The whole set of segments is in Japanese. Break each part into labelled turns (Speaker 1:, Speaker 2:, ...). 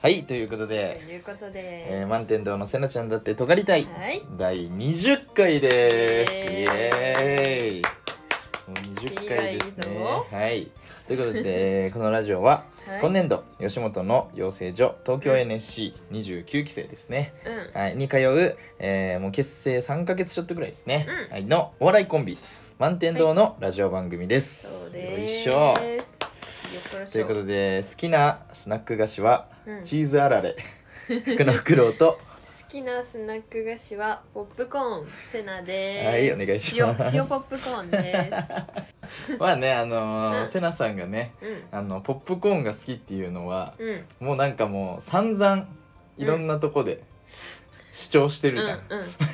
Speaker 1: はい、ということ
Speaker 2: と
Speaker 1: で、
Speaker 2: いうこと
Speaker 1: えー
Speaker 2: で、
Speaker 1: 満天堂のせなちゃんだって尖りたい、
Speaker 2: はい
Speaker 1: 第20回です。
Speaker 2: イ
Speaker 1: イエ
Speaker 2: エ
Speaker 1: ーイもう20回です
Speaker 2: いい
Speaker 1: ね
Speaker 2: ぞ。
Speaker 1: はい。ということで、えー このラジオは、
Speaker 2: はい、
Speaker 1: 今年度、吉本の養成所、東京 NSC29 期生ですね。
Speaker 2: うん、
Speaker 1: はい、に通う、えーもう結成3ヶ月ちょっとぐらいですね、
Speaker 2: うん
Speaker 1: はい、のお笑いコンビ満天堂のラジオ番組です、
Speaker 2: そうです。
Speaker 1: よいしょ
Speaker 2: よっこらしょ
Speaker 1: ということで好きなスナック菓子は
Speaker 2: うん好
Speaker 1: チーズあられ、福のフクロウと
Speaker 2: きなスナック菓子はポップコーン、セナです。
Speaker 1: はいお願いします
Speaker 2: 塩塩ポップコーンで
Speaker 1: まあねあのー
Speaker 2: うん
Speaker 1: セナさんがね
Speaker 2: す。うん。
Speaker 1: あのポップコーンが好きっていうのは
Speaker 2: うん、
Speaker 1: もうなんかもう散々いろんなとこで主張して
Speaker 2: うん、
Speaker 1: る
Speaker 2: う
Speaker 1: じ
Speaker 2: ん
Speaker 1: ゃん、、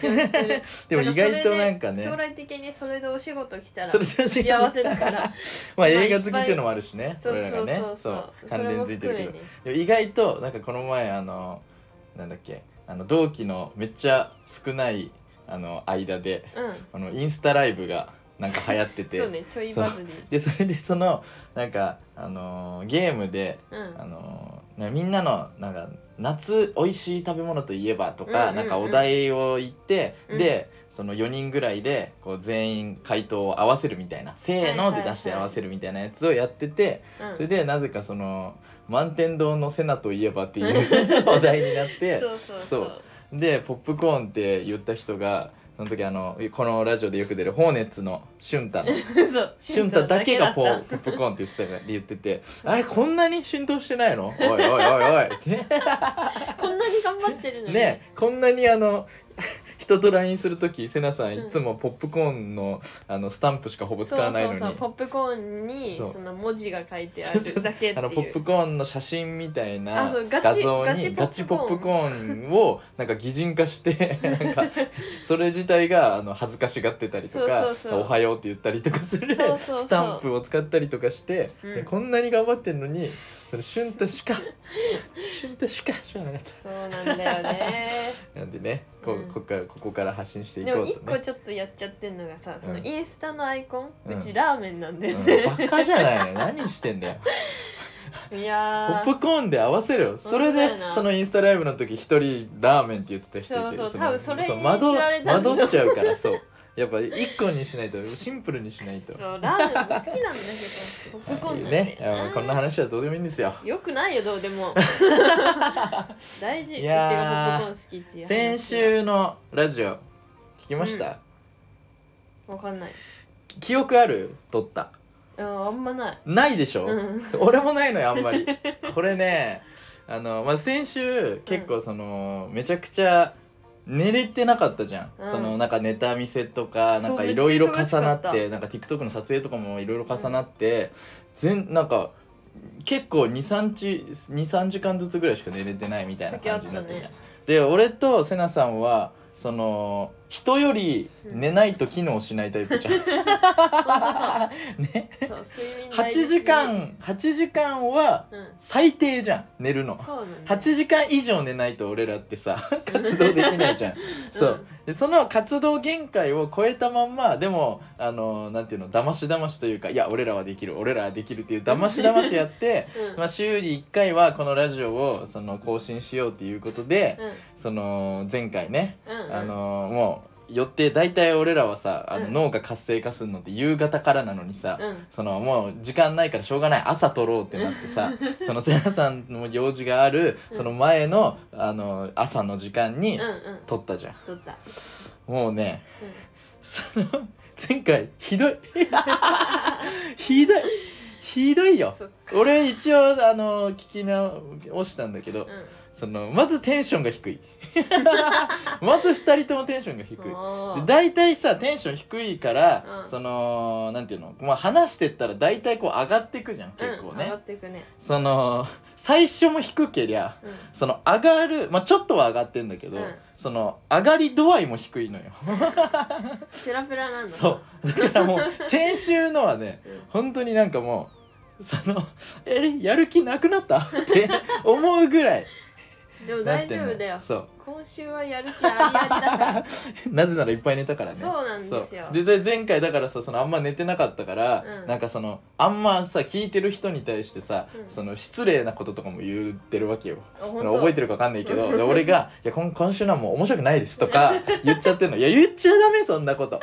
Speaker 2: 主張してる。
Speaker 1: でも意外となん
Speaker 2: だ
Speaker 1: か
Speaker 2: らそれで
Speaker 1: ね
Speaker 2: 将来的にそれでお仕事来たら
Speaker 1: それでお仕事来たら
Speaker 2: 幸せだから。
Speaker 1: まあ映画好きっていうのもあるしね
Speaker 2: そう
Speaker 1: 俺ら
Speaker 2: そ
Speaker 1: が
Speaker 2: う
Speaker 1: ね
Speaker 2: そうそう。
Speaker 1: そう
Speaker 2: そ
Speaker 1: 関
Speaker 2: れ
Speaker 1: 連
Speaker 2: も
Speaker 1: づいてるけど
Speaker 2: 含めね
Speaker 1: いや意外となんかこの前あのなんだっけあの同期のめっちゃ少ないあの間であのインスタライブがなんか流行って
Speaker 2: うん。
Speaker 1: て、
Speaker 2: そうね、ちょいバズり。
Speaker 1: でそれでそのなんか、あのーゲームで、
Speaker 2: うん。
Speaker 1: あのーなみんなのなんか夏美味しい食べ物といえばと
Speaker 2: うんうん
Speaker 1: か、
Speaker 2: うん
Speaker 1: なんかお題を言って、
Speaker 2: うん
Speaker 1: でその4人ぐらいでこう全員回答を合わせるみたいな「せーの」で出して合わせるみたいなやつをやってて、
Speaker 2: うん
Speaker 1: それでなぜかその「満天堂のセナといえば」っていう 話題になって
Speaker 2: そうそう
Speaker 1: そ
Speaker 2: そうう。
Speaker 1: で「ポップコーン」って言った人がその時あのこのラジオでよく出る「ホーネッツ」の俊太の
Speaker 2: そう。
Speaker 1: 俊太だけがポ
Speaker 2: だっ
Speaker 1: ー
Speaker 2: た
Speaker 1: ポップコーンって言ってたから言ってて「あれこんなに浸透してないのおいおいおいおい」 ね
Speaker 2: こんなに頑張ってるのに。
Speaker 1: ねこんなにあの人と LINE する時セナさんいつもポップコーンのあのスタンプしかほぼ使わないのに。
Speaker 2: そうそうそうポップコーンに
Speaker 1: そう
Speaker 2: その文字が書いてあ
Speaker 1: そうそう
Speaker 2: るだけっていう
Speaker 1: あのポップコーンの写真みたいな
Speaker 2: あそうガ
Speaker 1: 画
Speaker 2: チ
Speaker 1: 像にガ
Speaker 2: ガ
Speaker 1: チ
Speaker 2: チ
Speaker 1: ポ
Speaker 2: ポッ
Speaker 1: ップ
Speaker 2: プ
Speaker 1: コ
Speaker 2: コ
Speaker 1: ーンをなんか擬人化して なんかそれ自体があの恥ずかしがってたりとか
Speaker 2: そうそうそう
Speaker 1: おはよう」って言ったりとかする
Speaker 2: そうそうそう
Speaker 1: スタンプを使ったりとかして、
Speaker 2: うん
Speaker 1: でこんなに頑張ってんのにその瞬太 しか瞬太しか知らなかっ
Speaker 2: そうなんだよね
Speaker 1: たなんでねこ,、
Speaker 2: うん
Speaker 1: ここからここから発信していこ
Speaker 2: で
Speaker 1: う
Speaker 2: も
Speaker 1: とね
Speaker 2: 一個ちょっとやっちゃってんのがさその
Speaker 1: うん
Speaker 2: インスタのアイコン、
Speaker 1: う
Speaker 2: うんちラーメンなんだよ
Speaker 1: うん
Speaker 2: ね、
Speaker 1: バカじゃないの何してんだよ
Speaker 2: い
Speaker 1: ポ
Speaker 2: やー
Speaker 1: ップコーンで合わせるよそれ
Speaker 2: 本当
Speaker 1: で
Speaker 2: だよな
Speaker 1: そのインスタライブの時一人ラーメンって言ってた人いて
Speaker 2: そうそう
Speaker 1: の
Speaker 2: 多分それ
Speaker 1: そう
Speaker 2: に
Speaker 1: 惑
Speaker 2: 釣られたんだ
Speaker 1: 惑っちゃうからそうやっぱ一個にしないとシンプルにしないと
Speaker 2: そうラーメンも好きなんだけどポップコーンなんて
Speaker 1: ねいや
Speaker 2: あー
Speaker 1: こんな話はどうでもいいんですよ
Speaker 2: よくないよどうで も大事う
Speaker 1: い
Speaker 2: ち
Speaker 1: やー
Speaker 2: がポップコーン好きっていう話は
Speaker 1: 先週のラジオ聞きました、
Speaker 2: わかんない
Speaker 1: 記憶ある撮った
Speaker 2: うんあんまない
Speaker 1: ないでしょ、
Speaker 2: うん
Speaker 1: 俺もないのよあんまりこれねあの、まあ、先週結構その、めちゃくちゃ寝れてなかったじゃん、
Speaker 2: うん
Speaker 1: そのなんかネタ見せと
Speaker 2: そ
Speaker 1: か
Speaker 2: う
Speaker 1: なんかいろいろ重
Speaker 2: め
Speaker 1: なっ
Speaker 2: っちゃ忙しか
Speaker 1: てなんか TikTok の撮影とかもいろいろ重なって、全なんか結構23日23時間ずつぐらいしか寝れてないみたいな感じになってたじゃん、
Speaker 2: 時
Speaker 1: で俺とセナさんはその人より寝ないと機能しないタイ プじゃん、ね
Speaker 2: そう睡眠大事
Speaker 1: 8時間8時間は
Speaker 2: うん
Speaker 1: 最低じゃん寝るの
Speaker 2: そうなんだ
Speaker 1: 8時間以上寝ないと俺らってさ 活動できないじゃん、そうでその活動限界を超えたまんまでもあのなんていうのだましだましというかいや俺らはできる俺らはできるっていうだましだましや って、
Speaker 2: うん
Speaker 1: まあ、週に1回はこのラジオをその更新しようっていうことで、
Speaker 2: う
Speaker 1: その前回ね
Speaker 2: んうん
Speaker 1: あのもう予定大体俺らはさあの
Speaker 2: うん
Speaker 1: 脳が活性化するのって夕方からなのにさ、
Speaker 2: うん
Speaker 1: そのもう時間ないからしょうがない朝撮ろうってなっ てさそのセナさんの用事がある
Speaker 2: うん
Speaker 1: その前のあの朝の時間
Speaker 2: う
Speaker 1: に
Speaker 2: んうん
Speaker 1: 撮ったじゃん
Speaker 2: 取った
Speaker 1: もうね
Speaker 2: うん
Speaker 1: その前回ひどいひどいひどい よ
Speaker 2: そっ
Speaker 1: 俺一応あの聞き直したんだけど
Speaker 2: う
Speaker 1: そのまずテンションが 低いまず2人ともテンションが低い
Speaker 2: んお
Speaker 1: で
Speaker 2: ー
Speaker 1: 大体さテンション低いから、
Speaker 2: うん
Speaker 1: そのなんていうの、まあ、話してったら大体こう上がっていくじゃん結構
Speaker 2: うん、上
Speaker 1: ね、
Speaker 2: がっていくね
Speaker 1: その最初も低けりゃ
Speaker 2: うん
Speaker 1: その上がる、まあ、ちょっとは上がってんだけど、
Speaker 2: うん
Speaker 1: その上がり度合いも低いのよ
Speaker 2: ペラペラなんだ
Speaker 1: そうだからもう先週のはね
Speaker 2: うん、
Speaker 1: 本当になんかもうその「えやる気なくなった?」って思うぐらい
Speaker 2: でも
Speaker 1: なっ
Speaker 2: 大
Speaker 1: てん
Speaker 2: 丈
Speaker 1: の
Speaker 2: 夫だよ
Speaker 1: そう
Speaker 2: 今週はやる気ありありだから
Speaker 1: なぜならいっぱい寝たからね
Speaker 2: そうなんですよ
Speaker 1: そうでで前回だからさそのあんま寝てなかったから、
Speaker 2: うん
Speaker 1: なんかそのあんまさ聞いてる人に対してさ、
Speaker 2: うん
Speaker 1: その失礼なこととかも言ってるわけよ
Speaker 2: あ本当
Speaker 1: 覚えてるかわかんないけどで俺が「いや今今週のはもう面白くないです」とか言っちゃってるの「いや言っちゃダメそんなこと」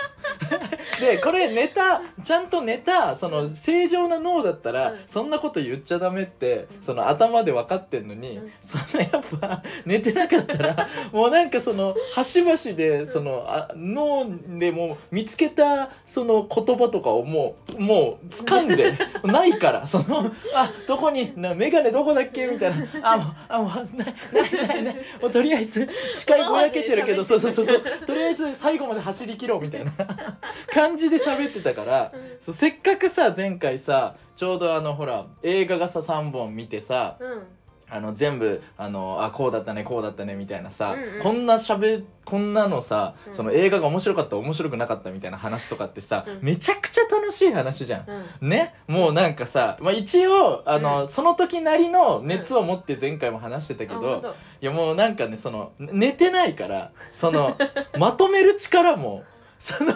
Speaker 1: でこれネタちゃんとネタその正常な脳だったら、
Speaker 2: うん
Speaker 1: そんなこと言っちゃダメって
Speaker 2: うん
Speaker 1: その頭で分かってんのに、
Speaker 2: うん
Speaker 1: そんなやっぱ寝てなかったらもうなんかその端々でそのあ脳でもう見つけたその言葉とかをもうもう掴んでないからそのあどこにな眼鏡どこだっけみたいなあもうあもうないないないないもうとりあえず視界ぼやけてるけどそうそうそうそうとりあえず最後まで走り切ろうみたいな感じで喋ってたから
Speaker 2: うん
Speaker 1: そうせっかくさ前回さちょうどあのほら映画がさ3本見てさ、
Speaker 2: うん
Speaker 1: あの全部あのあこうだったねこうだったねみたいなさ、
Speaker 2: うんうん
Speaker 1: こんなしゃべこんなのさ、
Speaker 2: うん
Speaker 1: その映画が面白かった面白くなかったみたいな話とかってさ、
Speaker 2: うん
Speaker 1: めちゃくちゃ楽しい話じゃん。
Speaker 2: うん
Speaker 1: ね、もうなんかさ、まあ、一応あの、
Speaker 2: う
Speaker 1: その時なりの熱を持って前回も話してたけ
Speaker 2: あ
Speaker 1: ど、
Speaker 2: 本当
Speaker 1: いやもうなんかねそのね寝てないから そのまとめる力もその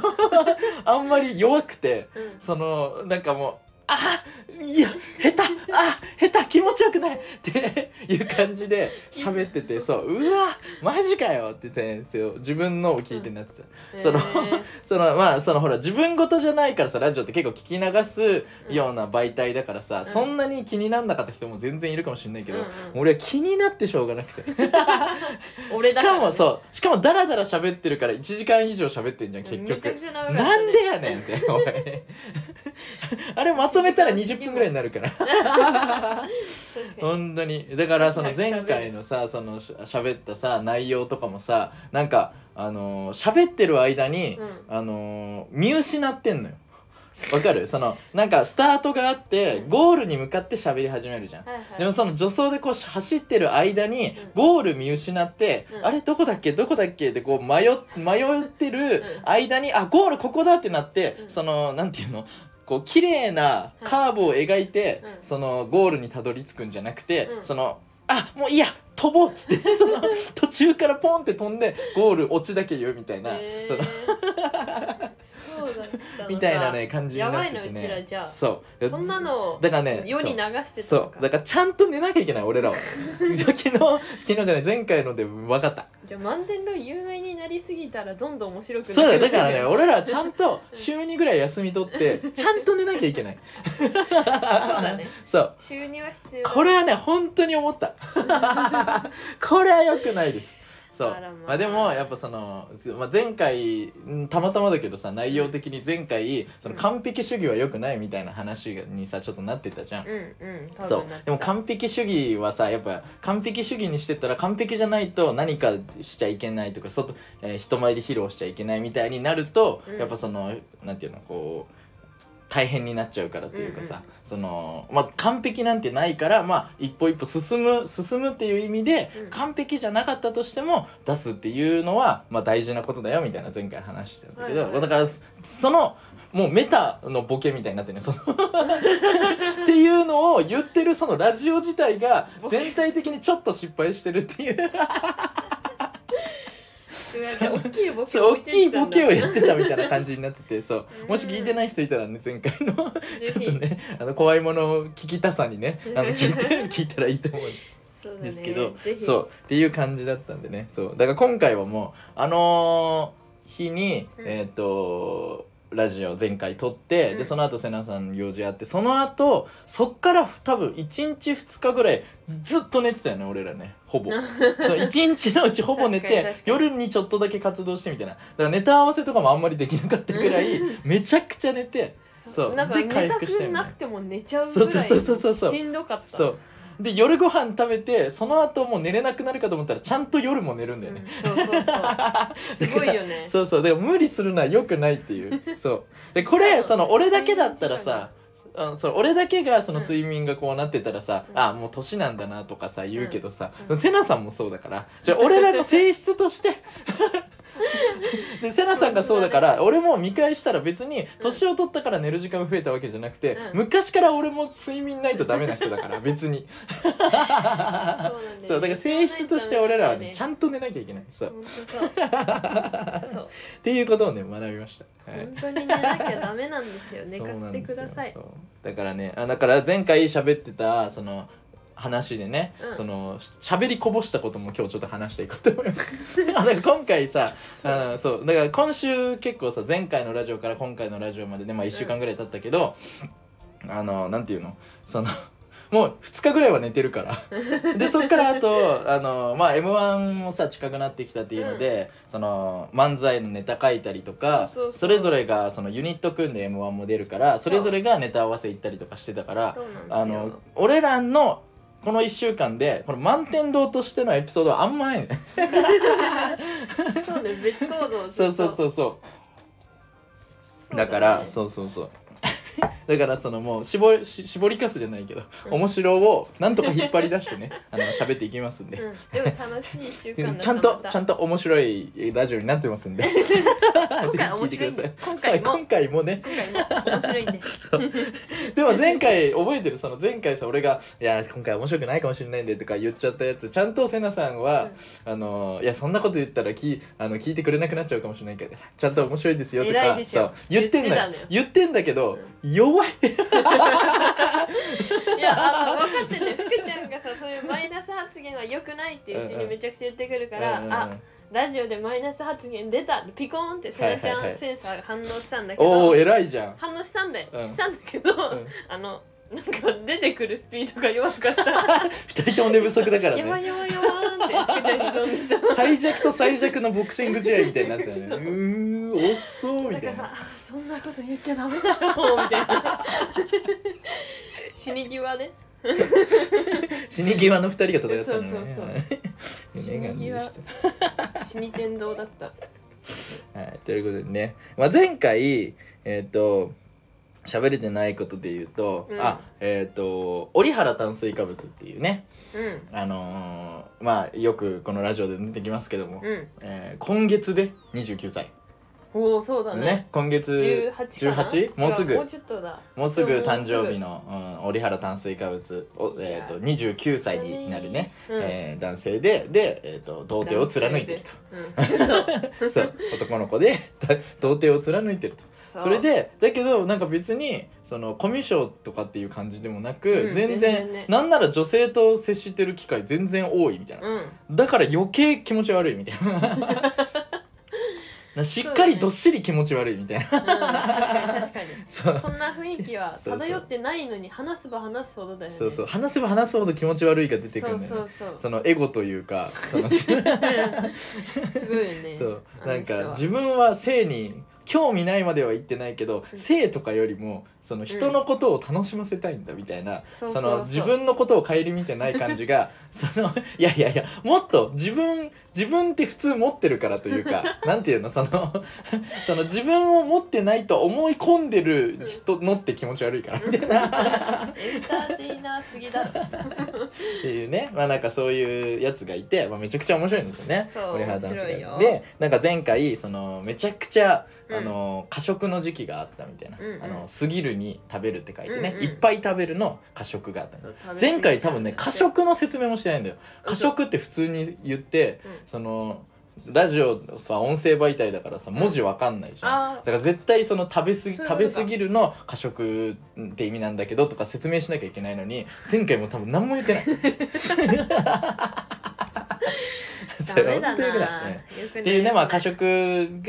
Speaker 1: あんまり弱くて。
Speaker 2: うん
Speaker 1: そのなんかもうあいや下手あ下手気持ちよくないっていう感じで喋っててそううわマジかよって言ってたんですよ自分のを聞いてなってた、その
Speaker 2: へー
Speaker 1: そのまあそのほら自分事じゃないからさラジオって結構聞き流すような媒体だから
Speaker 2: う
Speaker 1: さ、
Speaker 2: ん
Speaker 1: そんなに気になんなかった人も全然いるかもしれないけど、
Speaker 2: うんうん
Speaker 1: 俺は気になってしょうがなくて
Speaker 2: 俺
Speaker 1: し
Speaker 2: だら
Speaker 1: か
Speaker 2: ね
Speaker 1: もそうしかもダラダラ喋ってるから1時間以上喋ってんじゃん結局
Speaker 2: めちゃくちゃ長かったね
Speaker 1: なんでやねんっておいあれまとめたら20分ぐらいになるから
Speaker 2: 確かに
Speaker 1: 本当にだからその
Speaker 2: 早く喋
Speaker 1: 前
Speaker 2: る
Speaker 1: 回のさそのし喋ったさ内容とかもさなんかあのー喋ってる間に、
Speaker 2: う
Speaker 1: あのー見失ってんのよわかるそのなんかスタートがあって
Speaker 2: うん
Speaker 1: ゴールに向かって喋り始めるじゃん
Speaker 2: はいはい
Speaker 1: でもその助走でこう走ってる間に
Speaker 2: うん
Speaker 1: ゴール見失って、
Speaker 2: うん
Speaker 1: あれどこだっけどこだっけってこう迷迷ってる間に、あゴールここだってなって、
Speaker 2: うん
Speaker 1: そのなんていうのこう綺麗なカーブを描いて、
Speaker 2: うん
Speaker 1: そのゴールにたどり着くんじゃなくて、
Speaker 2: うん
Speaker 1: そのあもういいや飛ぼうっつって その途中からポンって飛んでゴール落ちだけ言うみたいな、
Speaker 2: へー
Speaker 1: その
Speaker 2: そうだったのか
Speaker 1: みたいなね感じになってて
Speaker 2: やばいなうちら
Speaker 1: ね
Speaker 2: じゃあ
Speaker 1: そう
Speaker 2: そんなのを
Speaker 1: だからね
Speaker 2: 世
Speaker 1: そう
Speaker 2: に流してたの
Speaker 1: そ
Speaker 2: か
Speaker 1: うだからちゃんと寝なきゃいけない俺ら は昨日昨日じゃない前回ので分かった
Speaker 2: じゃあ満点が有名になりすぎたらどんどん面白くなる
Speaker 1: そうだよだからね俺らはち
Speaker 2: ち
Speaker 1: ゃんと週2ぐらい休み取ってちゃんと寝なきゃいけ ないそう
Speaker 2: だね
Speaker 1: そう
Speaker 2: 収入は必要
Speaker 1: こ
Speaker 2: れ
Speaker 1: れはね本当に思った これは良くないですそう
Speaker 2: あらまあ
Speaker 1: まあ、でもやっぱその、まあ、前回んたまたまだけどさ内容的に前回その
Speaker 2: うん
Speaker 1: 完璧主義は良くないみたいな話にさちょっとなってたじゃん
Speaker 2: うんうん多
Speaker 1: そう
Speaker 2: 分なってた
Speaker 1: でも完璧主義はさやっぱ完璧主義にしてたら完璧じゃないと何かしちゃいけないとか外、えー人前で披露しちゃいけないみたいになると、
Speaker 2: うん
Speaker 1: やっぱそのなんていうのこう大変になっちゃうからというかさ、そのまあ完璧なんてないからまあ一歩一歩進む進むっていう意味で、
Speaker 2: うん
Speaker 1: 完璧じゃなかったとしても出すっていうのはまあ大事なことだよみたいな前回話してたんだけど、
Speaker 2: はいはい
Speaker 1: だからそそのもうメタのボケみたいになってるねその っていうのを言ってるそのラジオ自体が全体的にちょっと失敗してるっていう
Speaker 2: そう大きいボケ
Speaker 1: そう
Speaker 2: 置い
Speaker 1: 大き
Speaker 2: て
Speaker 1: い
Speaker 2: きた
Speaker 1: ボ
Speaker 2: んだ
Speaker 1: ケをやってたみたいな感じになっててそう
Speaker 2: うん
Speaker 1: もし聞いてない人いたらね前回のちょっ
Speaker 2: ぜ
Speaker 1: と
Speaker 2: ひ
Speaker 1: ねあの怖いものを聞きたさにねあの 聞いて聞いたらいいと思
Speaker 2: そう
Speaker 1: うん
Speaker 2: だね
Speaker 1: ですけど
Speaker 2: ぜひ
Speaker 1: そうっていう感じだったんでねそうだから今回はもうあのー日に
Speaker 2: うん
Speaker 1: えっ、とラジオ前回撮って、
Speaker 2: うん
Speaker 1: でその後瀬名さん用事あってその後そっから多分1日2日ぐらいずっと寝てたよね俺らね ほぼそう1日のうちほぼ寝
Speaker 2: 確かに
Speaker 1: て
Speaker 2: 確かに
Speaker 1: 夜にちょっとだけ活動してみたいなだからネタ合わせとかもあんまりできなかったぐらいめちゃくちゃ寝てそう
Speaker 2: なんか
Speaker 1: で
Speaker 2: 寝
Speaker 1: 回
Speaker 2: た
Speaker 1: 復した
Speaker 2: く
Speaker 1: よね
Speaker 2: なくても寝ちゃうぐらい
Speaker 1: そうそうそうそうそう
Speaker 2: しんどかった
Speaker 1: そうで夜ご飯食べてその後もう寝れなくなるかと思ったらちゃんと夜も寝るん
Speaker 2: う
Speaker 1: だよね、
Speaker 2: んそうそうそうすごいよね
Speaker 1: そうそうでも無理するのは良くないっていう そうでこれその俺だけだったらさあのその俺だけがその
Speaker 2: うん
Speaker 1: 睡眠がこうなってたらさ、
Speaker 2: うん
Speaker 1: あもう年なんだなとかさ言うけどさ、
Speaker 2: うん
Speaker 1: 瀬名さんもそうだからじゃあ俺らの性質としてでセナさんがそうだから俺も見返したら別に年を取ったから寝る時間増えたわけじゃなくて、
Speaker 2: うん
Speaker 1: 昔から俺も睡眠ないとダメな人 だから別に
Speaker 2: そうなんだよね
Speaker 1: そうだから性質として俺らはねちゃ
Speaker 2: ん
Speaker 1: んと寝なきゃいけないそう
Speaker 2: 本当そうそう
Speaker 1: っていうことをね学びました、はい
Speaker 2: 本当に寝なきゃダメなんですよ寝
Speaker 1: そう
Speaker 2: か
Speaker 1: な
Speaker 2: せ
Speaker 1: ん
Speaker 2: て
Speaker 1: です
Speaker 2: く
Speaker 1: よ
Speaker 2: ださい
Speaker 1: そうだからねあだから前回喋ってたその話でね、
Speaker 2: うん
Speaker 1: その喋りこぼしたことも今日ちょっと話していこうと思います あだから今回さあのそうだから今週結構さ前回のラジオから今回のラジオまでね、まあ、1週間ぐらい経ったけど、あのなんていうのそのもう2日ぐらいは寝てるからでそっからあとあの、まあ、m 1もさ近くなってきたっていうので、その漫才のネタ書いたりとか
Speaker 2: そうそうそう
Speaker 1: れぞれがそのユニット組んで m 1も出るからそれぞれがネタ合わせ行ったりとかしてたから
Speaker 2: そうなんですよ
Speaker 1: あの俺らのこの1週間でこの満天堂としてのエピソードはあんまないね
Speaker 2: そうね別行動ずっと
Speaker 1: そうそうそうそう
Speaker 2: そう
Speaker 1: だから
Speaker 2: う
Speaker 1: そうそうそう だからそのもう絞りし絞りかすじゃないけど、
Speaker 2: うん
Speaker 1: 面白をなんとか引っ張り出してね あの喋っていきますんで、
Speaker 2: だね、うん、でも楽しい一週
Speaker 1: で
Speaker 2: 間だ
Speaker 1: ちゃんとちゃん
Speaker 2: と
Speaker 1: と面白いラジオになってますんで
Speaker 2: 今
Speaker 1: 今
Speaker 2: 回面白いんで今
Speaker 1: は
Speaker 2: 回
Speaker 1: い、
Speaker 2: も
Speaker 1: 今回もね
Speaker 2: 今回も面白いんで
Speaker 1: でも前回覚えてるその前回さ俺が「いや今回面白くないかもしれないんで」とか言っちゃったやつちゃんとせなさんは「あのいやそんなこと言ったらきあの聞いてくれなくなっちゃうかもしれないからちゃんと面白いですよ」と
Speaker 2: 偉い
Speaker 1: か
Speaker 2: です
Speaker 1: そ
Speaker 2: よ
Speaker 1: う言ってんだ
Speaker 2: 言ってたのよ
Speaker 1: 言ってんだけど弱い
Speaker 2: いやあの分かってね福ちゃんがさそういうマイナス発言は良くないってうちにめちゃくちゃ言ってくるから、
Speaker 1: うんうんうん
Speaker 2: あラジオでマイナス発言出たってピコーンってさやちゃ
Speaker 1: はいはいは
Speaker 2: ん
Speaker 1: い
Speaker 2: センサーが反応したんだけど、
Speaker 1: おお偉いじゃん
Speaker 2: 反応したんだよ、
Speaker 1: うん
Speaker 2: したんだけど、
Speaker 1: うん
Speaker 2: あのなんか出てくるスピードが弱かった
Speaker 1: 二人とも寝不足だから
Speaker 2: やば
Speaker 1: ね
Speaker 2: いやばいやばーんって福ちゃんに飛んで
Speaker 1: 最弱と最弱のボクシング試合みたいになってたねうー遅そう
Speaker 2: た
Speaker 1: み
Speaker 2: だ
Speaker 1: たい
Speaker 2: から
Speaker 1: な
Speaker 2: あそんなこと言っちゃダメだろうみたいな死に際ね
Speaker 1: 死に際の二人が戦ってた
Speaker 2: そ
Speaker 1: の
Speaker 2: うそうそう
Speaker 1: ね はい
Speaker 2: 死に際
Speaker 1: 念願でし
Speaker 2: 死に天堂だった
Speaker 1: たはいということでね、まあ、前回えっ、と喋れてないことで言うと、
Speaker 2: うん
Speaker 1: あえっ、と折原炭水化物っていうね
Speaker 2: うん
Speaker 1: あのーまあよくこのラジオで出てきますけども、
Speaker 2: うん
Speaker 1: えー今月で29歳
Speaker 2: おおそうだね
Speaker 1: ね今月
Speaker 2: 18かな
Speaker 1: 18? もうすぐ
Speaker 2: 違もうちょっとだ
Speaker 1: もうすぐ誕生日の、うん、折原炭水化物お、
Speaker 2: い
Speaker 1: え
Speaker 2: や
Speaker 1: ー、と29歳になるね、
Speaker 2: うん
Speaker 1: えー男性でで、えー、と童貞を貫いてる
Speaker 2: うんそう
Speaker 1: とそう男の子で だ童貞を貫いてるとそれでだけどなんか別にそのコミュ障とかっていう感じでもなく、
Speaker 2: うん
Speaker 1: 全
Speaker 2: 全
Speaker 1: 然
Speaker 2: 然ね
Speaker 1: なんなら女性と接してる機会全然多いみたいな、
Speaker 2: うん
Speaker 1: だから余計気持ち悪いみたいな なしっかりどっしり気持ち悪いみたいな
Speaker 2: うん確かに確 かに
Speaker 1: そう
Speaker 2: そんな雰囲気は
Speaker 1: そうそう
Speaker 2: 漂ってないのに話せば話すほどだよね
Speaker 1: そうそう話せば話すほど気持ち悪いが出てくるんだよね
Speaker 2: そうそうそ
Speaker 1: そうのエゴというかその
Speaker 2: すごいよね
Speaker 1: そう
Speaker 2: あの
Speaker 1: なん
Speaker 2: 人
Speaker 1: か
Speaker 2: は
Speaker 1: 自分は性に興味ないまでは言ってないけど、
Speaker 2: うん
Speaker 1: 性とかよりもその人のことを楽しませたいんだみたいな、
Speaker 2: そう
Speaker 1: そ
Speaker 2: そう
Speaker 1: の
Speaker 2: そう
Speaker 1: 自分のことを顧みてない感じ がそのいやいやいやもっと自分自分って普通持ってるからという かなんていうのそのその自分を持ってないと思い込んでる人のって気持ち悪いから みたいな。
Speaker 2: エンターテイナーすぎだろ
Speaker 1: っていうねまあなんかそういうやつがいて、まあ、めちゃくちゃ面白いんですよね
Speaker 2: そう
Speaker 1: 俺原ダンスが
Speaker 2: 面白いよ
Speaker 1: でなんか前回そのめちゃくちゃ、
Speaker 2: うん
Speaker 1: あの過食の時期があったみたいな「
Speaker 2: うんうん
Speaker 1: あの過ぎる」に「食べる」って書いてね、
Speaker 2: うんうん
Speaker 1: いっぱい食べるの過食があった前回多分ね過食の説明もしてないんだよ過食って普通に言って、
Speaker 2: うん
Speaker 1: そのラジオのさ音声媒体だからさ文字わかんないじゃん、
Speaker 2: あ
Speaker 1: だから絶対その食べ過ぎ
Speaker 2: そういう
Speaker 1: 食
Speaker 2: ことか
Speaker 1: べ過ぎるの過食って意味なんだけどとか説明しなきゃいけないのに前回も多分何も 言ってない
Speaker 2: ダ
Speaker 1: それ
Speaker 2: メだ
Speaker 1: 本当によくな
Speaker 2: ないよく
Speaker 1: っていうねまあ過
Speaker 2: 歌手
Speaker 1: 食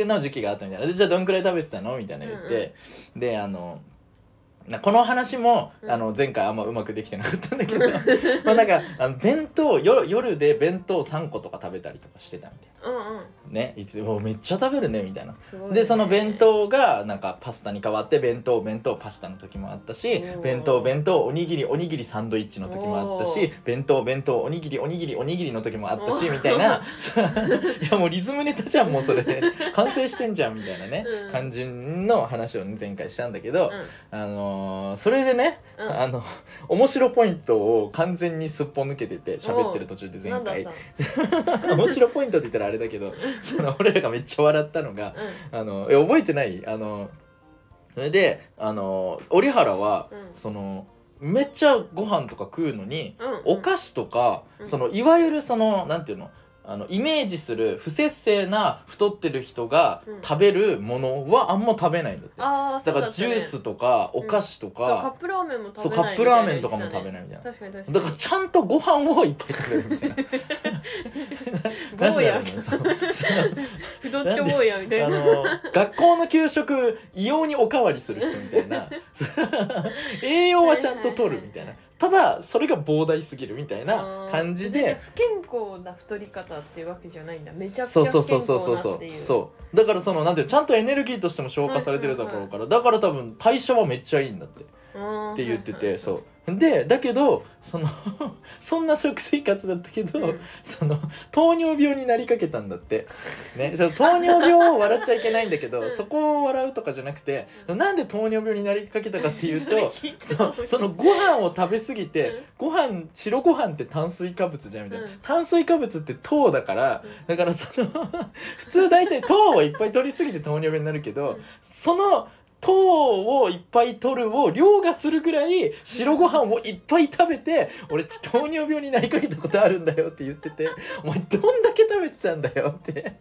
Speaker 1: の時期があったみたいなでじゃあどんくらい食べてたのみたいな言って、であのなこの話も、
Speaker 2: うん
Speaker 1: あの前回あんまうまくできてなかったんだけど まあなんかあの弁当夜夜で弁当3個とか食べたりとかしてたみたい
Speaker 2: うんうん
Speaker 1: なねいつもめっちゃ食べるねみたいな
Speaker 2: すごいね
Speaker 1: でその弁当がなんかパスタに変わって弁当弁当パスタの時もあったし
Speaker 2: おー
Speaker 1: 弁当弁当おにぎりおにぎりサンドイッチの時もあった
Speaker 2: お
Speaker 1: し
Speaker 2: ー
Speaker 1: 弁当弁当おにぎりおにぎりおにぎりの時もあった し
Speaker 2: おー
Speaker 1: みたいな そういやもうリズムネタじゃんも うそれ完成してんじゃんみたいなね
Speaker 2: うん
Speaker 1: 感じの話をね前回したんだけど
Speaker 2: うん
Speaker 1: あののーそれでね、
Speaker 2: うん
Speaker 1: あの面白ポイントを完全にすっぽ抜けてて喋ってる途中で
Speaker 2: な
Speaker 1: 前
Speaker 2: んだっ
Speaker 1: 回
Speaker 2: たの
Speaker 1: 面白ポイントって言ったらあれだけどその俺らがめっちゃ笑ったのがあのえ覚えてないあのそれであの折原は、
Speaker 2: うん
Speaker 1: そのめっちゃご飯とか食うのに、
Speaker 2: うん、うん、
Speaker 1: お菓子とか、
Speaker 2: うん
Speaker 1: そのいわゆるそのなんていうのあのイメージする不節制な太ってる人が
Speaker 2: うん
Speaker 1: 食べるものはあんま食べないんだって、
Speaker 2: あーそ
Speaker 1: だ
Speaker 2: うった
Speaker 1: から
Speaker 2: ね
Speaker 1: ジュースとかお菓子と
Speaker 2: そうカッ
Speaker 1: か、
Speaker 2: プラーメンも食べない
Speaker 1: そうカップラーメンとかも食べ
Speaker 2: い
Speaker 1: ないみたいな、
Speaker 2: 確かに確かに
Speaker 1: だからちゃんとご飯をいっぱい食べるみたいな
Speaker 2: 坊や
Speaker 1: なんでだろうねそうそう
Speaker 2: 太って思うやみた
Speaker 1: あ
Speaker 2: いな
Speaker 1: の 学校の給食異様におかわりする人みたいな 栄養はちゃんと取るみたいなただそれが膨大すぎるみたいな感じ
Speaker 2: あー
Speaker 1: で
Speaker 2: 全然不健康な太り方っていうわけじゃないんだめちゃくち
Speaker 1: そ
Speaker 2: ゃ
Speaker 1: う
Speaker 2: 不健
Speaker 1: そう
Speaker 2: 康
Speaker 1: そ
Speaker 2: な
Speaker 1: うそうそうそ
Speaker 2: っ
Speaker 1: う
Speaker 2: ていう
Speaker 1: そうだからそのなんていうのちゃんとエネルギーとしても消化されてるだろうからだから多分代謝はめっちゃいいんだって
Speaker 2: あー
Speaker 1: って言って
Speaker 2: はいはいは
Speaker 1: て
Speaker 2: い
Speaker 1: そうでだけどそのそんな食生活だったけど、
Speaker 2: うん
Speaker 1: その糖尿病になりかけたんだって、ね、その糖尿病を笑っちゃいけないんだけどそこを笑うとかじゃなくてなんで糖尿病になりかけたかっていう
Speaker 2: それ
Speaker 1: と
Speaker 2: 聞いて
Speaker 1: そ
Speaker 2: ほ
Speaker 1: う
Speaker 2: しい
Speaker 1: そのご飯を食べ過ぎて、ご飯白ご飯って炭水化物じゃんみたいな、
Speaker 2: うん
Speaker 1: 炭水化物って糖だから、だからその 普通大体糖をいっぱい取りすぎて糖尿病になるけど、
Speaker 2: うん
Speaker 1: その糖をいっぱい取るを凌駕するぐらい白ご飯をいっぱい食べて俺ち糖尿病になりかけたことあるんだよって言っててお前どんだけ食べてたんだよって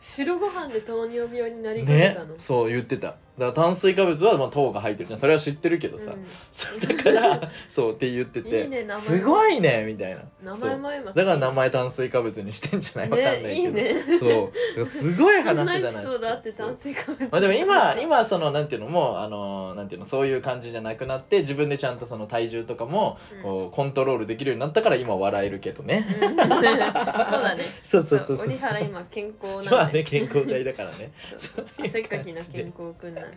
Speaker 2: 白ご飯で糖尿病になりかけ
Speaker 1: ね
Speaker 2: たの、
Speaker 1: そう言ってただから炭水化物はまあ糖が入ってるじゃんそれは知ってるけどさ、
Speaker 2: う
Speaker 1: そうだ からそうって言ってて
Speaker 2: いいね名前
Speaker 1: すごいねみたいなん
Speaker 2: 名
Speaker 1: そ
Speaker 2: 前
Speaker 1: う
Speaker 2: も今
Speaker 1: だから名前炭水化物にしてんじゃないわかんないけど、
Speaker 2: ねいいね
Speaker 1: そうすごい
Speaker 2: そん
Speaker 1: 話だ
Speaker 2: なエ
Speaker 1: な
Speaker 2: ピ
Speaker 1: っ
Speaker 2: ソ
Speaker 1: つって
Speaker 2: ードあって炭水化物
Speaker 1: まあでも今今そのなんていうのもうあのなんていうのそういう感じじゃなくなって自分でちゃんとその体重とかも
Speaker 2: うん
Speaker 1: こうコントロールできるようになったから今笑えるけど ね。
Speaker 2: うんそうだね
Speaker 1: そうそうそうそう。
Speaker 2: 折原今健康
Speaker 1: 今
Speaker 2: な
Speaker 1: は
Speaker 2: ん
Speaker 1: ね
Speaker 2: で
Speaker 1: 健康体だからね。
Speaker 2: そう汗っかきな健康くんなんで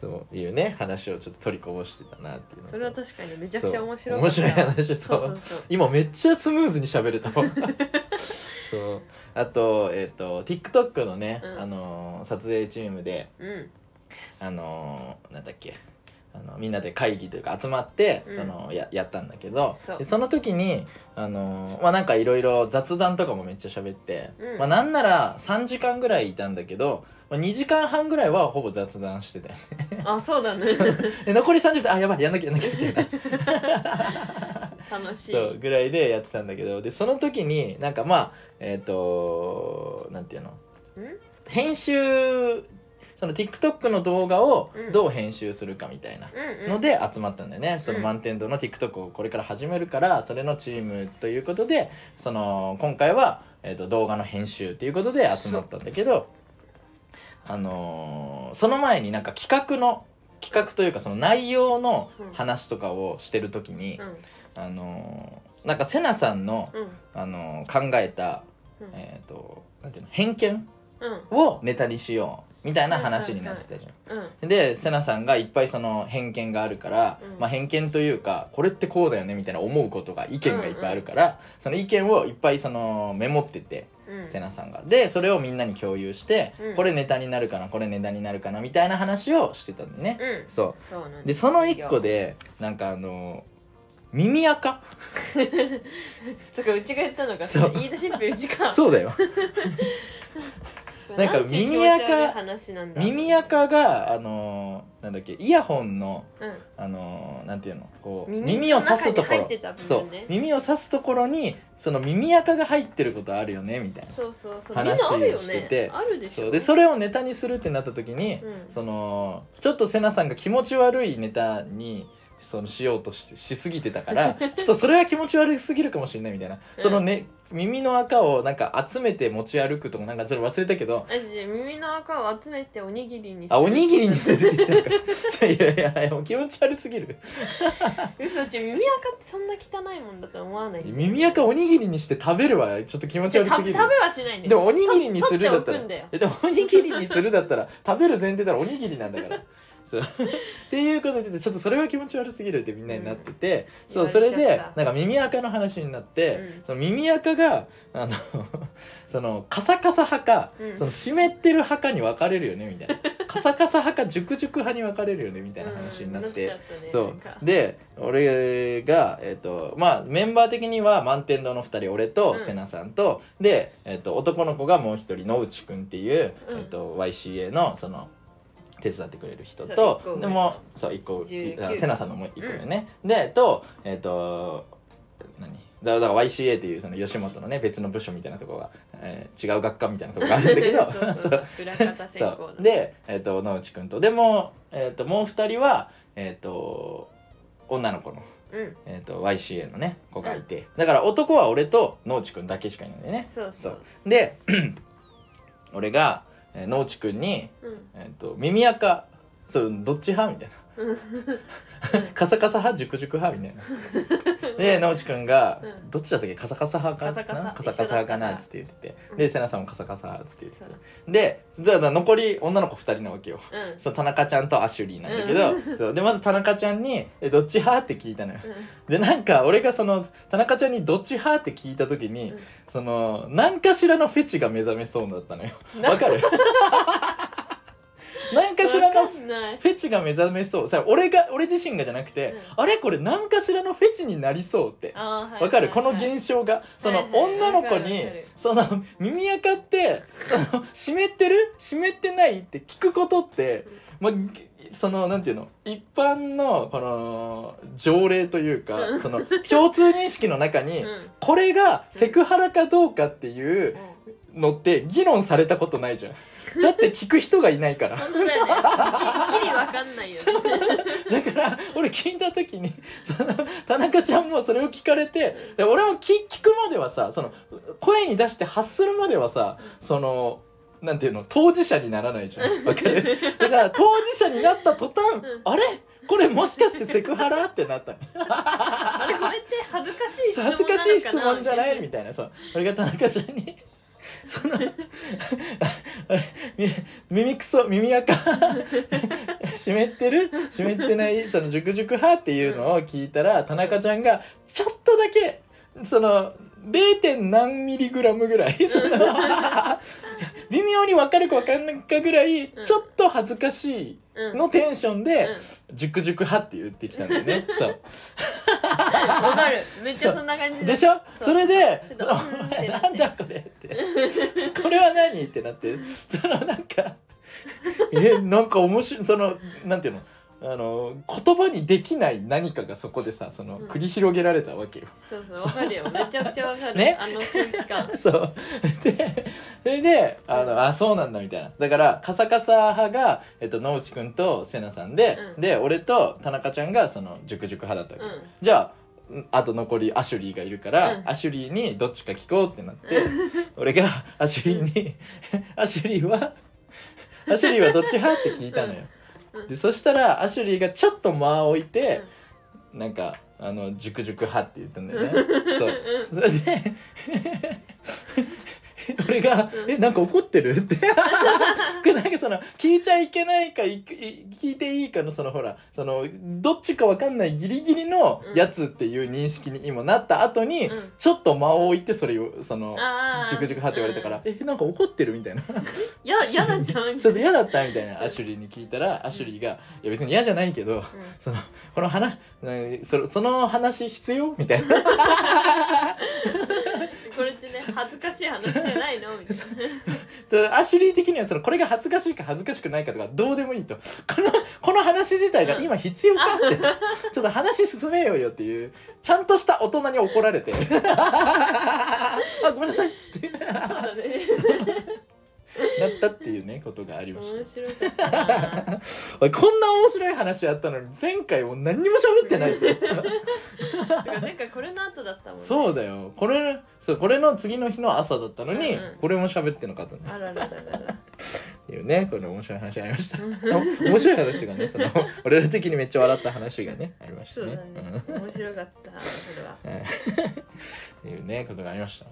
Speaker 1: そういうね話をちょっと取りこぼしてたなっていうのと。
Speaker 2: それは確かにめちゃくちゃ面白
Speaker 1: そう
Speaker 2: か
Speaker 1: 面
Speaker 2: った
Speaker 1: 白い話そ
Speaker 2: そううそうそう
Speaker 1: 今めっちゃスムーズに喋れ たわ。そうあとえっ、と TikTok のね、
Speaker 2: うん
Speaker 1: あのー撮影チームで。
Speaker 2: うん
Speaker 1: あのーなんだっけあのみんなで会議というか集まって、
Speaker 2: うん
Speaker 1: そのややったんだけど
Speaker 2: そう
Speaker 1: でその時に、あのーまあ、なんかいろいろ雑談とかもめっちゃ喋って、
Speaker 2: うん
Speaker 1: まあ、なんなら3時間ぐらいいたんだけど、まあ、2時間半ぐらいはほぼ雑談して たよね
Speaker 2: あそうだね
Speaker 1: で残り30分あやばいやんなきゃやんなきゃみたいな
Speaker 2: 楽しい
Speaker 1: そうぐらいでやってたんだけどでその時になんかまあえっ、となんていうの
Speaker 2: うん
Speaker 1: 編集その TikTok の動画をどう編集するかみたいな。
Speaker 2: うんうん
Speaker 1: ので集まったんだよね、その満点度の TikTok をこれから始めるからそれのチームということでその今回は、えー、と動画の編集ということで集まったんだけどあのーその前になんか企画の企画というかその内容の話とかをしてる時に、
Speaker 2: うん
Speaker 1: あのーなんかセナさんの、
Speaker 2: うん
Speaker 1: あのー考えた、
Speaker 2: うん
Speaker 1: えー、となんていうの偏見
Speaker 2: うん
Speaker 1: をネタにしようみたいな話になってたじゃん。
Speaker 2: うん
Speaker 1: でセナさんがいっぱいその偏見があるから、
Speaker 2: うん
Speaker 1: まあ、偏見というかこれってこうだよねみたいな思うことが意見がいっぱいあるから、その意見をいっぱいそのメモってて、
Speaker 2: うん
Speaker 1: セナさんがでそれをみんなに共有して、
Speaker 2: うん
Speaker 1: これネタになるかなこれネタになるかなみたいな話をしてたんでね、
Speaker 2: うん
Speaker 1: そ
Speaker 2: そうなん
Speaker 1: うでその
Speaker 2: 一
Speaker 1: 一個でなんかあの 耳垢
Speaker 2: とかうちが言ったのが
Speaker 1: そう
Speaker 2: 言い出しっぺうちか
Speaker 1: そうだよ
Speaker 2: う
Speaker 1: なんか
Speaker 2: ていう
Speaker 1: 耳垢
Speaker 2: 気持ち悪い話なんだ
Speaker 1: 耳垢があのなんだっけイヤホンの
Speaker 2: うん
Speaker 1: あのーなんていうのこう
Speaker 2: 耳
Speaker 1: 耳を刺すとこ
Speaker 2: 中に入
Speaker 1: ろ、
Speaker 2: ってた部
Speaker 1: そう
Speaker 2: 分ね
Speaker 1: 耳を刺すところにその耳垢が入ってることあるよねみたいな
Speaker 2: そうそうそうみん
Speaker 1: 話
Speaker 2: なあるよ
Speaker 1: して
Speaker 2: ね
Speaker 1: て
Speaker 2: あるでし
Speaker 1: そう
Speaker 2: ょ
Speaker 1: でそれをネタにするってなった時に、
Speaker 2: うん
Speaker 1: そのちょっとセナさんが気持ち悪いネタにそのしようとししすぎてたか らちょっとそれは気持ち悪すぎるかもしれないみたいな、そのね耳の垢をなんか集めて持ち歩くとかなんかちょっと忘れたけど
Speaker 2: 私耳の垢を集めておにぎりにする
Speaker 1: あおにぎりにするって言ってたの かいやいやいやもう気持ち悪すぎる
Speaker 2: 嘘ちょ耳垢ってそんな汚いもんだと思わない
Speaker 1: 耳垢おにぎりにして食べるわちょっと気持ち
Speaker 2: じゃ
Speaker 1: 悪
Speaker 2: た
Speaker 1: す
Speaker 2: 食
Speaker 1: ぎ
Speaker 2: べ
Speaker 1: る
Speaker 2: はしないんだよ
Speaker 1: でもおにぎりにするだったら
Speaker 2: 取っておくんだよ
Speaker 1: えでもおにぎりにするだったら食べる前提だらおにぎりなんだからそうっていうことでちょっとそれは気持ち悪すぎるってみんなになってて、
Speaker 2: うん
Speaker 1: そうそれ
Speaker 2: 言われ
Speaker 1: で
Speaker 2: ちゃった
Speaker 1: なんか耳垢の話になって、
Speaker 2: うん
Speaker 1: その耳垢があの そのカサカサ派か、
Speaker 2: うん
Speaker 1: その湿ってる派かに分かれるよねみたいなカサカサ派か熟々派に分かれるよねみたいな話になって。
Speaker 2: うんちゃたね
Speaker 1: そ
Speaker 2: なんか
Speaker 1: うで俺が、えっとまあ、メンバー的には満天堂の2人俺と
Speaker 2: うん
Speaker 1: 瀬名さんと、で、えっと男の子がもう一人野内くんっていう、
Speaker 2: うん
Speaker 1: えっと YCA のその手伝ってくれる
Speaker 2: そ
Speaker 1: 人
Speaker 2: う一個
Speaker 1: と
Speaker 2: 上
Speaker 1: でもそう1個い
Speaker 2: 19
Speaker 1: あ瀬名さんのもう1個よね、でとえっ、と何だだから YCA っていうその吉本のね別の部署みたいなところが、えー違う学科みたいなところがあるんだけど
Speaker 2: そうそう
Speaker 1: そう
Speaker 2: 裏方専攻
Speaker 1: そうで、えっと野内くんとでも、えっともう2人は、えっと女の子の、
Speaker 2: うん
Speaker 1: えっと YCA のね子がいて、だから男は俺と野内くんだけしかいないんだよね
Speaker 2: そうそう
Speaker 1: で 俺が、えー、野内くんに、
Speaker 2: うん
Speaker 1: えっと耳垢そうどっち派みたいなカサカサ派熟熟 派みたいなで野内くんが、
Speaker 2: うん
Speaker 1: どっちだったっけカサカサ派かな
Speaker 2: カサカサ
Speaker 1: カサカサ派かな
Speaker 2: 一緒だから
Speaker 1: っつって言ってて、
Speaker 2: うん
Speaker 1: で瀬名さんもカサカサ派っつって言って
Speaker 2: そう
Speaker 1: てでだから残り女の子2人なわけよ
Speaker 2: うん
Speaker 1: そう田中ちゃんとアシュリーなんだけど、そうでまず田中ちゃんに「えどっち派?」って聞いたのよでなんか俺がその田中ちゃんに「どっち派?」って聞いた時に、
Speaker 2: うん
Speaker 1: その何かしらのフェチが目覚めそうだったのよ
Speaker 2: うん
Speaker 1: わかる何かしら
Speaker 2: わ
Speaker 1: の
Speaker 2: かんない
Speaker 1: フェチが目覚めそうさ俺が俺自身がじゃなくて、あれこれ何かしらのフェチになりそうって
Speaker 2: あー
Speaker 1: わかる、
Speaker 2: はいはいはい
Speaker 1: この現象がその、
Speaker 2: はいはい
Speaker 1: 女の子
Speaker 2: わかるわ
Speaker 1: に
Speaker 2: かる
Speaker 1: その耳垢ってその湿ってる湿ってないって聞くことって、まあ、ぎそのなんていうの一般のこの条例という
Speaker 2: う
Speaker 1: か
Speaker 2: ん
Speaker 1: その共通認識の中に、
Speaker 2: うん
Speaker 1: これがセクハラかどうかっていうのって議論されたことないじゃん。だって聞く人がいないから。
Speaker 2: 本当だよね。ぎっきりわかんないよね。
Speaker 1: だから俺聞いた時にその田中ちゃんもそれを聞かれてで俺も聞聞くまではさその声に出して発するまではさそのなんていうの当事者にならないじゃ んわかるだから当事者になった途端
Speaker 2: うん
Speaker 1: あれこれもしかしてセクハラってなった
Speaker 2: あれこれって恥ずかしい質問なのか
Speaker 1: 恥ず
Speaker 2: な
Speaker 1: かしい質問じゃないみ
Speaker 2: み
Speaker 1: たいなそう俺が田中ちゃんに そのみ耳くそ耳垢湿ってる湿ってないその熟熟派っていうのを聞いたら田中ちゃんがちょっとだけその 0. 点何ミリグラムぐらいその微妙に分かるか分かんないかぐらい
Speaker 2: うん
Speaker 1: ちょっと恥ずかし
Speaker 2: たい
Speaker 1: いのテンションで
Speaker 2: う
Speaker 1: 熟熟派って言ってきたんだよねそう
Speaker 2: わ、かる。めっちゃそんな感じ
Speaker 1: で
Speaker 2: ょ。
Speaker 1: しょ
Speaker 2: そう
Speaker 1: それで「
Speaker 2: ちょ
Speaker 1: お
Speaker 2: っとうんって
Speaker 1: 前
Speaker 2: なって
Speaker 1: なんだこれ」って「これは何?」ってなってそのなんかえなんか面白いそのなんていうのあの言葉にできない何かがそこでさその
Speaker 2: うん
Speaker 1: 繰り広げられたわけよ。
Speaker 2: そうそう、わかるよ。めちゃくちゃわかる。
Speaker 1: ね
Speaker 2: あの空気感。
Speaker 1: そうでそれであの、あそうなんだみたいなだからカサカサ派が、えっと、野内くんと瀬名さんで、
Speaker 2: うん
Speaker 1: で俺と田中ちゃんがその熟熟派だったわけ、
Speaker 2: うん。
Speaker 1: じゃあんあと残りアシュリーがいるから、
Speaker 2: うん
Speaker 1: アシュリーにどっちか聞こうってなって俺がアシュリーに「アシュリーはアシュリーはどっち派?」って聞いたのよ。
Speaker 2: うんうん
Speaker 1: でそしたらアシュリーがちょっと間を置いて、なんか「あの熟熟派」って言ったんだよね。そうそれ で俺が「えなんか怒ってる?」 ってなんかその聞いちゃいけないかいい聞いていいかのそのほらそのどっちかわかんないギリギリのやつっていう認識に今なった後に、
Speaker 2: うん
Speaker 1: ちょっと間を置いてそれをその
Speaker 2: ああ。
Speaker 1: 「 熟熟派」って言われたから「えなんか怒ってる?」みたいな
Speaker 2: うん。いや、嫌なんじゃない
Speaker 1: 「 それで嫌だった?」みたいなアシュリーに聞いたらアシュリーが「いや別に嫌じゃないけど」
Speaker 2: うん
Speaker 1: そのこの話なそその話必要みたいな
Speaker 2: これってね、恥ずかしい話じゃないのみたい
Speaker 1: そうアシュリー的にはそのこれが恥ずかしいか恥ずかしくないかとかどうでもいいとこのこの話自体が今必要かってちょっと話進めようよっていうちゃんとした大人に怒られて あごめんなさいっつって
Speaker 2: な。そうだね。
Speaker 1: なったっていうねことがありまし
Speaker 2: 面白かったな。
Speaker 1: た俺こんな面白い話あったのに前回もう何にも喋ってないぞ
Speaker 2: とか、前回これの後だったもんね。
Speaker 1: そうだよこれそうこれの次の日の朝だったのに、
Speaker 2: うんうん
Speaker 1: これも喋ってなかったね
Speaker 2: あららららら。
Speaker 1: っていうねこれ面白い話ありましたお面白い話がねその俺ら的にめっちゃ笑った話がねありまし
Speaker 2: そ
Speaker 1: た
Speaker 2: うだ
Speaker 1: ね
Speaker 2: ね。面白かった。それは。
Speaker 1: うんっていうねことがありました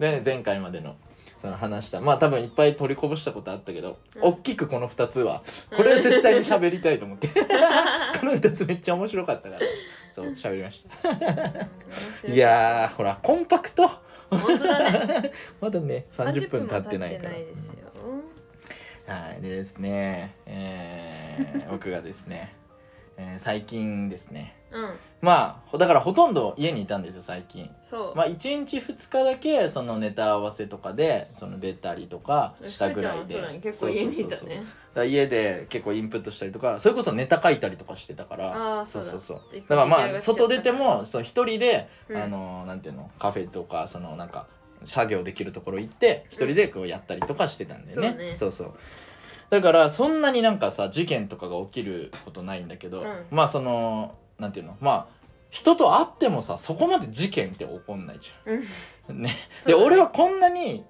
Speaker 1: で前回までのその話したまあ多分いっぱい取りこぼしたことあったけど、
Speaker 2: うん
Speaker 1: おっきくこの2つはこれは絶対に喋りたいと 思ってこの2つめっちゃ面白かったからそう喋りました いやーほらコンパクト
Speaker 2: ー本当だね
Speaker 1: まだね30分経ってないから
Speaker 2: 30分も経ってですよ
Speaker 1: はいでですね、えー僕がですね、えー最近ですね
Speaker 2: うん
Speaker 1: まあだからほとんど家にいたんですよ最近
Speaker 2: そう、
Speaker 1: まあ1日2日だけそのネタ合わせとかでその出たりとかしたぐらいで
Speaker 2: そうだね結構家にいたね
Speaker 1: そうそうそうそうだから家で結構インプットしたりとかそれこそネタ書いたりとかしてたから
Speaker 2: ああそ
Speaker 1: そ
Speaker 2: ううだ
Speaker 1: そうそうだからまあ外出てもその一人で、
Speaker 2: うん
Speaker 1: あのなんていうのカフェとかそのなんか作業できるところ行って一人でこうやったりとかしてたんだよね,、
Speaker 2: そうね
Speaker 1: そうそうだからそんなになんかさ事件とかが起きることないんだけど、
Speaker 2: うん
Speaker 1: まあそのなんていうのまあ人と会ってもさそこまで事件って起こんないじ
Speaker 2: うん
Speaker 1: ゃん。ね、
Speaker 2: そう
Speaker 1: で
Speaker 2: だね
Speaker 1: 俺はこんなに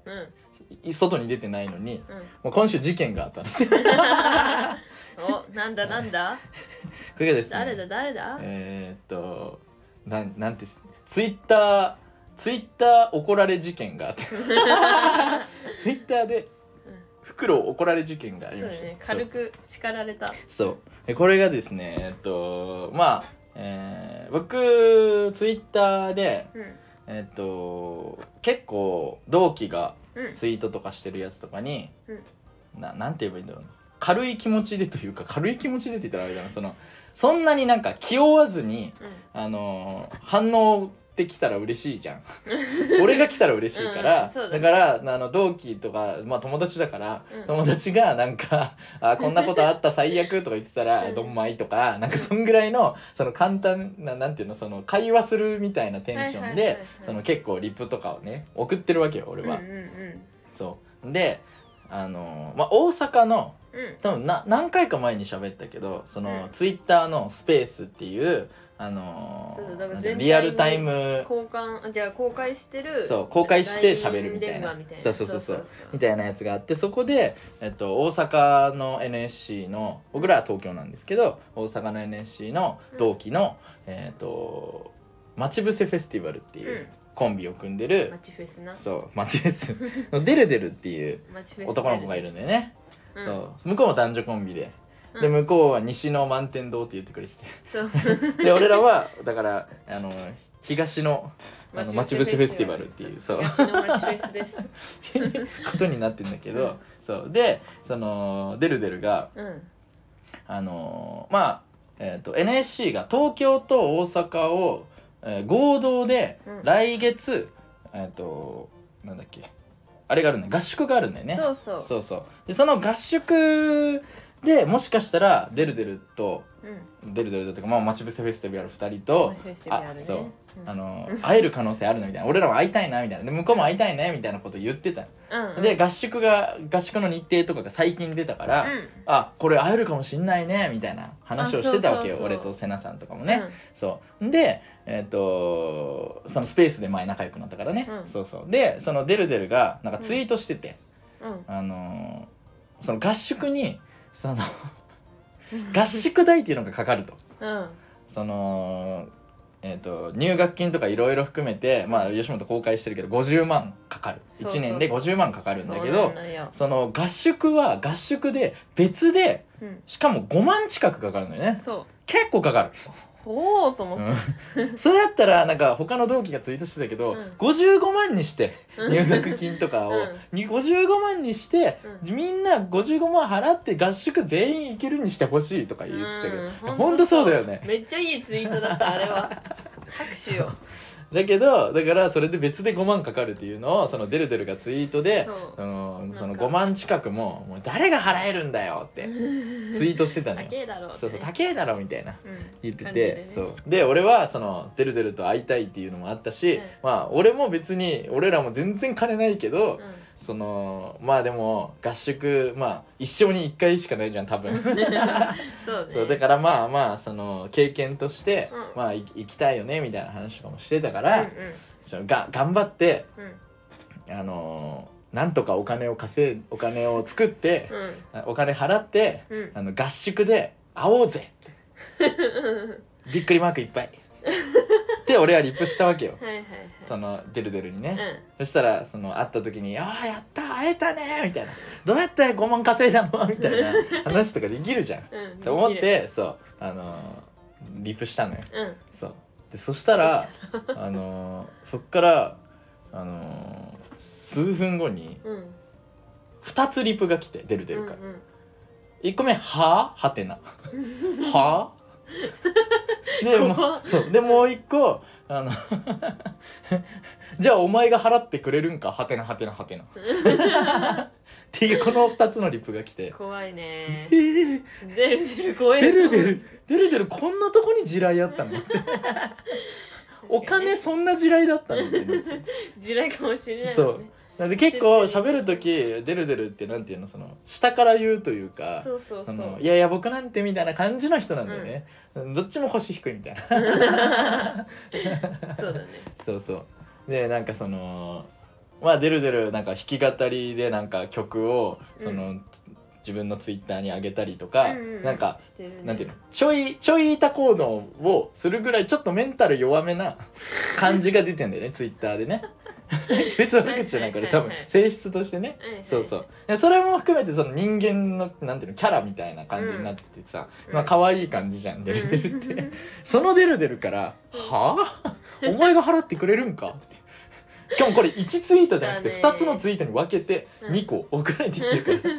Speaker 2: うん
Speaker 1: 外に出てないのに
Speaker 2: うん
Speaker 1: もう今週事件があったんですよ。
Speaker 2: おなんだなんだ
Speaker 1: これがですね
Speaker 2: 誰だ誰だ
Speaker 1: えーっとなんなんてすツイッターツイッター怒られ事件があって ツイッターで
Speaker 2: うん
Speaker 1: 袋を怒られ事件があ
Speaker 2: そ
Speaker 1: り
Speaker 2: う
Speaker 1: ま
Speaker 2: だ
Speaker 1: した
Speaker 2: ね軽く叱られた
Speaker 1: そうそうでこれがですねえーっとまあ、えー僕ツイッターで
Speaker 2: うん
Speaker 1: えーっと結構同期が
Speaker 2: うん
Speaker 1: ツイートとかしてるやつとかに、
Speaker 2: うん
Speaker 1: ななんて言えばいいんだろうな軽い気持ちでというか軽い気持ちでって言ったらあれだなそのそんなになんか気負わずに
Speaker 2: う
Speaker 1: あのー反応ってきたら嬉し いじゃん俺が来たら嬉しいから、
Speaker 2: うんそうだ
Speaker 1: だ
Speaker 2: ね
Speaker 1: からあの同期とか、まあ、友達だから、
Speaker 2: うん
Speaker 1: 友達がなんか「あこんなことあった最悪」とか言ってたら
Speaker 2: う
Speaker 1: 「
Speaker 2: ん
Speaker 1: どんまい」とかなんかそんぐらいのその簡単ななんていうのその会話するみたいなテンション
Speaker 2: はいはいはいは
Speaker 1: で
Speaker 2: い
Speaker 1: その結構リプとかをね送ってるわけよ俺
Speaker 2: んうんう
Speaker 1: は。
Speaker 2: ん
Speaker 1: そうであのーまあ、大阪の
Speaker 2: うん
Speaker 1: 多分な何回か前に喋ったけどその、
Speaker 2: うん
Speaker 1: ツイッターのスペースっていう、あのー
Speaker 2: そうそうだから
Speaker 1: なんていう
Speaker 2: 全体
Speaker 1: の
Speaker 2: に
Speaker 1: リアルタイム
Speaker 2: 交換あじゃあ公開してる
Speaker 1: そう公開して喋るみたい
Speaker 2: LINE 電
Speaker 1: な
Speaker 2: 話みたいな
Speaker 1: そうそうそうそうみ
Speaker 2: う
Speaker 1: たいなやつがあってそこで、えっと、大阪の NSC の僕らは東京なんですけど大阪の NSC の同期の、えっと待ち伏せフェスティバルっていううコンビを組んでる
Speaker 2: ん、マチフェスな
Speaker 1: そう待ち伏せのデルデルっていう
Speaker 2: マチフェス
Speaker 1: 男の子がいるんだよね、
Speaker 2: うん
Speaker 1: そう向こうも男女コンビで、
Speaker 2: うん
Speaker 1: で向こうは西の満天堂って言ってくれてて
Speaker 2: そう
Speaker 1: で俺らはだからあの東のあの
Speaker 2: 待ち
Speaker 1: 待ち
Speaker 2: 伏せフェ
Speaker 1: 伏せフェ
Speaker 2: ス
Speaker 1: ス
Speaker 2: テ
Speaker 1: テ
Speaker 2: ィ
Speaker 1: ィ
Speaker 2: バ
Speaker 1: バ
Speaker 2: ル
Speaker 1: ルっていうそう
Speaker 2: ガチのマチフェスです
Speaker 1: ことになってんだけど、
Speaker 2: うん
Speaker 1: そうでそのデルデルが
Speaker 2: うん
Speaker 1: あのーまあ、えー、と NSC が東京と大阪を、えー合同で
Speaker 2: うん
Speaker 1: 来月、えっ、となんだっけあれがあるんだよ合宿があるんだよね
Speaker 2: そうそう
Speaker 1: そうそうでその合宿でもしかしたらデルデルと
Speaker 2: うん
Speaker 1: デルデルだとか、まあ、待ち伏せフェスティバル2人と
Speaker 2: マチフェスティバルあるね
Speaker 1: あそう
Speaker 2: うん
Speaker 1: あの会える可能性あるなみたいな俺らも会いたいなみたいなで向こうも会いたいねみたいなこと言ってた
Speaker 2: うんうん
Speaker 1: で合宿が合宿の日程とかが最近出たから、
Speaker 2: うん
Speaker 1: あこれ会えるかもしんないねみたいな話をしてたわけ
Speaker 2: あそうそう
Speaker 1: よ
Speaker 2: そう
Speaker 1: 俺とセナさんとかもね、そうでえっ、とそのスペースで前仲良くなったからね、
Speaker 2: うん
Speaker 1: そうそうでそのデルデルがなんかツイートしてて、
Speaker 2: うんうん
Speaker 1: あのーその合宿にその
Speaker 2: うん
Speaker 1: 合宿代っていうのがかかると
Speaker 2: うん
Speaker 1: そのえっ、と入学金とかいろいろ含めてまあ吉本公開してるけど50万かかる
Speaker 2: そうそうそう
Speaker 1: 1年で50万かかるんだ
Speaker 2: そう
Speaker 1: けど
Speaker 2: なのよ
Speaker 1: その合宿は合宿で別で
Speaker 2: うん
Speaker 1: しかも5万近くかかるのよね
Speaker 2: そう
Speaker 1: 結構かかる、
Speaker 2: ほうと思って
Speaker 1: うん、 それだったらなんか他の同期がツイートしてたけど、
Speaker 2: うん
Speaker 1: 55万にして
Speaker 2: うん
Speaker 1: 入学金とかを、
Speaker 2: うん
Speaker 1: に55万にして、
Speaker 2: う
Speaker 1: みんな55万払って合宿全員行けるにしてほしいとか言ってたけど、
Speaker 2: うん
Speaker 1: ほんとそうだよね
Speaker 2: めっちゃいいツイートだったあれは拍手よ
Speaker 1: だけどだからそれで別で5万かかるっていうのをそのデルデルがツイートで
Speaker 2: そう
Speaker 1: そのそ
Speaker 2: なん
Speaker 1: の
Speaker 2: か
Speaker 1: 5万近くももう誰が払えるんだよってツイートし てたのよ
Speaker 2: 高。えだろね
Speaker 1: そうそう高えだろみたいな
Speaker 2: うん
Speaker 1: 言ってて、
Speaker 2: 感じでね
Speaker 1: そうで俺はそのデルデルと会いたいっていうのもあったし、
Speaker 2: うん
Speaker 1: まあ俺も別に俺らも全然金ないけ
Speaker 2: う
Speaker 1: ど、
Speaker 2: ん
Speaker 1: そのまあでも合宿まあ一生に1回しかないじゃ ん多分
Speaker 2: そうね
Speaker 1: そうだからまあまあその経験として、
Speaker 2: うん
Speaker 1: まあい行きたいよねみたいな話とかもしてたか
Speaker 2: うん
Speaker 1: ら、
Speaker 2: うん
Speaker 1: そのが頑張って
Speaker 2: うん
Speaker 1: あのーなんとかお金を稼いお金を作って、
Speaker 2: うん
Speaker 1: お金払って
Speaker 2: うん
Speaker 1: あの合宿で会おうぜびっくりマークいっぱいって俺はリップしたわけよ
Speaker 2: はいはい
Speaker 1: そのデルデルにね、
Speaker 2: はい
Speaker 1: そしたらその会った時に「ああやったー会えたね」みたいな「どうやって5万稼いだの?」みたいな話とかできるじゃん。
Speaker 2: うんうん
Speaker 1: と思っ
Speaker 2: できる
Speaker 1: てそうあのーリプしたのよ。
Speaker 2: うん
Speaker 1: そうでそした らあのーそっからあのー数分後に
Speaker 2: うん
Speaker 1: 2つリプが来て出る出るから、
Speaker 2: うんうん
Speaker 1: 1個目「はあ?」はて な「はあ?」でも
Speaker 2: 怖っ
Speaker 1: うそうでもう1個あの じゃあお前が払ってくれるんかはてなはてなはてなっていうこの2つのリプが来て
Speaker 2: 怖いね
Speaker 1: えー
Speaker 2: 出る出る怖い
Speaker 1: デルデルデルデルこんなとこに地雷 あったのお金そんな地雷だったのって思って
Speaker 2: 地雷かもしれない
Speaker 1: そ
Speaker 2: もん
Speaker 1: う
Speaker 2: ね
Speaker 1: なんで結構喋る時デルデルってなんていうのその下から言うというか
Speaker 2: そうそう そ
Speaker 1: そうのい やいや僕なんてみたいな感じの人なんだよね、どっちも腰低いみたいな
Speaker 2: そうだ ね
Speaker 1: そうそうでなんかそのまあデルデルなんか弾き語りでなんか曲をその、
Speaker 2: う
Speaker 1: 自分のツイッターに上げたりとか、
Speaker 2: うう
Speaker 1: なんか
Speaker 2: してるね
Speaker 1: なんていうのちょいちょい板行動をするぐらいちょっとメンタル弱めな感じが出てんだよねツイッター でね別の悪口じゃないから多分
Speaker 2: はいはいはい
Speaker 1: 性質としてね
Speaker 2: はいはい
Speaker 1: そうそうでそれも含めてその人間のなんていうのキャラみたいな感じになっててさ、
Speaker 2: うん
Speaker 1: まあ可愛い感じじゃんデルデルって、
Speaker 2: うん
Speaker 1: そのデルデルから「はあお前が払ってくれるんか?」って。しかもこれ1ツイートじゃなくて
Speaker 2: だね
Speaker 1: 2つのツイートに分けて2個送られてきて るから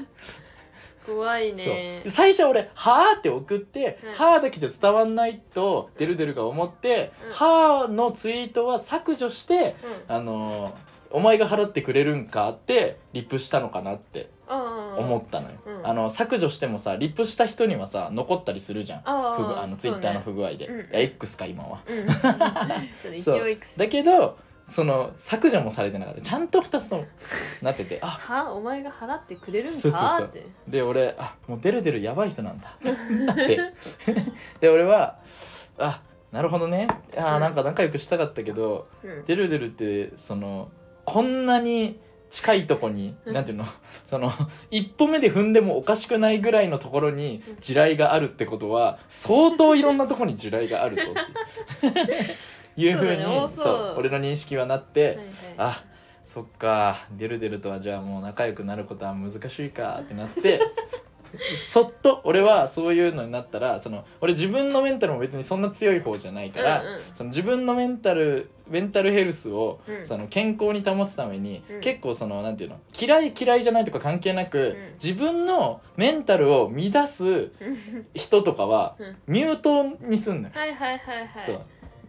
Speaker 2: 怖い
Speaker 1: そう
Speaker 2: ね
Speaker 1: で最初俺「はあ」って送って
Speaker 2: うん
Speaker 1: 「はあ」だけじゃ伝わんないとデルデルが思って
Speaker 2: うん
Speaker 1: 「はあ」のツイートは削除して
Speaker 2: うん
Speaker 1: 「あのーお前が払ってくれるんか?」ってリプしたのかなって
Speaker 2: あー
Speaker 1: 思ったのよ、
Speaker 2: うん
Speaker 1: あの削除してもさリプした人にはさ残ったりするじゃん
Speaker 2: あ
Speaker 1: 不具あのツイッターの不
Speaker 2: 具
Speaker 1: 具合で、
Speaker 2: うん
Speaker 1: いや X か今は
Speaker 2: うん そう 一応いくつ
Speaker 1: だけどその削除もされてなかったちゃんと2つともなっててあ
Speaker 2: はお前が払ってくれるん
Speaker 1: そうそう
Speaker 2: か
Speaker 1: そう
Speaker 2: って
Speaker 1: で俺あもうデルデルやばい人なんだだって で俺はあなるほどねあーなんか仲良くしたかったけど、
Speaker 2: うん
Speaker 1: デルデルってそのこんなに近いとこに
Speaker 2: うん
Speaker 1: なんていうの その一歩目で踏んでもおかしくないぐらいのところに地雷があるってことは相当いろんなところに地雷があるぞって いういうふ
Speaker 2: そう
Speaker 1: う
Speaker 2: だね
Speaker 1: に
Speaker 2: 多そう
Speaker 1: そう俺の認識はなって、
Speaker 2: はいはい
Speaker 1: あそっかデルデルとはじゃあもう仲良くなることは難しいかってなって そっと俺はそういうのになったらその俺自分のメンタルも別にそんな強い方じゃないから、
Speaker 2: うんうん
Speaker 1: その自分のメンタルメンタルヘルスを、
Speaker 2: うん
Speaker 1: その健康に保つために、
Speaker 2: うん
Speaker 1: 結構そのなんていうの嫌い嫌いじゃないとか関係なく、
Speaker 2: ん
Speaker 1: 自分のメンタルを乱す人とかは
Speaker 2: うん
Speaker 1: ミュートにすんのよ。
Speaker 2: はいはいはいはい
Speaker 1: そう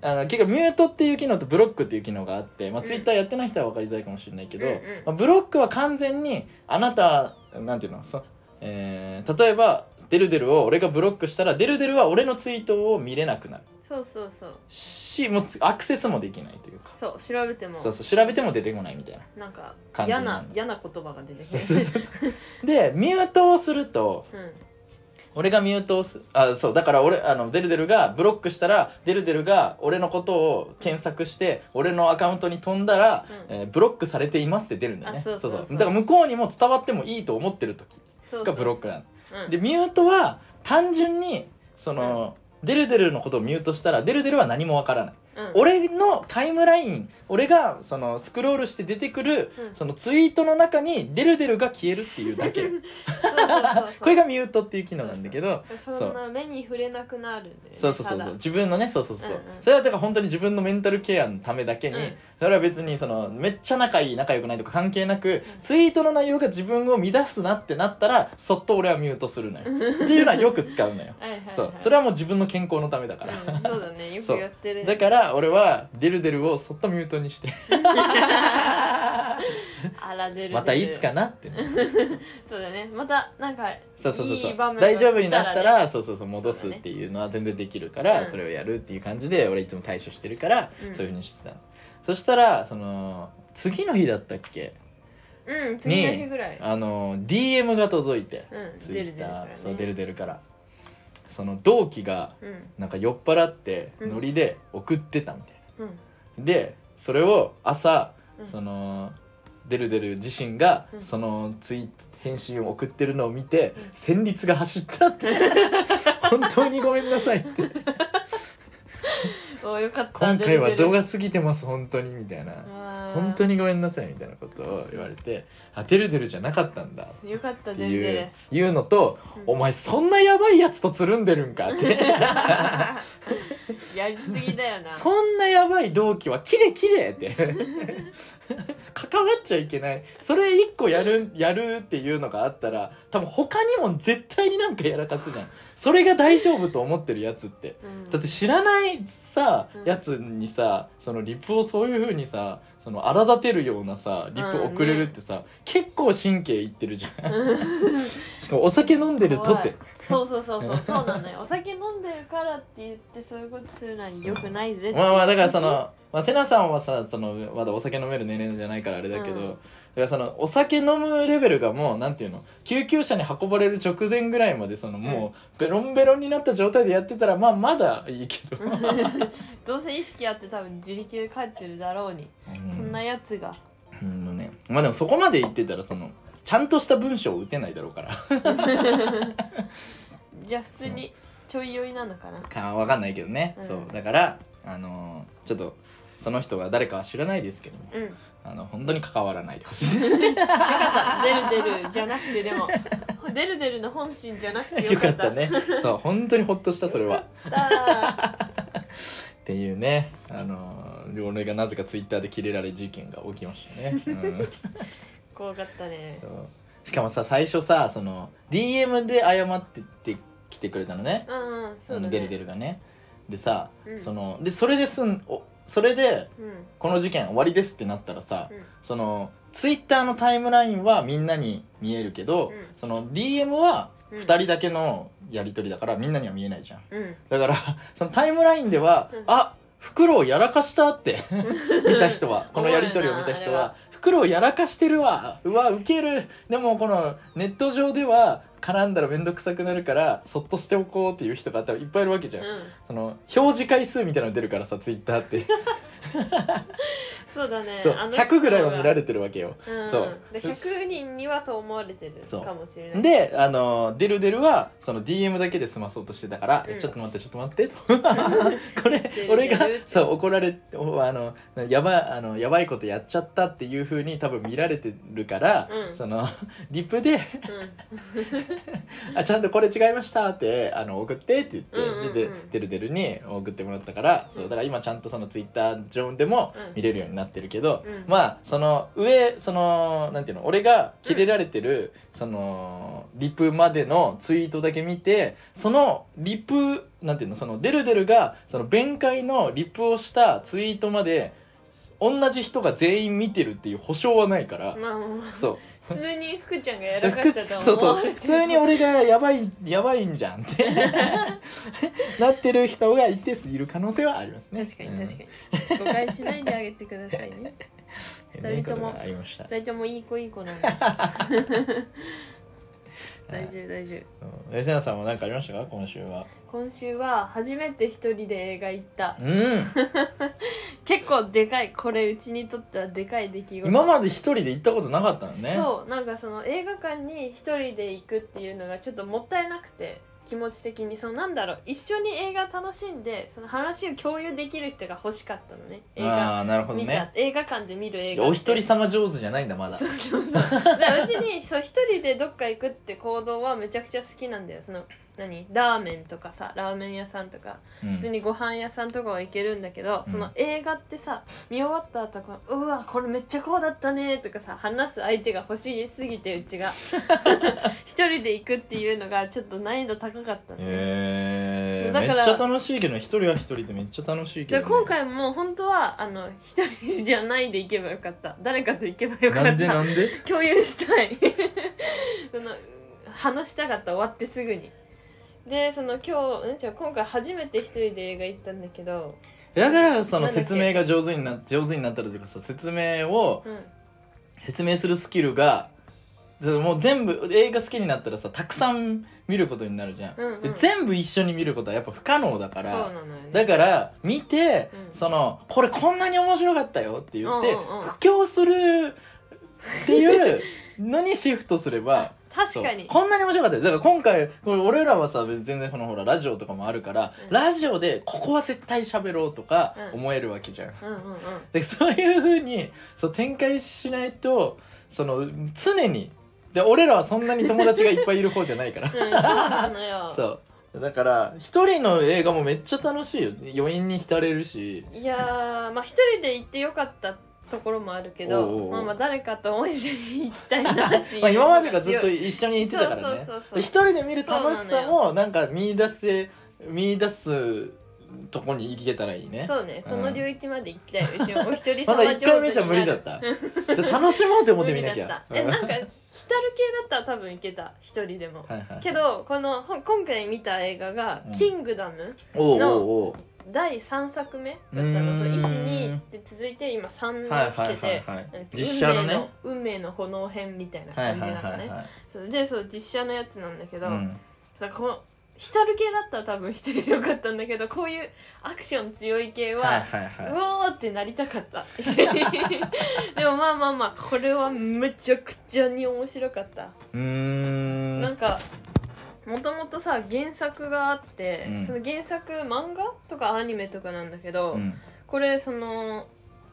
Speaker 1: あの結構ミュートっていう機能とブロックっていう機能があって、まあ、
Speaker 2: うん
Speaker 1: ツイッターやってない人は分かりづらいかもしれないけど、
Speaker 2: うんうん
Speaker 1: まあ、ブロックは完全にあなたなんていうのそ、えー例えばデルデルを俺がブロックしたらデルデルは俺のツイートを見れなくなる
Speaker 2: そうそうそう
Speaker 1: しもうつアクセスもできないというか、
Speaker 2: そう調べても
Speaker 1: そうそう調べても出てこないみたいな
Speaker 2: なんか
Speaker 1: 感じ
Speaker 2: 嫌
Speaker 1: にな
Speaker 2: な
Speaker 1: る
Speaker 2: 嫌な言葉が出てき
Speaker 1: そ
Speaker 2: て
Speaker 1: うそうそうそうでミュートをすると
Speaker 2: うん
Speaker 1: 俺がミュートをすあそうだから俺あのデルデルがブロックしたらデルデルが俺のことを検索して俺のアカウントに飛んだら、
Speaker 2: うん
Speaker 1: えーブロックされていますって出るんだよね
Speaker 2: あそうそうそう
Speaker 1: だから向こうにも伝わってもいいと思ってる時
Speaker 2: そうそ
Speaker 1: が
Speaker 2: う
Speaker 1: ブロックなの
Speaker 2: うん
Speaker 1: でミュートは単純にその、デルデルのことをミュートしたらデルデルは何もわからない
Speaker 2: うん
Speaker 1: 俺のタイムライン俺がそのスクロールして出てくる、
Speaker 2: うん
Speaker 1: そのツイートの中にデルデルが消えるっていうだけ
Speaker 2: そうそうそうそう
Speaker 1: これがミュートっていう機能なんだけど、
Speaker 2: そんな目に触れなくなるんだよね
Speaker 1: そうそうそう
Speaker 2: た
Speaker 1: そ
Speaker 2: だ
Speaker 1: う自分のねそうそうそう、
Speaker 2: うんうん
Speaker 1: それはだから本当に自分のメンタルケアのためだけに、
Speaker 2: うん
Speaker 1: それは別にそのめっちゃ仲いい仲良くないとか関係なく、
Speaker 2: ん
Speaker 1: ツイートの内容が自分を乱すなってなったらそっと俺はミュートするのよっていうのはよく使うのよ
Speaker 2: はいはいはい
Speaker 1: そうそれはもう自分の健康のためだから、
Speaker 2: うんそうだ ねよくやってる
Speaker 1: だから俺はデルデルをそっとミュートにして
Speaker 2: あら出る
Speaker 1: またいつか
Speaker 2: な
Speaker 1: なってね
Speaker 2: そうだねまたなんか
Speaker 1: そうそうそうそう
Speaker 2: いい場面が
Speaker 1: 大丈夫になった
Speaker 2: 来たら
Speaker 1: ら、そうそうそう戻すっていうのは全然できるから、
Speaker 2: うん
Speaker 1: それをやるっていう感じで俺いつも対処してるから、
Speaker 2: うん
Speaker 1: そういうふうにしてたのそしたらその次の日だったっけ
Speaker 2: うん次の日ぐらい
Speaker 1: あの DM が届いて、
Speaker 2: うん
Speaker 1: ツイ
Speaker 2: 出る
Speaker 1: ッ
Speaker 2: 出
Speaker 1: タ
Speaker 2: るからね
Speaker 1: ーそう出る出るからその同期が
Speaker 2: うん
Speaker 1: なんか酔っ払って
Speaker 2: うん
Speaker 1: ノリで送ってたみたい
Speaker 2: うん
Speaker 1: な、でそれを朝
Speaker 2: うん
Speaker 1: そのデルデル自身が
Speaker 2: うん
Speaker 1: そのツイート返信を送ってるのを見て
Speaker 2: うん
Speaker 1: 戦慄 が走ったって本当にごめんなさいって
Speaker 2: おおよかった
Speaker 1: 今回は動
Speaker 2: 出
Speaker 1: 画過ぎてます本当にみたい
Speaker 2: て
Speaker 1: な
Speaker 2: るあー
Speaker 1: 本当にごめんなさいみたいなことを言われてあてるてるじゃなかったんだっ
Speaker 2: よかった
Speaker 1: て
Speaker 2: 出る出
Speaker 1: い
Speaker 2: る
Speaker 1: ういうのとお前そんなやばいやつとつるんでるんかって
Speaker 2: やりすぎだよな
Speaker 1: そんなやばい同期はキレキレって関わっちゃいけないそれ一個やるやるっていうのがあったら多分他にも絶対になんかやらかすじゃんそれが大丈夫と思ってるやつって
Speaker 2: うん
Speaker 1: だ って知らないさ
Speaker 2: うん
Speaker 1: やつにさそのリプをそういう風にさその荒立てるようなさリプ
Speaker 2: うん
Speaker 1: 送れるってさ、結構神経いってるじゃん
Speaker 2: うん
Speaker 1: しかもお酒飲んでるとって
Speaker 2: そうそうそう そうそうなのよお酒飲んでるからって言ってそういうことするのはよくないぜって
Speaker 1: まあまあだからその、まあ、瀬名さんはさそのまだお酒飲める年齢じゃないからあれだけど、
Speaker 2: うん
Speaker 1: だからそのお酒飲むレベルがもうなんていうの救急車に運ばれる直前ぐらいまでそのもうベロンベロンになった状態でやってたらまあまだいいけど、
Speaker 2: どうせ意識あって多分自力で帰ってるだろうに そんなやつが
Speaker 1: うんのねまあでもそこまで言ってたらそのちゃんとした文章を打てないだろうから
Speaker 2: じゃあ普通にちょい酔いなのかな
Speaker 1: かわかんないけどね、
Speaker 2: うん
Speaker 1: そうだからあのーちょっとその人が誰かは知らないですけども
Speaker 2: うんよ
Speaker 1: あの本当に関わらないでほしいで すね
Speaker 2: かった出る出るじゃなくてで も出る出るの本心じゃなくて
Speaker 1: よかったねそう本当にほっとしたそれは
Speaker 2: あ
Speaker 1: っていうねあのー俺がなぜかツイッターでキレられ事件が起きまし たね、うん、
Speaker 2: ー怖かったね
Speaker 1: そうしかもさ最初さその DM で謝ってって来てくれたのね
Speaker 2: うんうんそうだ
Speaker 1: あ
Speaker 2: ね
Speaker 1: のデルデルがねでさ、
Speaker 2: うん
Speaker 1: そのでそれですんおそれで
Speaker 2: うん
Speaker 1: この事件終わりですってなったらさ、
Speaker 2: うん
Speaker 1: そのツイッターのタイムラインはみんなに見えるけど、
Speaker 2: うん
Speaker 1: その DM は
Speaker 2: うん
Speaker 1: 2人だけのやり取りだからみんなには見えないじゃん
Speaker 2: うん
Speaker 1: だからそのタイムラインでは、
Speaker 2: うん
Speaker 1: あ袋をやらかしたって 見た人はこのやり取りを見た
Speaker 2: おも
Speaker 1: 人
Speaker 2: ろいなあれ
Speaker 1: は袋をやらかしてるわうわウケるでもこのネット上では絡んだら面倒くさくなるからそっとしておこうっていう人が多分いっぱいいるわけじゃん、
Speaker 2: うん
Speaker 1: その表示回数みたいなの出るからさツイッターって
Speaker 2: そうだね
Speaker 1: そう
Speaker 2: あの
Speaker 1: 100ぐらいは見られてるわけよ
Speaker 2: うん
Speaker 1: そう
Speaker 2: で100人にはそう思われてるかもしれない
Speaker 1: であのデルデルはその DM だけで済まそうとしてたから「
Speaker 2: うん
Speaker 1: えちょっと待ってちょっと待って」 とこれ俺が
Speaker 2: デルデル
Speaker 1: そう怒られおあのやばいあのやばいことやっちゃったっていうふうに多分見られてるから、
Speaker 2: うん
Speaker 1: そのリプで
Speaker 2: うん
Speaker 1: あちゃんとこれ違いましたってあの送ってって言って、
Speaker 2: うんうんうん
Speaker 1: ででデルデルに送ってもらったから、そうだから今ちゃんとそのツイッター上でも
Speaker 2: うん
Speaker 1: 見れるようになってるけど、
Speaker 2: うん
Speaker 1: まあその上そのなんていうの俺がキレられてる、そのリプまでのツイートだけ見てそのリプなんていうのそのデルデルがその弁解のリプをしたツイートまで同じ人が全員見てるっていう保証はないから、
Speaker 2: まあもう
Speaker 1: そう
Speaker 2: 普通に福ちゃんがやらか
Speaker 1: ふく
Speaker 2: したと
Speaker 1: そう
Speaker 2: 思
Speaker 1: そ
Speaker 2: わ
Speaker 1: う
Speaker 2: れ
Speaker 1: 普
Speaker 2: てる
Speaker 1: 通に俺がやばいやばいんじゃんって なってる人が一定数いる可能性はありますね
Speaker 2: 確かに確かに誤解しないであげてください ね
Speaker 1: うんね
Speaker 2: 二人とも
Speaker 1: ことがありました
Speaker 2: 大体もういい子いい子 なんで大丈夫大丈夫
Speaker 1: うんえせなさんも何かありましたか今週は
Speaker 2: 今週は初めて一人で映画行った
Speaker 1: うん
Speaker 2: 結構でかいこれうちにとってはでかい出来事
Speaker 1: 今まで一人で行ったことなかったのね
Speaker 2: そうなんかその映画館に一人で行くっていうのがちょっともったいなくて気持ち的にそのなんだろう一緒に映画楽しんでその話を共有できる人が欲しかったのね映画
Speaker 1: ああーなるほど
Speaker 2: 見た、
Speaker 1: ね
Speaker 2: 映画館で見る映画
Speaker 1: お一人
Speaker 2: 人
Speaker 1: 様上手じゃないんだまだ
Speaker 2: そう そうだから別にそう一人でどっか行くって行動はめちゃくちゃ好きなんだよその何ラーメンとかさラーメン屋さんとか
Speaker 1: うん
Speaker 2: 普通にご飯屋さんとかは行けるんだけど、
Speaker 1: うん
Speaker 2: その映画ってさ見終わった後こううわこれめっちゃこうだったねとかさ話す相手が欲しすぎてうち が一人で行くっていうのがちょっと難易度高かったのね、
Speaker 1: えー
Speaker 2: だ
Speaker 1: めっ
Speaker 2: か
Speaker 1: ち
Speaker 2: ら
Speaker 1: ゃ楽しいけどね一人は一人でめっちゃ楽しいけど
Speaker 2: で
Speaker 1: ね
Speaker 2: 今回も本当はあの一人じゃないで行けばよかった誰かと行けばよかった
Speaker 1: なんでなんで
Speaker 2: 共有したい その話したかった終わってすぐにでその今日ん違う今回初めて一人で映画行ったんだけど、
Speaker 1: だからその
Speaker 2: なんだっけ
Speaker 1: 説明が上手にな上手になったらというかさ説明を
Speaker 2: うん、
Speaker 1: 説明するスキルがそれもう全部映画好きになったらさたくさん見ることになるじゃん、
Speaker 2: うんうん
Speaker 1: で全部一緒に見ることはやっぱ不可能だか
Speaker 2: そう
Speaker 1: ら
Speaker 2: なのよね
Speaker 1: だから見て、
Speaker 2: うん
Speaker 1: そのこれこんなに面白かったよって言って、
Speaker 2: うんうんうん
Speaker 1: 布教するっていうのにシフトすれば
Speaker 2: 確かに
Speaker 1: そうこんなに面白かったよだから今回これ俺らはさ全然このほらラジオとかもあるから、
Speaker 2: うん
Speaker 1: ラジオでここは絶対喋ろうとか
Speaker 2: うん
Speaker 1: 思えるわけじゃん、
Speaker 2: うんうんうん
Speaker 1: でそういうふうにそう展開しないとその常にで俺らはそんなに友達がいっぱいいる方じゃないから
Speaker 2: うん そうなのよ
Speaker 1: そうだから一人の映画もめっちゃ楽しいよ余韻に浸れる し
Speaker 2: いやーまあ一人で行ってよかったところもあるけど
Speaker 1: おうおうおう
Speaker 2: まあまあ誰かとも一緒に行きたいなっていう
Speaker 1: まあ今までがずっと
Speaker 2: 行
Speaker 1: 一緒にいてたからね
Speaker 2: そうそうそうそう
Speaker 1: で一人で見る楽しさもなんか見出せ見出すとこに行けたらいいね
Speaker 2: そうね
Speaker 1: うん
Speaker 2: その領域まで行きたいうちお一人
Speaker 1: ま
Speaker 2: 様
Speaker 1: だ1回目じゃ無理だったじゃあ楽しもうと思ってみなき
Speaker 2: 無理だ
Speaker 1: ゃ
Speaker 2: ったえ
Speaker 1: うん
Speaker 2: なんか浸る系だったら多分いけた一人でも
Speaker 1: はいはい
Speaker 2: けどこのほん今回見た映画が
Speaker 1: う
Speaker 2: 「
Speaker 1: ん
Speaker 2: キングダム
Speaker 1: おうおう
Speaker 2: の
Speaker 1: おう」
Speaker 2: 第3作目だった
Speaker 1: うー
Speaker 2: の
Speaker 1: ん
Speaker 2: その12って続いて今3
Speaker 1: はい
Speaker 2: が
Speaker 1: は
Speaker 2: 来
Speaker 1: い
Speaker 2: てて
Speaker 1: はいはい
Speaker 2: なんか
Speaker 1: 実写のね
Speaker 2: 運命の運命の炎編みたいな
Speaker 1: はい
Speaker 2: 感
Speaker 1: は
Speaker 2: じ
Speaker 1: い
Speaker 2: なの
Speaker 1: はい
Speaker 2: ね
Speaker 1: はい
Speaker 2: そうでそう実写のやつなんだけど、
Speaker 1: うん
Speaker 2: なんかこの浸る系だったら多分一人でよかったんだけどこういうアクション強い系は、
Speaker 1: はいはいはいう
Speaker 2: おーってなりたかった一緒にでもまあまあまあこれはめちゃくちゃに面白かった、
Speaker 1: うーん
Speaker 2: なんかもともとさ原作があって、
Speaker 1: うん
Speaker 2: その原作漫画とかアニメとかなんだけど、
Speaker 1: うん
Speaker 2: これその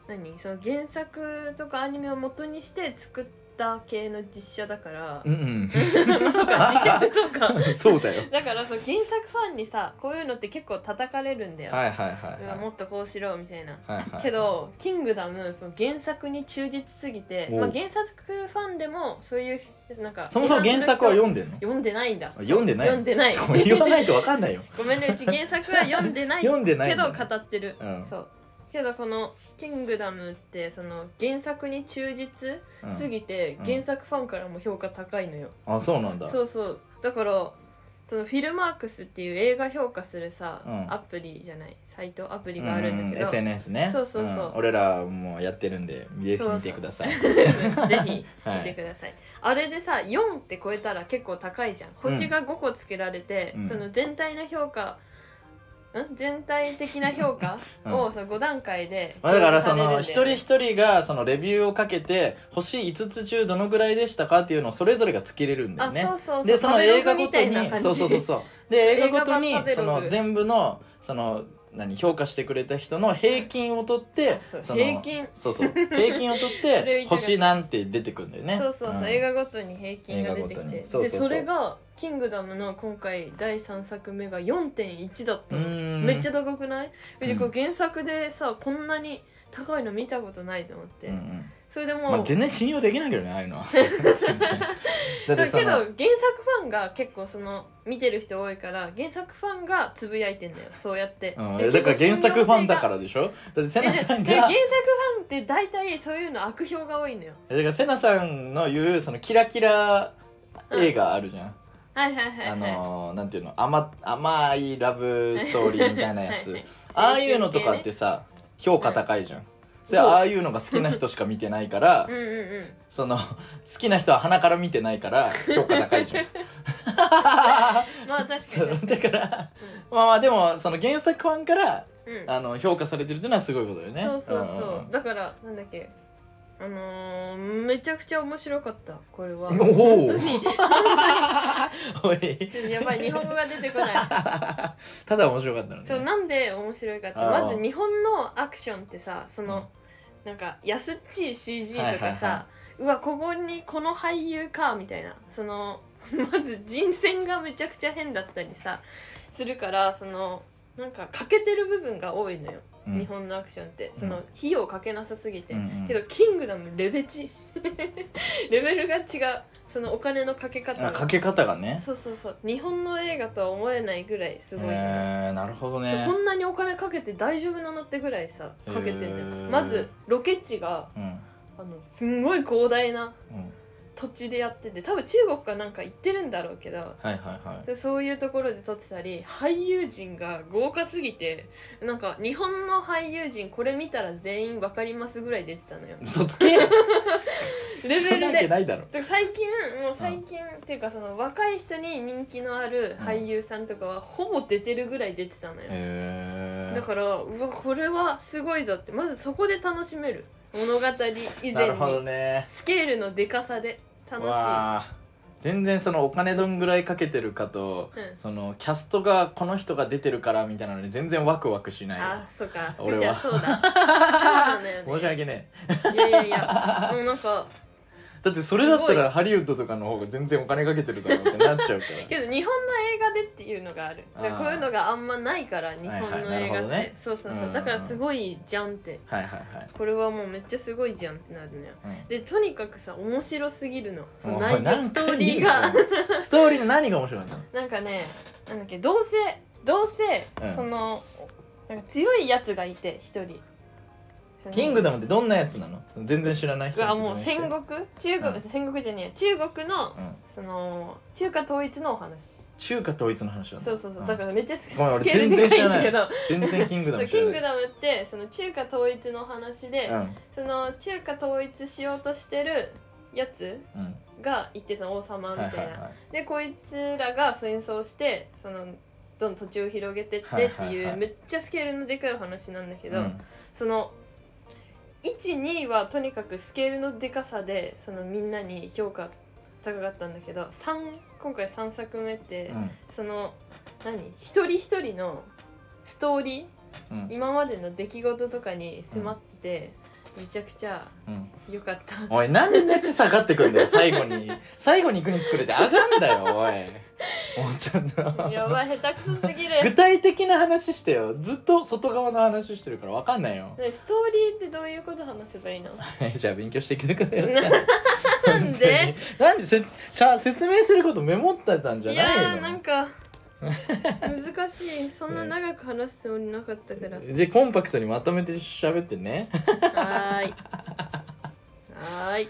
Speaker 2: 何その原作とかアニメを元にして作った系の実写だ から
Speaker 1: うん
Speaker 2: まあそうか実写とか
Speaker 1: うんそうだよ
Speaker 2: だからそう原作ファンにさこういうのって結構叩かれるんだよ、
Speaker 1: はいはいはいう
Speaker 2: わ
Speaker 1: はい
Speaker 2: もっとこうしろみたいな。
Speaker 1: はいはい
Speaker 2: けど「キングダム」その原作に忠実すぎて、
Speaker 1: おう
Speaker 2: まあ、原作ファンでもそういうなんか
Speaker 1: そもそも原作は
Speaker 2: 読
Speaker 1: 読んでんの
Speaker 2: んでないんだ
Speaker 1: 読んでない
Speaker 2: 読んでない
Speaker 1: これ 言わないとわかんないよ
Speaker 2: ごめんねうち原作は読んでない
Speaker 1: 読んでない
Speaker 2: け
Speaker 1: んだ
Speaker 2: ど
Speaker 1: ね
Speaker 2: 語ってる、
Speaker 1: うん
Speaker 2: そうけどこの「キングダム」ってその原作に忠実
Speaker 1: うん
Speaker 2: すぎて、
Speaker 1: うん
Speaker 2: 原作ファンからも評価高いのよ、
Speaker 1: あそうなんだ
Speaker 2: そうそうだからそのフィルマークスっていう映画評価するさ、
Speaker 1: うん
Speaker 2: アプリじゃないサイトアプリがあるんだけ ど、
Speaker 1: うん SNS ね
Speaker 2: そうそうそうん
Speaker 1: 俺らもやってるんでぜひ
Speaker 2: そうそう
Speaker 1: 見てください
Speaker 2: ぜひ
Speaker 1: は
Speaker 2: 見て
Speaker 1: い
Speaker 2: ください、あれでさ4って超えたら結構高いじゃん星が5個つけられて、
Speaker 1: うん
Speaker 2: その全体の評価ん全体的な評価を、その5段階で
Speaker 1: まあだから
Speaker 2: 評価
Speaker 1: そ
Speaker 2: され
Speaker 1: の
Speaker 2: るんだ
Speaker 1: 一
Speaker 2: よ
Speaker 1: 人
Speaker 2: ね
Speaker 1: 一人がそのレビューをかけて星5つ中どのぐらいでしたかっていうのをそれぞれがつけれるんだよ
Speaker 2: あ
Speaker 1: ね
Speaker 2: そうそうそう
Speaker 1: でその
Speaker 2: 食べログ
Speaker 1: 映画ご
Speaker 2: み
Speaker 1: と
Speaker 2: たい
Speaker 1: に
Speaker 2: な感じ
Speaker 1: そうそうそうそうで映
Speaker 2: 映
Speaker 1: 画
Speaker 2: 画
Speaker 1: ごと
Speaker 2: 版
Speaker 1: に
Speaker 2: 食べログ
Speaker 1: その全部のその何評価してくれた人の平均を取って
Speaker 2: そう
Speaker 1: その
Speaker 2: 平均
Speaker 1: そうそう平均を取 っ
Speaker 2: それを言
Speaker 1: て
Speaker 2: いたかった
Speaker 1: 星なんて出てくるんだよね
Speaker 2: そうそうそう、
Speaker 1: ん
Speaker 2: 映画ごとに平均が出てき
Speaker 1: 映画ごと
Speaker 2: て
Speaker 1: にそうそうそ
Speaker 2: で
Speaker 1: う
Speaker 2: それが「キングダム」の今回第3作目が4.1だった
Speaker 1: う
Speaker 2: の、
Speaker 1: ーん
Speaker 2: めっちゃ高くないでこ
Speaker 1: うん
Speaker 2: う原作でさこんなに高いの見たことないと思って、
Speaker 1: うんうん
Speaker 2: それでもう、
Speaker 1: まあ全然信用できないけどねあ あいうのは全然だって
Speaker 2: だ
Speaker 1: そ
Speaker 2: けど原
Speaker 1: の
Speaker 2: 作ファンが結構その見てる人多いから原作ファンがつぶやいてんだよそうやって、
Speaker 1: うん、だから原作ファンだかららでしょだってセナさん
Speaker 2: 原
Speaker 1: が
Speaker 2: 作ファンって大体そういうの悪評が多いのよ
Speaker 1: だからセナさんの言うそのキラキラ映画あるじゃん、
Speaker 2: はいはいはいはい
Speaker 1: あのーなんていうの甘甘いラブストーリーみたいなや つ、
Speaker 2: はいはい
Speaker 1: ああいうのとかってさ評価高いじゃん、それはああいうのが好きな人しか見てないから、
Speaker 2: うんうんうん
Speaker 1: その好きな人は鼻から見てないから評価高 いじゃん
Speaker 2: まあ確
Speaker 1: そ
Speaker 2: か
Speaker 1: う
Speaker 2: に
Speaker 1: だからまあまあでもその原作ファンから
Speaker 2: うん
Speaker 1: あの評価されてるっていうのはすごいことだよね
Speaker 2: そうそうそう、
Speaker 1: んんん
Speaker 2: だからなんだっけあのー、めちゃくちゃ面白かったこれは
Speaker 1: おおおい
Speaker 2: ちょっとやばい日本語が出てこない
Speaker 1: ただ面白かったのね
Speaker 2: そうなんで面白いかって
Speaker 1: あー
Speaker 2: まず日本のアクションってさその、なんか安っちい CG とかさ、
Speaker 1: はいはいは
Speaker 2: うわここにこの俳優かみたいなその まず人選がめちゃくちゃ変だったりさするからそのなんか欠けてる部分が多いのよ、
Speaker 1: うん
Speaker 2: 日本のアクションって
Speaker 1: うん
Speaker 2: その費用かけなさすぎて、
Speaker 1: うんうん
Speaker 2: けど「キングダム」レベチ レベルが違うそのお金のかけ方
Speaker 1: あ
Speaker 2: が
Speaker 1: かけ方がね
Speaker 2: そうそうそう日本の映画とは思えないぐらいすごいよね、
Speaker 1: えー、なるほどね
Speaker 2: そうこんなにお金かけて大丈夫なのってぐらいさかけてんだよ
Speaker 1: へー
Speaker 2: まずロケ地が
Speaker 1: うんうん
Speaker 2: あのすんごい広大な土地でやってて多分中国かなんか行ってるんだろうけど
Speaker 1: はいはいはい
Speaker 2: でそういうところで撮ってたり俳優陣が豪華すぎてなんか日本の俳優陣これ見たら全員わかりますぐらい出てたの よ
Speaker 1: 嘘つけ
Speaker 2: レ
Speaker 1: そ
Speaker 2: ベ
Speaker 1: んな
Speaker 2: ル
Speaker 1: わけ
Speaker 2: で。
Speaker 1: ないだろ
Speaker 2: で最近もう最近っていうかその若い人に人気のある俳優さんとかはほぼ出てるぐらい出てたのよ、
Speaker 1: へ
Speaker 2: だからうわこれはすごいぞってまずそこで楽しめる物語以
Speaker 1: えー、な
Speaker 2: 前
Speaker 1: るほど
Speaker 2: に
Speaker 1: ね
Speaker 2: スケールのでかさで楽しい
Speaker 1: わあ全然そのお金どんぐらいかけてるかと
Speaker 2: うん
Speaker 1: そのキャストがこの人が出てるからみたいなのに全然ワクワクしない
Speaker 2: あそうか
Speaker 1: 俺は
Speaker 2: じゃあそう だそうだよ
Speaker 1: 申し
Speaker 2: ね
Speaker 1: 訳ねえ
Speaker 2: いやいやいやもうなんか
Speaker 1: だってそれだった
Speaker 2: すご
Speaker 1: らハリウッドとかの方が全然お金かけてるだろうってなっちゃうから
Speaker 2: けど日本の映画でっていうのがあるだから
Speaker 1: あー
Speaker 2: こういうのがあんまないから日本
Speaker 1: はい
Speaker 2: の
Speaker 1: はい
Speaker 2: 映画
Speaker 1: な
Speaker 2: っ
Speaker 1: るほ
Speaker 2: て、
Speaker 1: どね
Speaker 2: そうそう
Speaker 1: うんうんう
Speaker 2: そ
Speaker 1: ん
Speaker 2: うだからすごいじゃんって
Speaker 1: はいはいはい
Speaker 2: これはもうめっちゃすごいじゃんってなるのよ
Speaker 1: うん
Speaker 2: でとにかくさ面白すぎるのその
Speaker 1: おい
Speaker 2: 内容
Speaker 1: 何
Speaker 2: スト
Speaker 1: 回
Speaker 2: ーリ
Speaker 1: 言
Speaker 2: ー
Speaker 1: うの
Speaker 2: が
Speaker 1: ストーリーの何が面白いの
Speaker 2: なんかねなんだっけどうせどうせ、
Speaker 1: うん
Speaker 2: そのなんか強いやつがいて一人その
Speaker 1: キングダムってどんなやつなの全然知らない人
Speaker 2: が
Speaker 1: に
Speaker 2: もう
Speaker 1: 説明して
Speaker 2: 戦国中国、
Speaker 1: うん
Speaker 2: 戦国じゃねえ中国の
Speaker 1: うん
Speaker 2: その中華統一のお話
Speaker 1: 中華統一の話なんだ
Speaker 2: そうそうそう、
Speaker 1: ん
Speaker 2: だからめっちゃスケ
Speaker 1: ごめん俺
Speaker 2: ールでかいんだけど
Speaker 1: 全然キングダ
Speaker 2: そう
Speaker 1: ム
Speaker 2: キ
Speaker 1: 知
Speaker 2: ン
Speaker 1: らな
Speaker 2: グ
Speaker 1: い
Speaker 2: ダムってその中華統一の話で、
Speaker 1: うん
Speaker 2: その中華統一しようとしてるやつ
Speaker 1: うん
Speaker 2: がいてその王様
Speaker 1: は
Speaker 2: み
Speaker 1: い
Speaker 2: た
Speaker 1: はいい
Speaker 2: な、
Speaker 1: は
Speaker 2: でこいつらが戦争してそのどんどん土地を広げてってっていう、
Speaker 1: はいはいはい
Speaker 2: めっちゃスケールのでかいお話なんだけ
Speaker 1: い
Speaker 2: ど、
Speaker 1: うん
Speaker 2: その12はとにかくスケールのでかさでそのみんなに評価高かったんだけど3今回3作目って、
Speaker 1: うん
Speaker 2: その何一人一人のストーリー
Speaker 1: うん
Speaker 2: 今までの出来事とかに迫っててめちゃくちゃ
Speaker 1: うん
Speaker 2: 良かった
Speaker 1: おいなんで熱下がってくんだよ最後に最後に行くに作れて上がんだよおいもうちょっと
Speaker 2: やばい下手くそす ぎ
Speaker 1: 具
Speaker 2: る
Speaker 1: 体的な話してよずっと外側の話してるからわかんないよ
Speaker 2: ねストーリーってどういうこと話せばいいの
Speaker 1: じゃあ勉強してきてくださ
Speaker 2: な
Speaker 1: い
Speaker 2: んで
Speaker 1: なんでせ しゃ説明することメモってたん
Speaker 2: い
Speaker 1: じゃ
Speaker 2: や
Speaker 1: ないの
Speaker 2: ーなんか難しいそんな長く話すつもりなかったから
Speaker 1: じゃあコンパクトにまとめて喋ってね
Speaker 2: はーいはーい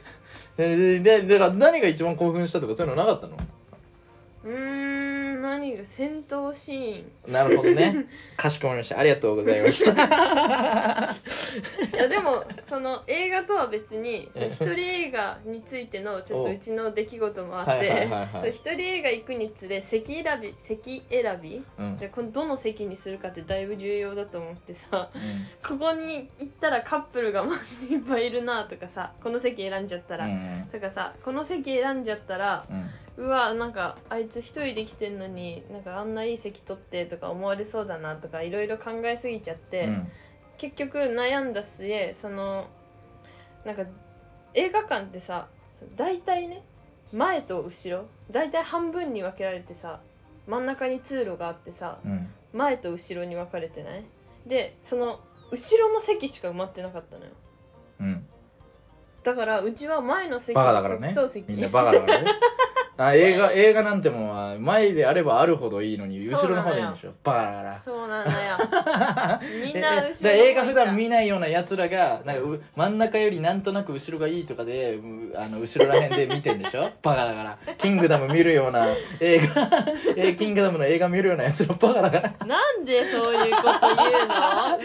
Speaker 1: でででだから何が一番興奮したとかそういうのなかったの
Speaker 2: うーん何が戦闘シーン
Speaker 1: なるほど ねかしこまりましたありがとうございました
Speaker 2: いやでもその映画とは別にその
Speaker 1: え
Speaker 2: 一人映画についてのちょっ
Speaker 1: お
Speaker 2: とうちの出来事もあっ
Speaker 1: はいはい
Speaker 2: て
Speaker 1: はい
Speaker 2: そ
Speaker 1: は
Speaker 2: う
Speaker 1: い
Speaker 2: 一、人映画行くにつれ席選び席選び
Speaker 1: うんうん
Speaker 2: じゃあこのどの席にするかってだいぶ重要だと思ってさここに行ったらカップルが周りにいっぱいいるなとかさこの席選んじゃったら、
Speaker 1: うん
Speaker 2: とかさこの席選んじゃったら
Speaker 1: うん
Speaker 2: うわなんかあいつ一人で来てんのになんかあんないい席取ってとか思われそうだなとかいろいろ考えすぎちゃって。
Speaker 1: うん
Speaker 2: 結局悩んだ末そのなんか映画館ってさ大体ね前と後ろ大体半分に分けられてさ真ん中に通路があってさ
Speaker 1: うん
Speaker 2: 前と後ろに分かれてないでその後ろの席しか埋まってなかったのよ
Speaker 1: うん
Speaker 2: だからうちは前の席
Speaker 1: バカだからね
Speaker 2: 特等席
Speaker 1: みんなバカだからねあ映画映画なんてもんは前であればあるほどいいのに後ろの方でいいんでしょバカだから
Speaker 2: そうなんだよみんな後ろの方
Speaker 1: ええだから映画普段
Speaker 2: 行っ
Speaker 1: 見ないようなやつらがなんかう真ん中よりなんとなく後ろがいいとかでうあの後ろら辺で見てんでしょ バカだからキングダム見るような映画 えキングダムの映画見るようなやつらバカだから
Speaker 2: たなんでそういうこと言うのうわ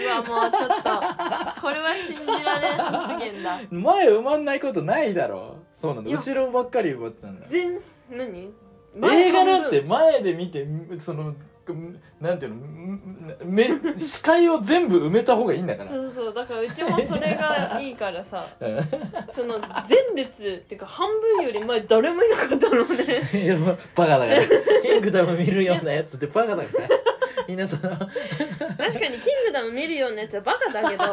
Speaker 2: もうちょっと これは信じられん発言だ
Speaker 1: 前埋まんないことないだろそうなんだ
Speaker 2: いや
Speaker 1: 後ろばっかり埋まってたんだ
Speaker 2: 全何
Speaker 1: 映画なんて前で見てそのなんていうのめ視界を全部埋めた方がいいんだか
Speaker 2: そ
Speaker 1: ら
Speaker 2: うそうそうだからうちもそれがいいからさ
Speaker 1: うん
Speaker 2: その前列っていうか半分より前誰もいなかったのね
Speaker 1: いやバカだからキングダム見るようなやつってバカだからみんなその
Speaker 2: 確かに「キングダム」見るようなやつはバカだけど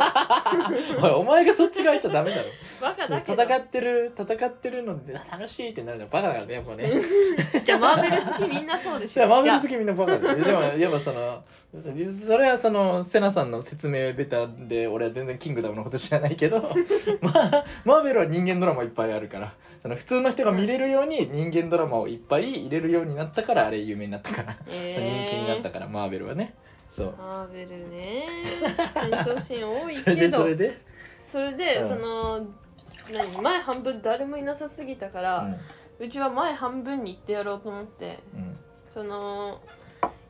Speaker 1: おいお前がそっち側行っちゃダメだろ
Speaker 2: バカだけど
Speaker 1: 戦ってる戦ってるので楽しいってなるのはバカだからねやっぱね
Speaker 2: じゃあマーベル好きみんなそうで
Speaker 1: い
Speaker 2: しょ
Speaker 1: やマーベル好きみんなバカだよでもやっぱそのそそれはそのセナさんの説明ベタで俺は全然キングダムのこと知らない けどまあマーベルは人間ドラマいっぱいあるからその普通の人が見れるように人間ドラマをいっぱい入れるようになったからあれ有名になったから、
Speaker 2: じゃあえ
Speaker 1: そう人気になった
Speaker 2: ー
Speaker 1: からマーベルはねそう
Speaker 2: マーベル ね戦闘シーン多い
Speaker 1: それ
Speaker 2: け
Speaker 1: で
Speaker 2: ど
Speaker 1: それで、
Speaker 2: それで
Speaker 1: うん
Speaker 2: その何前半分誰もいなさすぎたか
Speaker 1: う
Speaker 2: ら、
Speaker 1: ん
Speaker 2: うちは前半分に行ってやろうと思って
Speaker 1: うん
Speaker 2: その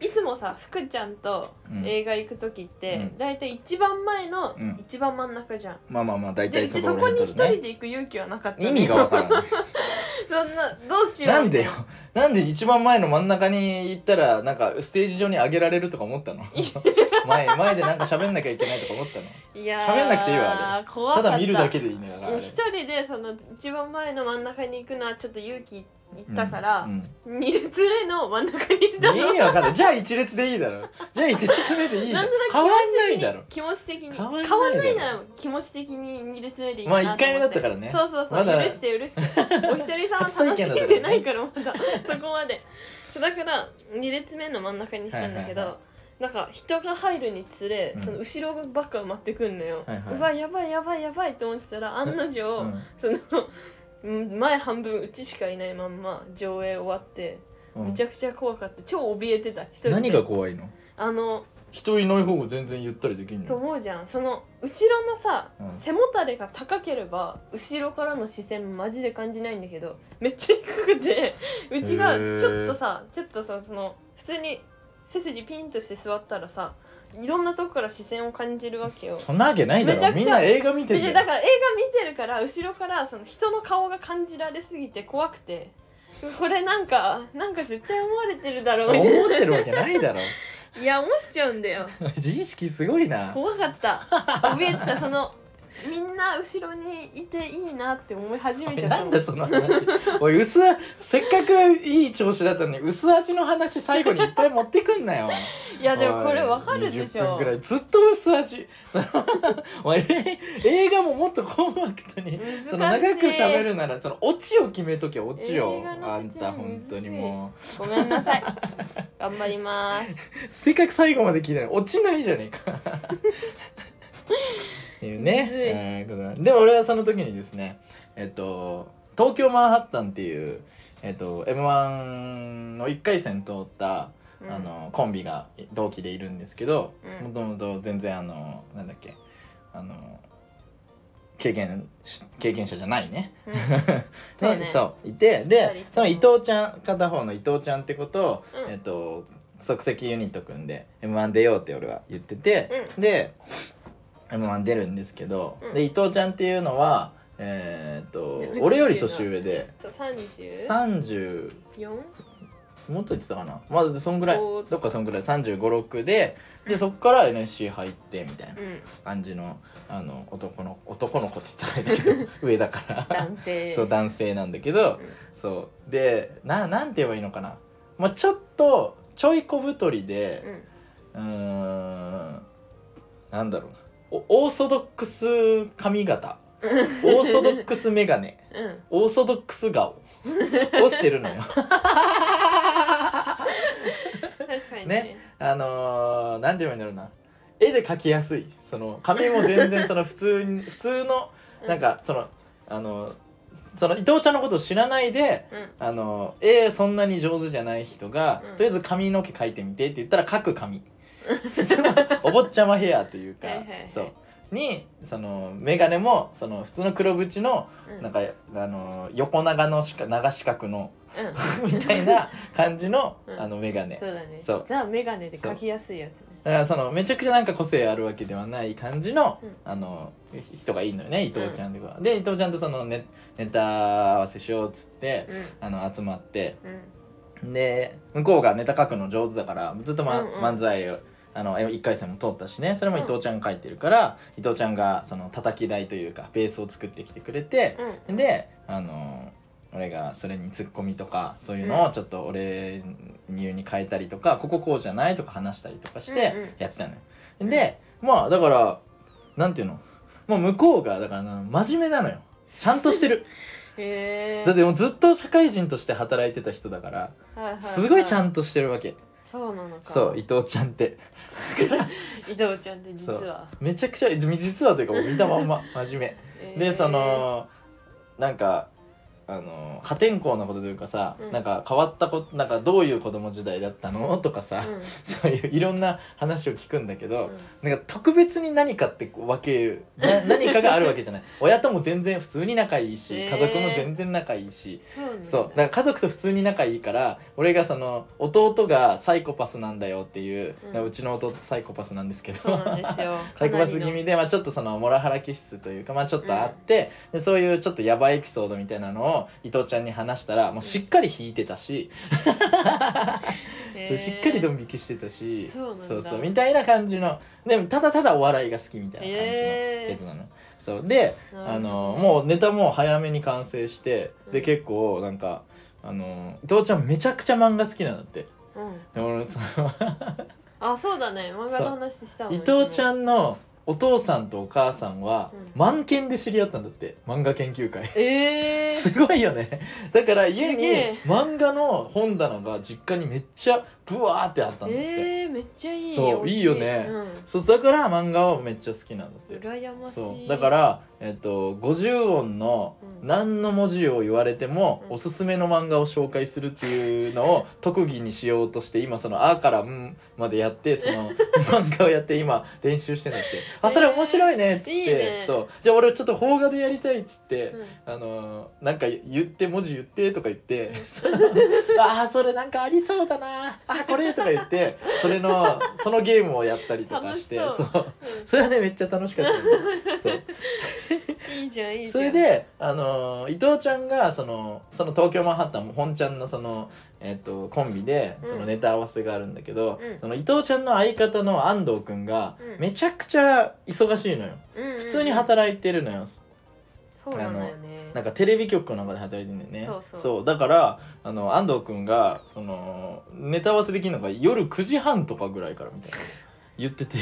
Speaker 2: いつもさ福ちゃんと
Speaker 1: うん
Speaker 2: 映画行く時っ
Speaker 1: う
Speaker 2: て、
Speaker 1: ん
Speaker 2: だいたい一番前の
Speaker 1: うん
Speaker 2: 一番真ん中じゃん、
Speaker 1: まあまあまあ大
Speaker 2: で
Speaker 1: 体
Speaker 2: うち
Speaker 1: そ
Speaker 2: そ
Speaker 1: こ
Speaker 2: こ
Speaker 1: ら
Speaker 2: に一人
Speaker 1: 辺取るね
Speaker 2: で行く勇気はなかったの
Speaker 1: 意味がわからない
Speaker 2: そんなどうしよう
Speaker 1: なんでよなんで一番前の真ん中に行ったらなんかステージ上に上げられるとか思ったの前前でなんか喋んなきゃいけないとか思ったの
Speaker 2: いや
Speaker 1: 喋んなくていいわ
Speaker 2: あれ怖か
Speaker 1: た
Speaker 2: った
Speaker 1: だ見るだけでいいんだか
Speaker 2: い
Speaker 1: らあ
Speaker 2: や
Speaker 1: れ
Speaker 2: 一人でその一番前の真ん中に行くのはちょっと勇気行ったから、
Speaker 1: うん
Speaker 2: 二列目の真ん中にし
Speaker 1: うん
Speaker 2: た
Speaker 1: 意
Speaker 2: の
Speaker 1: 味わかんないじゃあ一列でいいだろじゃあ一列目でいいじゃ
Speaker 2: なんんとなく
Speaker 1: 変わんないだろ
Speaker 2: 気持ち的に
Speaker 1: 変
Speaker 2: 変
Speaker 1: わんな
Speaker 2: わ
Speaker 1: いだろ
Speaker 2: んないなら気持ち的に二列目でいいなと
Speaker 1: ま
Speaker 2: 思っ
Speaker 1: あ一
Speaker 2: て
Speaker 1: 回目だったからね
Speaker 2: そうそうそう、
Speaker 1: まだ
Speaker 2: 許して許 してお一人さんは楽し
Speaker 1: 初体験だったからね
Speaker 2: んでないからまだそこまでだから二列目の真ん中にしたんだけど、
Speaker 1: はいは
Speaker 2: なんか人が入るにつれ、
Speaker 1: うん
Speaker 2: その後ろばっか埋まってくんのよ、
Speaker 1: はいはいう
Speaker 2: わやばいやばいやばいと思ってたら案の定、
Speaker 1: うん
Speaker 2: そのうん前半分うちしかいないまんま上映終わって
Speaker 1: うん
Speaker 2: めちゃくちゃ怖かった超怯えてた一人で
Speaker 1: 何が怖いの
Speaker 2: あの
Speaker 1: 人いない方が全然ゆったりできん
Speaker 2: と
Speaker 1: の
Speaker 2: 思うじゃんその後ろのさ
Speaker 1: うん
Speaker 2: 背もたれが高ければ後ろからの視線マジで感じないんだけどめっちゃ低くてうちが
Speaker 1: へー
Speaker 2: ちょっとさちょっとさその普通に背筋ピンとして座ったらさいろんなとこから視線を感じるわけよ。
Speaker 1: そんなわけないだ
Speaker 2: めちゃ
Speaker 1: ろ
Speaker 2: くちゃ
Speaker 1: みんな映画見て
Speaker 2: で
Speaker 1: る
Speaker 2: だから映画見てるから後ろからその人の顔が感じられすぎて怖くてこれなんかなんか絶対思われてるだろうみたい
Speaker 1: 思ってるわけないだろ
Speaker 2: ないや思っちゃうんだよ
Speaker 1: 自意識すごいな
Speaker 2: 怖かった怯えてたそのみんな後ろにいていいなって思い始
Speaker 1: お
Speaker 2: め
Speaker 1: い
Speaker 2: ちゃった
Speaker 1: な
Speaker 2: も
Speaker 1: ん
Speaker 2: ん
Speaker 1: だそ の話おい薄せっかくいい調子だったのに薄味の話最後にいっぱい持ってくんなよ
Speaker 2: いやでもこれわかるでし
Speaker 1: 20分
Speaker 2: ょ
Speaker 1: ぐらいずっと薄味 そのおい映画ももっとコンパクトに
Speaker 2: 難しい
Speaker 1: その長く喋るならそのオチを決めとけオチを
Speaker 2: 映画の説明
Speaker 1: あんた本当にも
Speaker 2: ごめんなさい頑張ります
Speaker 1: うせっかく最後まで聞いたのに落ちないじゃねえ かっていう
Speaker 2: むずい
Speaker 1: ねうんことなんで俺はその時にですねえっと東京マンハッタンっていうえっと m 1の1回戦通った
Speaker 2: うん
Speaker 1: あのコンビが同期でいるんですけど
Speaker 2: うん
Speaker 1: もともと全然あのなんだっけあの経験し経験者じゃないね
Speaker 2: うんそう
Speaker 1: ね
Speaker 2: ね、
Speaker 1: そういてで
Speaker 2: 二人とも
Speaker 1: その伊藤ちゃん片方の伊藤ちゃんってことを、
Speaker 2: うん
Speaker 1: えっと即席ユニット組んで m 1出ようって俺は言ってて、
Speaker 2: う
Speaker 1: で m 1出るんですけど、
Speaker 2: うん
Speaker 1: で伊藤ちゃんっていうのはえーっと俺より年上で
Speaker 2: そう34
Speaker 1: 30もっと言ってたかなまあそんぐらい
Speaker 2: おー
Speaker 1: どっかそんぐらい3 5 6ででそっから NSC 入ってみたいな
Speaker 2: うん
Speaker 1: 感じのあの男の男の子って言ったらいいんだけど 上だから
Speaker 2: 男性
Speaker 1: そう男性なんだけ
Speaker 2: う
Speaker 1: ど、
Speaker 2: ん
Speaker 1: そうでななんて言えばいいのかな、まあ、ちょっとちょい小太り
Speaker 2: う
Speaker 1: で
Speaker 2: ん
Speaker 1: うーんなんだろうなおオーソドックス髪型オーソドックス眼鏡
Speaker 2: うん
Speaker 1: オーソドックス顔をしてるの よ。
Speaker 2: 確かに
Speaker 1: ね
Speaker 2: ね
Speaker 1: あのー、なんて言えばいいんだろうな絵で描きやすいその髪も全然その普通に普通の
Speaker 2: う
Speaker 1: なんかそのあのその伊藤ちゃんのことを知らないで
Speaker 2: うん
Speaker 1: あの絵そんなに上手じゃない人が、
Speaker 2: うん
Speaker 1: とりあえず髪の毛描いてみてって言ったら描 く髪そのお坊ちゃまヘアというか
Speaker 2: はいはいはい
Speaker 1: そうにその眼鏡もその普通の黒縁の
Speaker 2: うん
Speaker 1: なんか、あの横長のしか長四角の
Speaker 2: うん
Speaker 1: みたいな感じの、
Speaker 2: うん
Speaker 1: あの眼鏡
Speaker 2: そうだね
Speaker 1: そう
Speaker 2: ザ・メガネで描きやすいやつね
Speaker 1: だからそのめちゃくちゃなんか個性あるわけではない感じの,、
Speaker 2: うん
Speaker 1: あの人がいいのよね伊藤ちゃんとか、で伊藤ちゃんとそのネネタ合わせしようっつって、
Speaker 2: うん
Speaker 1: あの集まって
Speaker 2: うん
Speaker 1: で向こうがネタ書くの上手だからずっと、ま
Speaker 2: うんうん
Speaker 1: 漫才をあの1回戦も通ったしねそれも伊藤ちゃんが書いてるから、伊藤ちゃんがその叩き台というかベースを作ってきてくれて、
Speaker 2: うん
Speaker 1: であの俺がそれにツッコミとかそういうのをちょっと俺流に変えたりとか、こここうじゃないとか話したりとかし
Speaker 2: うんうん
Speaker 1: てやってたのよ、でまあだからなんていうのもう向こうがだからな真面目なのよちゃんとし てる
Speaker 2: へえ
Speaker 1: だってもうずっと社会人として働いてた人だから
Speaker 2: ははは
Speaker 1: すごいちゃんとしてるわけ
Speaker 2: そうなのか
Speaker 1: そう伊藤ちゃんって
Speaker 2: 伊藤ちゃんって実は
Speaker 1: めちゃくちゃ実はというかもう見たま んま真面
Speaker 2: へ
Speaker 1: 目
Speaker 2: ー
Speaker 1: でそのなんかあの破天荒なことというかさ、
Speaker 2: うん
Speaker 1: なんか変わったことなんかどういう子供時代だったのとかさ、
Speaker 2: うん
Speaker 1: そういういろんな話を聞くんだけど、
Speaker 2: うん
Speaker 1: なんか特別に何かってわけな何かがあるわけじゃない親とも全然普通に仲いいし
Speaker 2: へ
Speaker 1: 家
Speaker 2: ー
Speaker 1: 族も全然仲いいし、
Speaker 2: そうなんだ
Speaker 1: そうだから家族と普通に仲いいから俺がその弟がサイコパスなんだよっていう、
Speaker 2: うん
Speaker 1: だからうちの弟サイコパスなんですけど
Speaker 2: そうなんですよ
Speaker 1: サイコパス気味で、まあ、ちょっとそのモラハラ気質というか、まあ、ちょっとあって、でそういうちょっとヤバいエピソードみたいなのを伊藤ちゃんに話したらもうしっかり引いてたし、そうしっかりド
Speaker 2: ン
Speaker 1: ン引きしてたし
Speaker 2: そうなんだ
Speaker 1: そうみたいな感じのでもただただお笑いが好きみたいな感じの
Speaker 2: へー
Speaker 1: やつなの。そうであのもうネタも早めに完成して
Speaker 2: う
Speaker 1: で
Speaker 2: ん
Speaker 1: 結構なんかあの父ちゃんめちゃくちゃ漫画好きなんだ って
Speaker 2: うん、
Speaker 1: で俺その
Speaker 2: あそうだね漫画の話したもん
Speaker 1: 伊藤ち
Speaker 2: ん
Speaker 1: ゃんのお父さんとお母さんは
Speaker 2: うん
Speaker 1: 漫研で知り合ったんだって漫画研究会
Speaker 2: ええ
Speaker 1: すごいよねだから家
Speaker 2: すげえ
Speaker 1: に漫画の本棚が実家にめっちゃブワーってあったんだって、
Speaker 2: ええめっちゃいい
Speaker 1: そう
Speaker 2: お家
Speaker 1: いいよね
Speaker 2: うん
Speaker 1: そうだから漫画はめっちゃ好きなんだって
Speaker 2: 羨ましい
Speaker 1: そうだから、えっと50音の
Speaker 2: うん
Speaker 1: 何の文字を言われても、
Speaker 2: うん
Speaker 1: おすすめの漫画を紹介するっていうのを 特技にしようとして今その「あ」から「ん」までやってそ の漫画をやって今練習してんだって「あそれ面白いね」っつって、
Speaker 2: いいね
Speaker 1: そうじゃあ俺ちょっと邦画でやりたいっつって、
Speaker 2: うん
Speaker 1: あのーなんか言って文字言ってとか言って「 ああそれなんかありそうだなあーこれ」とか言ってそれのそのゲームをやったりとかして
Speaker 2: 楽し
Speaker 1: そ
Speaker 2: そう
Speaker 1: それはねめっちゃ楽しかったん ですよそう
Speaker 2: うんいいじゃんいいじゃん
Speaker 1: それで、あのー伊藤ちゃんがそのその東京マンハッタンも本ちゃんのその、えっとコンビで
Speaker 2: うん
Speaker 1: そのネタ合わせがあるんだけど、
Speaker 2: うん
Speaker 1: その伊藤ちゃんの相方の安藤君が
Speaker 2: うん
Speaker 1: めちゃくちゃ忙しいのよ
Speaker 2: 普
Speaker 1: 普通に働いてるのよ
Speaker 2: そうなのよね
Speaker 1: なんかテレビ局の中で働いてるんだよね
Speaker 2: そうそう
Speaker 1: だからあの安藤君がそのネタ合わせできるのが夜9時半とかぐらいからみたいな言ってて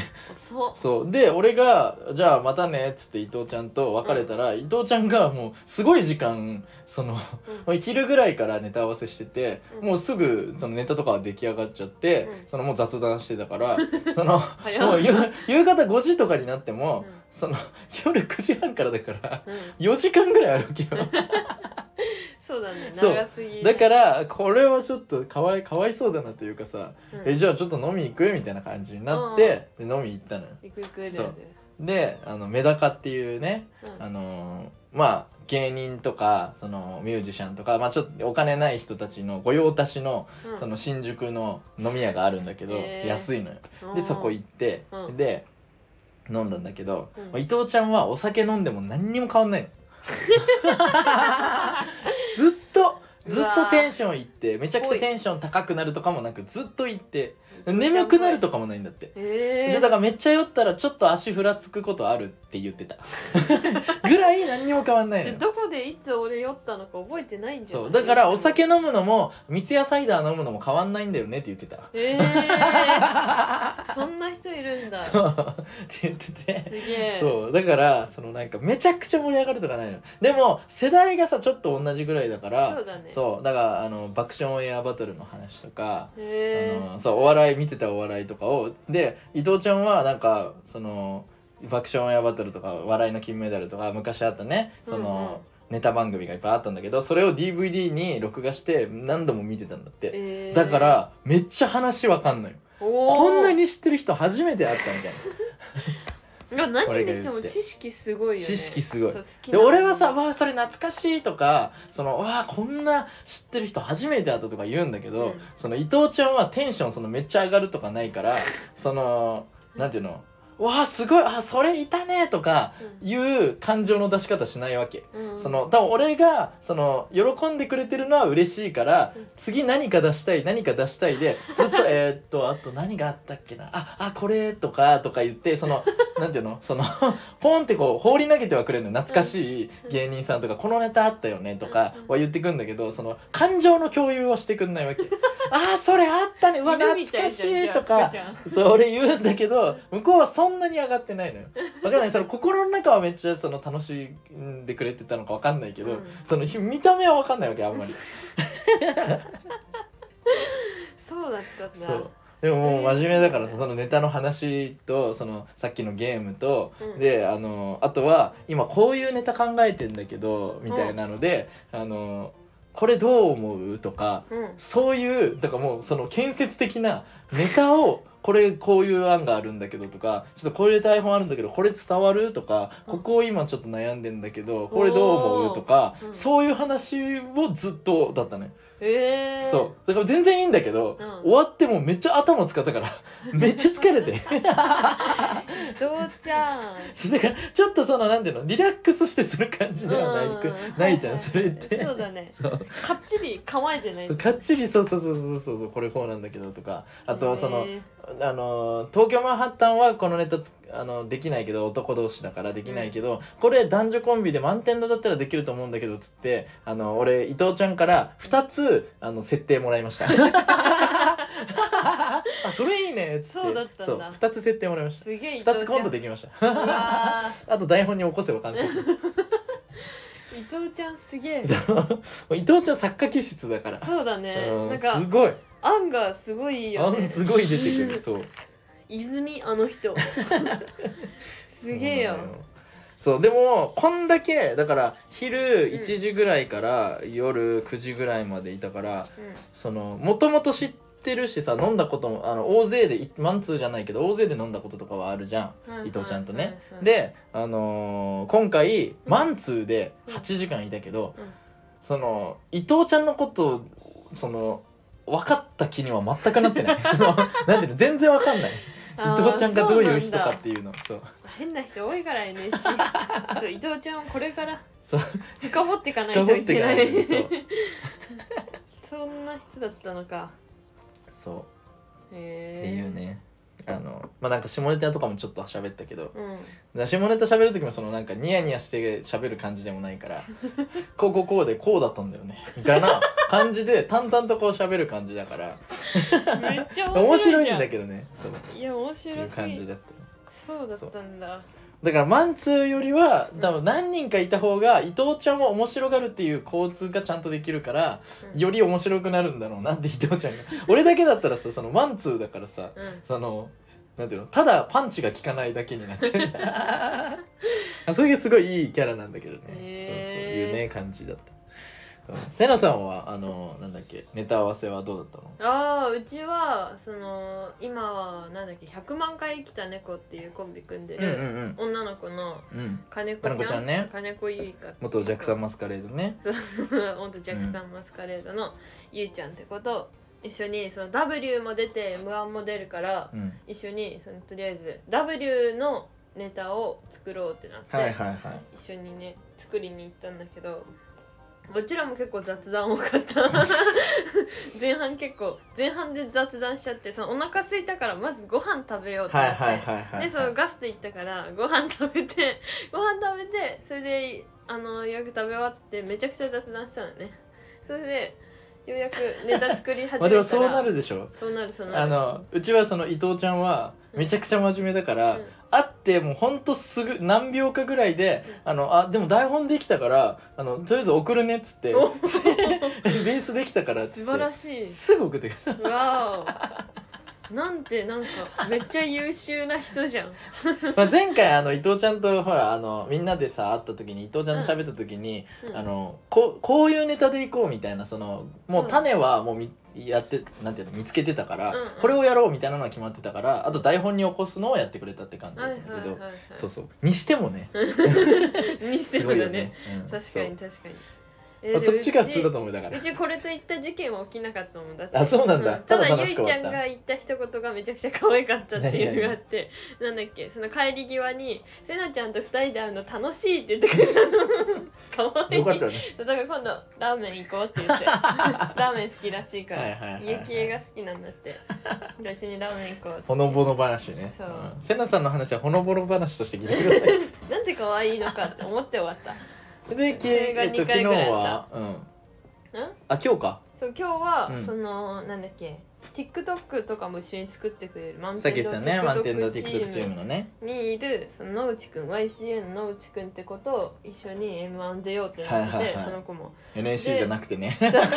Speaker 2: そう
Speaker 1: そうで俺が「じゃあまたね」っつって伊藤ちゃんと別れたら、伊藤ちゃんがもうすごい時間その
Speaker 2: うん
Speaker 1: もう昼ぐらいからネタ合わせしてて、
Speaker 2: うん
Speaker 1: もうすぐそのネタとかは出来上がっちゃって、
Speaker 2: うん
Speaker 1: そのもう雑談してたから そのも
Speaker 2: 早
Speaker 1: う
Speaker 2: い
Speaker 1: 夕夕方5時とかになっても、
Speaker 2: うん
Speaker 1: その夜9時半からだから
Speaker 2: うん
Speaker 1: 4時間ぐらい歩けよ
Speaker 2: そうだね
Speaker 1: そう
Speaker 2: 長すぎ
Speaker 1: だからこれはちょっとかわいかわいそうだなというかさ、
Speaker 2: うん
Speaker 1: えじゃあちょっと飲み行くみたいな感じになって、で飲み行ったのよ。
Speaker 2: 行く行くだ
Speaker 1: そ
Speaker 2: よ
Speaker 1: う
Speaker 2: ね
Speaker 1: であのメダカっていうね
Speaker 2: うん
Speaker 1: あのーまあ芸人とかそのミュージシャンとか、まあ、ちょっとお金ない人たちの御用達の
Speaker 2: うん
Speaker 1: その新宿の飲み屋があるんだけど、
Speaker 2: へー
Speaker 1: 安いのよ。
Speaker 2: う
Speaker 1: で
Speaker 2: ん
Speaker 1: そこ行って、
Speaker 2: うん
Speaker 1: で飲んだんだけど、
Speaker 2: うん
Speaker 1: まあ伊藤ちゃんはお酒飲んでも何にも変わ んないの。ずっとずっとテンションいってめちゃくちゃテンション高くなるとかもなくずっといって眠くなるとかもないんだって。
Speaker 2: え
Speaker 1: で
Speaker 2: え
Speaker 1: だからめっちゃ酔ったらちょっと足ふらつくことあるって言っ てたぐらい何にも変わんない
Speaker 2: じ
Speaker 1: の
Speaker 2: ゃあ
Speaker 1: よ
Speaker 2: どこでいつ俺酔ったのか覚えてないんじゃ
Speaker 1: そ
Speaker 2: ないう
Speaker 1: だからお酒飲むのも三ツ矢サイダー飲むのも変わんないんだよねって言ってた
Speaker 2: ええそんな人いるんだす
Speaker 1: そうって言ってて
Speaker 2: げえ
Speaker 1: そうだからそのなんかめちゃくちゃ盛り上がるとかないのでも世代がさちょっと同じぐらいだから
Speaker 2: そうだね
Speaker 1: そうだからあの爆笑オンエアバトルの話とか
Speaker 2: へ
Speaker 1: あのそうお笑い見てたお笑いとかをで伊藤ちゃんはなんかその爆笑オンエアバトルとか笑いの金メダルとか昔あったねそ
Speaker 2: うんうん
Speaker 1: の、ネタ番組がいっぱいあったんだけどそれを DVD に録画して何度も見てたんだって、
Speaker 2: え
Speaker 1: だからめっちゃ話わかんのよこ
Speaker 2: こ
Speaker 1: んなに知ってる人初めて会ったみたい
Speaker 2: いや何
Speaker 1: これ
Speaker 2: に
Speaker 1: が
Speaker 2: して
Speaker 1: 言っ
Speaker 2: も
Speaker 1: て
Speaker 2: 知識すごいよね
Speaker 1: 知識すごい
Speaker 2: そう好き
Speaker 1: なで
Speaker 2: なの
Speaker 1: 俺はさ「わあそれ懐かしい」とか「そのわあこんな知ってる人初めて会った」とか言うんだけど、
Speaker 2: うん
Speaker 1: その伊藤ちゃんはテンションそのめっちゃ上がるとかないからそのなんていうの「わあすごいあそれいたね」とかいう感情の出し方しないわけ。
Speaker 2: うん
Speaker 1: その多分俺がその喜んでくれてるのは嬉しいから
Speaker 2: うん
Speaker 1: 次何か出したい何か出した いでずっとえーっとあと何があったっけなああこれとかとか言ってそ のなんていうのそのポンってこう放り投げてはくれるの懐かしい芸人さんとかこのネタあったよねとか
Speaker 2: うん
Speaker 1: は言ってくんだけどその感情の共有をしてくんな いわけああそれあったねうわ
Speaker 2: 犬
Speaker 1: 懐
Speaker 2: みた
Speaker 1: か
Speaker 2: い
Speaker 1: し
Speaker 2: じゃんじ
Speaker 1: い
Speaker 2: ゃあ
Speaker 1: とか
Speaker 2: 赤ちゃん
Speaker 1: そう俺言うんだけど向こうはそんなに上がってないのよわかんないその心の中はめっちゃその楽しんでくれてたのかわかんないけど、
Speaker 2: うん
Speaker 1: その見た目はわかんないわけあんまり
Speaker 2: そうだったんだ
Speaker 1: そうでももう真面目だからさそのネタの話とそのさっきのゲームと、
Speaker 2: うん
Speaker 1: であのあとは今こういうネタ考えてんだけどみたいなので、あのこれどう思うとか
Speaker 2: うん
Speaker 1: そういうだからもうその建設的なネタをこれこういう案があるんだけどとかちょっとこれ台本あるんだけどこれ伝わるとかここを今ちょっと悩んでんだけどこれどう思うとか
Speaker 2: おーうん
Speaker 1: そういう話をずっとだったね、
Speaker 2: ええ
Speaker 1: そうだから全然いいんだけど、
Speaker 2: うん
Speaker 1: 終わってもめっちゃ頭使ったから めっちゃ疲れて
Speaker 2: どうちゃん
Speaker 1: そうだからちょっとそのなんていうのリラックスしてする感じではない,、
Speaker 2: うん
Speaker 1: ないじゃん、
Speaker 2: はは
Speaker 1: それって
Speaker 2: そうだね
Speaker 1: そう
Speaker 2: かっちり構えてない
Speaker 1: そうかっちりそうそうそうそうそうそうこれこうなんだけどとかあとその、
Speaker 2: へえ
Speaker 1: あのー東京マンハッタンはこのネタつあのできないけど男同士だからできないけど、これ男女コンビで満点だったらできると思うんだけどつってあの俺伊藤ちゃんから2つあの設定もらい ましたあそれいいねっつって
Speaker 2: そうだったんだ
Speaker 1: そう2つ設定もらいまし
Speaker 2: すげえ伊
Speaker 1: た
Speaker 2: 藤
Speaker 1: 2
Speaker 2: ち
Speaker 1: つコ
Speaker 2: ゃ
Speaker 1: ント
Speaker 2: ん
Speaker 1: できました
Speaker 2: うわ
Speaker 1: あと台本に起こせば完成です
Speaker 2: ー伊藤ちゃんすげ え
Speaker 1: そうもう伊藤ちゃん作家気質だから、
Speaker 2: そうだね
Speaker 1: う、
Speaker 2: なんん
Speaker 1: す
Speaker 2: か
Speaker 1: ごい
Speaker 2: 案がすごいいい
Speaker 1: あ
Speaker 2: よ
Speaker 1: ん
Speaker 2: ね
Speaker 1: すごい出てくるそう
Speaker 2: 泉あの人すげえよ
Speaker 1: そうなのよそうでもこんだけだから昼1時ぐらいから夜9時ぐらいまでいたから、そのもともと知ってるしさ飲んだこともあの大勢でいマンツーじゃないけど大勢で飲んだこととかはあるじゃ
Speaker 2: う
Speaker 1: ん、
Speaker 2: ん
Speaker 1: 伊藤ちゃんとね、
Speaker 2: うんうんうん
Speaker 1: で、あのー今回マンツーで8時間いたけど、
Speaker 2: うん
Speaker 1: その伊藤ちゃんのことその分かった気には全くなってないそのなんていうの全然分かんない
Speaker 2: あ
Speaker 1: 伊
Speaker 2: ー
Speaker 1: 藤ちゃんがどういう
Speaker 2: そ
Speaker 1: 人
Speaker 2: な
Speaker 1: かっ
Speaker 2: んだ
Speaker 1: ていうのそう
Speaker 2: 変な人多いから NSC ちょっと伊藤ちゃんをこれから
Speaker 1: そう
Speaker 2: 深掘っていかないといけない
Speaker 1: 深掘っていかない
Speaker 2: そんな人だったのか
Speaker 1: そうっ
Speaker 2: へ
Speaker 1: てい
Speaker 2: え
Speaker 1: うねあのまあなんか下ネタとかもちょっと喋ったけど
Speaker 2: うん
Speaker 1: だから下ネタ喋る時もそのなんかニヤニヤして喋る感じでもないから こうこうこうでこうだったんだよねみたいな感じで淡々とこう喋る感じだから
Speaker 2: めっちゃ
Speaker 1: 面
Speaker 2: 面白
Speaker 1: 白
Speaker 2: いじ
Speaker 1: い
Speaker 2: ゃ
Speaker 1: ん
Speaker 2: ん
Speaker 1: だけどねそうっ
Speaker 2: いや面
Speaker 1: て
Speaker 2: 白
Speaker 1: いう
Speaker 2: す
Speaker 1: 感
Speaker 2: ぎ
Speaker 1: じ
Speaker 2: る
Speaker 1: だった
Speaker 2: そうだったんだ
Speaker 1: だからマンツーよりは多分何人かいた方が伊藤ちゃんも面白がるっていう交通がちゃんとできるから
Speaker 2: うん
Speaker 1: より面白くなるんだろうなって伊藤ちゃんが俺だけだったらさそのマンツーだからさ
Speaker 2: うん
Speaker 1: そのなんていうのただパンチが効かないだけになっちゃう あそういうすごいいいキャラなんだけどね、
Speaker 2: へ
Speaker 1: そうそういうね感じだったうんセナさんはあのなんだっけネタ合わせはどうだったの
Speaker 2: ああうちはその今はなんだっけ100万回来た猫っていうコンビ組んでる、
Speaker 1: ん
Speaker 2: 女の子の
Speaker 1: うんうん
Speaker 2: 金子ちゃん
Speaker 1: 金子ちゃんね
Speaker 2: 金子ゆいか
Speaker 1: 元ジャックさんマスカレードね
Speaker 2: 元ジャックさんマスカレードのゆいちゃんってこと一緒にその W も出て M1 も出るから
Speaker 1: うん
Speaker 2: 一緒にそのとりあえず W のネタを作ろうってなって、
Speaker 1: はいはいはい
Speaker 2: 一緒にね作りに行ったんだけどうちらも結構雑談多かった 前半結構前半で雑談しちゃってそのお腹空いたからまずご飯食べようって
Speaker 1: は
Speaker 2: ないって、
Speaker 1: はいはいはい
Speaker 2: でそうガスト行ったからご飯食べて ご飯食べてそれであのようやく食べ終わってめちゃくちゃ雑談したのねそれでようやくネタ作り始めたら
Speaker 1: まあでもそうなるでしょ
Speaker 2: そうなるそうな
Speaker 1: あ
Speaker 2: る
Speaker 1: のうちはその伊藤ちゃんはめちゃくちゃ真面目だから、
Speaker 2: うん
Speaker 1: 会ってもうほんとすぐ何秒かぐらいで「あのあでも台本できたからあのとりあえず送るね」っつって
Speaker 2: お
Speaker 1: ベースできたからっつって
Speaker 2: 素晴らしい
Speaker 1: すぐ送ってくる
Speaker 2: わおなんてなんかめっちゃ優秀な人じゃん
Speaker 1: まあ前回あの伊藤ちゃんとほらあのみんなでさ会った時に伊藤ちゃんと喋った時に、
Speaker 2: うん
Speaker 1: あのこうこういうネタでいこうみたいなそのもう種はもうみやってなんていうの見つけてたから、
Speaker 2: うんうん
Speaker 1: これをやろうみたいなのは決まってたからあと台本に起こすのをやってくれたって感じだ
Speaker 2: はい
Speaker 1: っ
Speaker 2: はい
Speaker 1: たんだけど、
Speaker 2: はいはい
Speaker 1: そうそうにして もね
Speaker 2: にして
Speaker 1: す
Speaker 2: も
Speaker 1: ごい
Speaker 2: だ
Speaker 1: よ
Speaker 2: ね
Speaker 1: ね、うん
Speaker 2: 確かに確かにえーで
Speaker 1: そうあそっちが普通だと思うだか
Speaker 2: うち
Speaker 1: ら
Speaker 2: うちこれといった事件は起きなかったもんだって
Speaker 1: あそうなんだ、
Speaker 2: うんただ
Speaker 1: 楽
Speaker 2: ゆ
Speaker 1: し
Speaker 2: い
Speaker 1: く
Speaker 2: ちゃ
Speaker 1: 終
Speaker 2: ん
Speaker 1: わっ
Speaker 2: が言った一言がめちゃくちゃ可愛かったっていうのがあって なんだっけその帰り際に「せなちゃんと二人で会うの楽しい」って言ってくれたの可
Speaker 1: た
Speaker 2: 愛い
Speaker 1: よかった ね
Speaker 2: だから今度ラーメン行こうって言 ってラーメン好きらしいから、
Speaker 1: はいはいはいはい
Speaker 2: 家系が好きなんだってじゃあ一緒にラーメン行こうって
Speaker 1: ほのぼの話ね
Speaker 2: そうん
Speaker 1: せなさんの話はほのぼの話として聞いてくださ い
Speaker 2: なんて可愛いのかって思って終わった
Speaker 1: で、
Speaker 2: そ
Speaker 1: き
Speaker 2: れが
Speaker 1: えっと、
Speaker 2: 二
Speaker 1: 昨
Speaker 2: 回
Speaker 1: 日
Speaker 2: ぐらい
Speaker 1: は、うん、
Speaker 2: ん
Speaker 1: あ今日か
Speaker 2: そう今日は、
Speaker 1: うん
Speaker 2: そのなんだっけ TikTok とかも一緒に作ってくれる満
Speaker 1: さっき言ってたね満点の TikTok チ
Speaker 2: チー
Speaker 1: ーム
Speaker 2: ム
Speaker 1: のね
Speaker 2: にいるその野内くん YCN の野内くんってことを一緒に M1 出ようってなってて、
Speaker 1: はいはいはい
Speaker 2: その子 も
Speaker 1: NSC じゃなくてね
Speaker 2: そうそ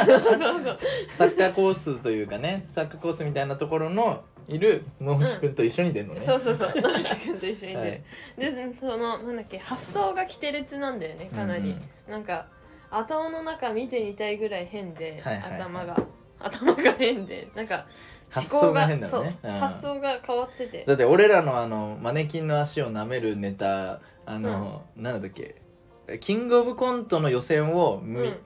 Speaker 2: う
Speaker 1: サッカーコースというかねサッカーコースみたいなところのいる野口くんと一緒に出るのね、
Speaker 2: そうそうそう野内くんと一緒に出る、
Speaker 1: はい
Speaker 2: でそのなんだっけ発想が奇て列なんだよねかなり、
Speaker 1: うん
Speaker 2: なんか頭の中見てみたいぐらい変で、
Speaker 1: はいはいはい
Speaker 2: 頭が頭が変でなんか思
Speaker 1: 発想
Speaker 2: 考
Speaker 1: が
Speaker 2: が
Speaker 1: 変だよね
Speaker 2: そう、
Speaker 1: うん
Speaker 2: 発想が変わってて
Speaker 1: だって俺らのあのマネキンの足を舐めるネタあの、なんだっけキングオブコントの予選を、
Speaker 2: う
Speaker 1: み
Speaker 2: ん、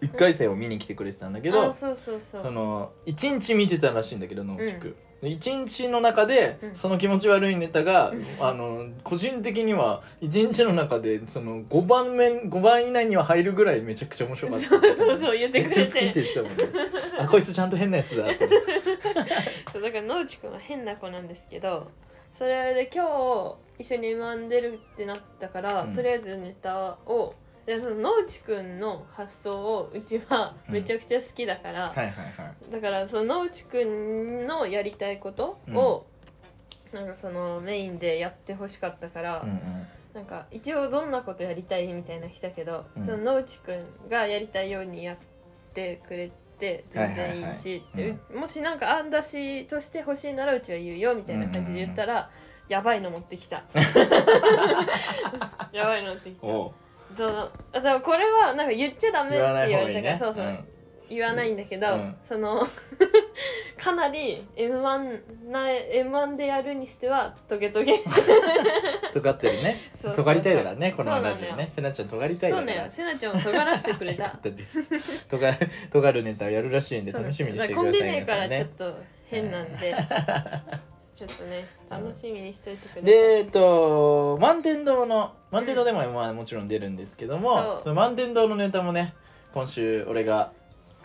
Speaker 1: 1回戦を見に来てくれてたんだけ
Speaker 2: あ
Speaker 1: ど、
Speaker 2: そうそうそう
Speaker 1: その1日見てたらしいんだけど野口くん。1日の中で
Speaker 2: うん
Speaker 1: その気持ち悪いネタが、
Speaker 2: うん
Speaker 1: あの個人的には1日の中でその5番目5番以内には入るぐらいめちゃくちゃ面白かった
Speaker 2: そうそうそう言って
Speaker 1: めっ
Speaker 2: く
Speaker 1: ちゃ
Speaker 2: れ
Speaker 1: 好きって
Speaker 2: て
Speaker 1: 言ってたもんねあこいつちゃんと変なやつだと思って
Speaker 2: そうだから野内くんは変な子なんですけどそれで今日一緒に M1 出るってなったから、
Speaker 1: うん
Speaker 2: とりあえずネタをでその野内くんの発想をうちは
Speaker 1: うん
Speaker 2: めちゃくちゃ好きだから、
Speaker 1: はいはいはい
Speaker 2: だからその野内くんのやりたいことを、なんかそのメインでやってほしかったから、
Speaker 1: うんうん
Speaker 2: なんか一応どんなことやりたいみたいなの来たけど、
Speaker 1: うん
Speaker 2: その野内くんがやりたいようにやってくれて全然いいし、
Speaker 1: はいはいはい
Speaker 2: でうもしなんか案出しとして欲しいならうちは言うよみたいな感じで言ったら、やばいの持ってき たやばいの持ってきた
Speaker 1: おう
Speaker 2: そのあでもこれはなんか言っちゃダメって言
Speaker 1: 言わ
Speaker 2: わ
Speaker 1: ない方が
Speaker 2: れ
Speaker 1: いい
Speaker 2: たから
Speaker 1: ね
Speaker 2: そうそう、言わないんだけど、
Speaker 1: うん
Speaker 2: その かなり m 1な m 1でやるにしてはトゲトゲ
Speaker 1: うん尖ってるね
Speaker 2: そうそう
Speaker 1: 尖りたいからねこの
Speaker 2: そうな
Speaker 1: ラ
Speaker 2: の
Speaker 1: ジ
Speaker 2: よ
Speaker 1: オねせなちゃん尖りたい
Speaker 2: そう
Speaker 1: だか
Speaker 2: ね
Speaker 1: ら
Speaker 2: せなちゃんを尖らせてくれた
Speaker 1: だって尖尖るネタをやるらしいんで
Speaker 2: そう
Speaker 1: 楽しみにしてください
Speaker 2: コンビ名から
Speaker 1: 皆
Speaker 2: ち
Speaker 1: さ
Speaker 2: ょっ
Speaker 1: んね
Speaker 2: と変なん で、ちょっとね
Speaker 1: うん
Speaker 2: 楽しみにしといてください
Speaker 1: でえっと満天堂の満天堂でもまあもちろん出るんですけど
Speaker 2: そう
Speaker 1: も、その満天堂のネタもね今週俺が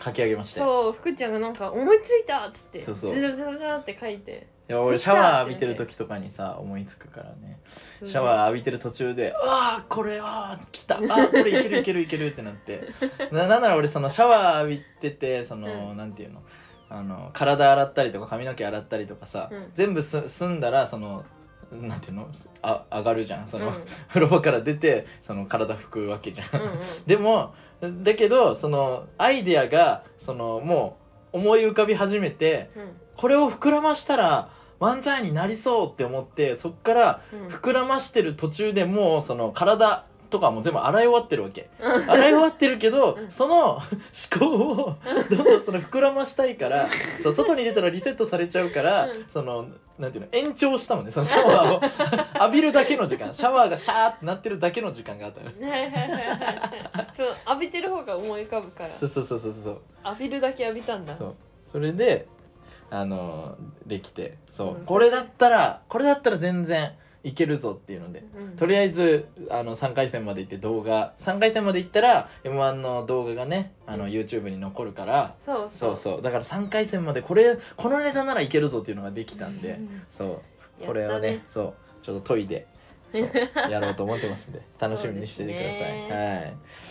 Speaker 1: 書き上げまして
Speaker 2: そう福ちゃんがなんか思いついたっつって
Speaker 1: そうそう
Speaker 2: ズラズラズラって書いて
Speaker 1: いや俺シャワー浴びてる時とかにさ思いつくからねシャワー浴びてる途中で「ああこれは来たあーこれいけるいけるいける」ってなって ななんなら俺そのシャワー浴びててその、
Speaker 2: うん
Speaker 1: なんていうのあの体洗ったりとか髪の毛洗ったりとかさ、
Speaker 2: うん
Speaker 1: 全部す済んだらそのなんていうのあ上がるじゃんその、
Speaker 2: うん
Speaker 1: 風呂場から出てその体拭くわけじゃ
Speaker 2: うんうん
Speaker 1: でもだけどそのアイデアがそのもう思い浮かび始めてこれを膨らましたら漫才になりそうって思ってそっから
Speaker 2: うんうん
Speaker 1: 膨らましてる途中でもうその体とかも全部洗い終わってるわけ
Speaker 2: うん
Speaker 1: 洗い終わってるけど
Speaker 2: うん
Speaker 1: その思考をどんどんその膨らましたいからそう外に出たらリセットされちゃうから
Speaker 2: うん
Speaker 1: そのなんていうの延長したもんねそのシャ ワーを浴びるだけの時間シャワーがシャーってなってるだけの時間があったの
Speaker 2: はいはいはい はいそう浴びてる方が思い浮かぶから
Speaker 1: そうそうそうそうそう
Speaker 2: 浴びるだけ浴びたんだ
Speaker 1: そうそれであのできてそう、
Speaker 2: うん
Speaker 1: これだったらこれだったら全然いけるぞっていうので
Speaker 2: うん
Speaker 1: とりあえずあの3回戦まで行って動画3回戦まで行ったら m 1の動画がねあ
Speaker 2: う
Speaker 1: の
Speaker 2: ん
Speaker 1: YouTube に残るから、
Speaker 2: そう
Speaker 1: そうそうだから3回戦までこれこのネタならいけるぞっていうのができたんで、
Speaker 2: うん
Speaker 1: そう
Speaker 2: やったね
Speaker 1: これをねそうちょっと研いでそうやろうと思ってますん で楽しみにしててくださ
Speaker 2: そ
Speaker 1: い、
Speaker 2: うです
Speaker 1: はい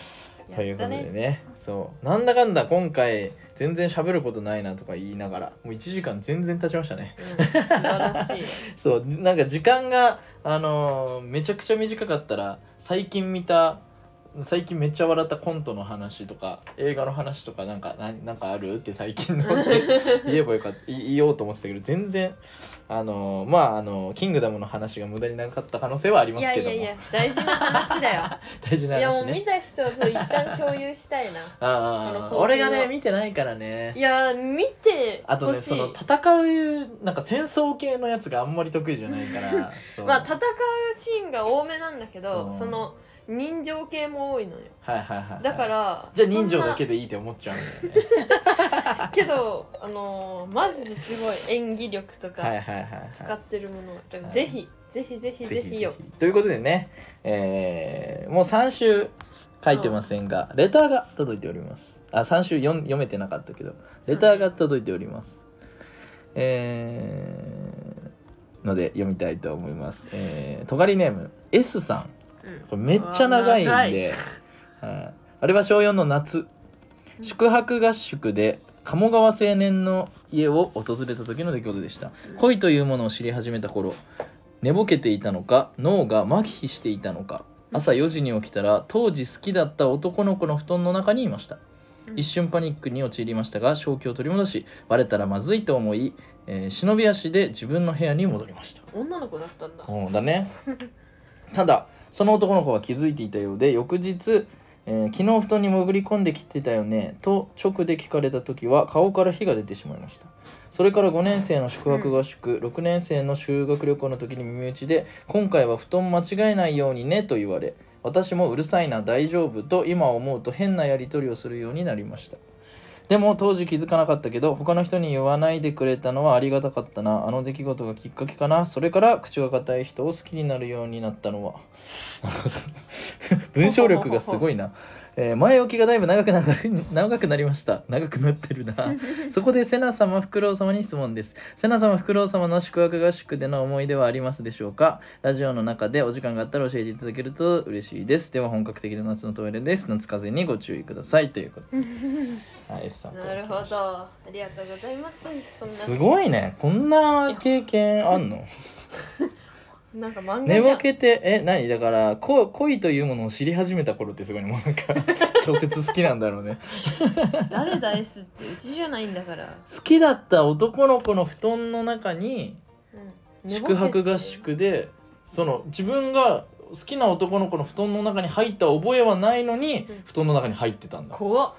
Speaker 2: やっ
Speaker 1: というこ
Speaker 2: た
Speaker 1: とで
Speaker 2: ね
Speaker 1: ねそうなんだかんだ今回全然喋ることないなとか言いながらもう1時間全然経ちましたね
Speaker 2: うん素晴ら しい
Speaker 1: そうなんか時間があのーめちゃくちゃ短かったら最近見た最近めっちゃ笑ったコントの話とか映画の話とかなんかななんかあるって最近の 言えばよかったい言おうと思ってたけど全然あのーまああのーキングダムの話が無駄になかった可能性はありま
Speaker 2: い
Speaker 1: す
Speaker 2: や
Speaker 1: け
Speaker 2: い
Speaker 1: ど
Speaker 2: や
Speaker 1: も
Speaker 2: いや大事な話 だよ
Speaker 1: 大事ない
Speaker 2: やも
Speaker 1: 話
Speaker 2: う見
Speaker 1: ね
Speaker 2: た人と一旦共有したいな
Speaker 1: あ
Speaker 2: この
Speaker 1: あ
Speaker 2: 光
Speaker 1: あ
Speaker 2: 景
Speaker 1: あ
Speaker 2: は
Speaker 1: 俺がね見てないからね
Speaker 2: いや見て
Speaker 1: あと
Speaker 2: ほ
Speaker 1: ね
Speaker 2: し
Speaker 1: そ
Speaker 2: い、
Speaker 1: の戦うなんか戦争系のやつがあんまり得意じゃないから そう
Speaker 2: まあ戦うシーンが多めなんだけど
Speaker 1: そう
Speaker 2: その人情系も多いのよ
Speaker 1: はいはいはいはい
Speaker 2: だから
Speaker 1: じゃあ人情だけ
Speaker 2: そ
Speaker 1: でいいって思っちゃうんだよね
Speaker 2: んなけどあのーマジですごい演技力と
Speaker 1: はい
Speaker 2: か
Speaker 1: はいはい
Speaker 2: 使
Speaker 1: は
Speaker 2: ってるものだから
Speaker 1: はい
Speaker 2: ぜひぜひぜひ
Speaker 1: い
Speaker 2: ぜひよ
Speaker 1: ということでね、えーもう3週書いてませんが、レターが届いておりますあ3週読ん読めてなかったけどレターが届いておりますえーので読みたいと思いますえーとがりネーム S さん
Speaker 2: うん
Speaker 1: これめっちゃ長いん
Speaker 2: うわ長
Speaker 1: で、はい、あれは小4の夏
Speaker 2: うん
Speaker 1: 宿泊合宿で鴨川青年の家を訪れた時の出来事でした
Speaker 2: うん
Speaker 1: 恋というものを知り始めた頃寝ぼけていたのか脳が麻痺していたのか朝4時に起きたら当時好きだった男の子の布団の中にいました
Speaker 2: うん
Speaker 1: 一瞬パニックに陥りましたが正気を取り戻しバレたらまずいと思い、えー忍び足で自分の部屋に戻りました
Speaker 2: 女の子だったんだ
Speaker 1: うんだねただその男の子は気づいていたようで翌日、えー昨日布団に潜り込んできてたよね」と直で聞かれた時は顔から火が出てしまいましたそれから5年生の宿泊合宿、6年生の修学旅行の時に耳打ちで「今回は布団間違えないようにね」と言われ私もうるさいな大丈夫と今思うと変なやり取りをするようになりましたでも当時気づかなかったけど他の人に言わないでくれたのはありがたかったなあの出来事がきっかけかなそれから口が硬い人 を好きになるようになったのは文章力がすごいな、 えー前置きがだいぶ長くなる長くなりました長くなって るなそこでセナ様フクロウ様に質問ですセナ様フクロウ様の宿泊合宿での思い出はありますでしょうかラジオの中でお時間があったら教えていただけると嬉しいですでは本格的な夏のトイレです夏風邪にご注意くださいということ ではい、S さんから
Speaker 2: なる
Speaker 1: 来
Speaker 2: ほ
Speaker 1: ました
Speaker 2: どありがとうございますそんな
Speaker 1: すごいねこんな経験あんの
Speaker 2: なんか漫
Speaker 1: 寝
Speaker 2: 画じゃ
Speaker 1: ぼ
Speaker 2: ん
Speaker 1: けてえ何だからこ恋というものを知り始めた頃ってすごいねもうな んか小説好きなんだろうね
Speaker 2: 誰だ S ってうちじゃないんだから、
Speaker 1: 好きだった男の子の布団の中に
Speaker 2: うん寝ぼけ
Speaker 1: 宿
Speaker 2: て
Speaker 1: 泊合宿でその自分が好きな男の子の布団の中に入った覚えはないのに
Speaker 2: うん
Speaker 1: 布団の中に入ってたんだ
Speaker 2: 怖っ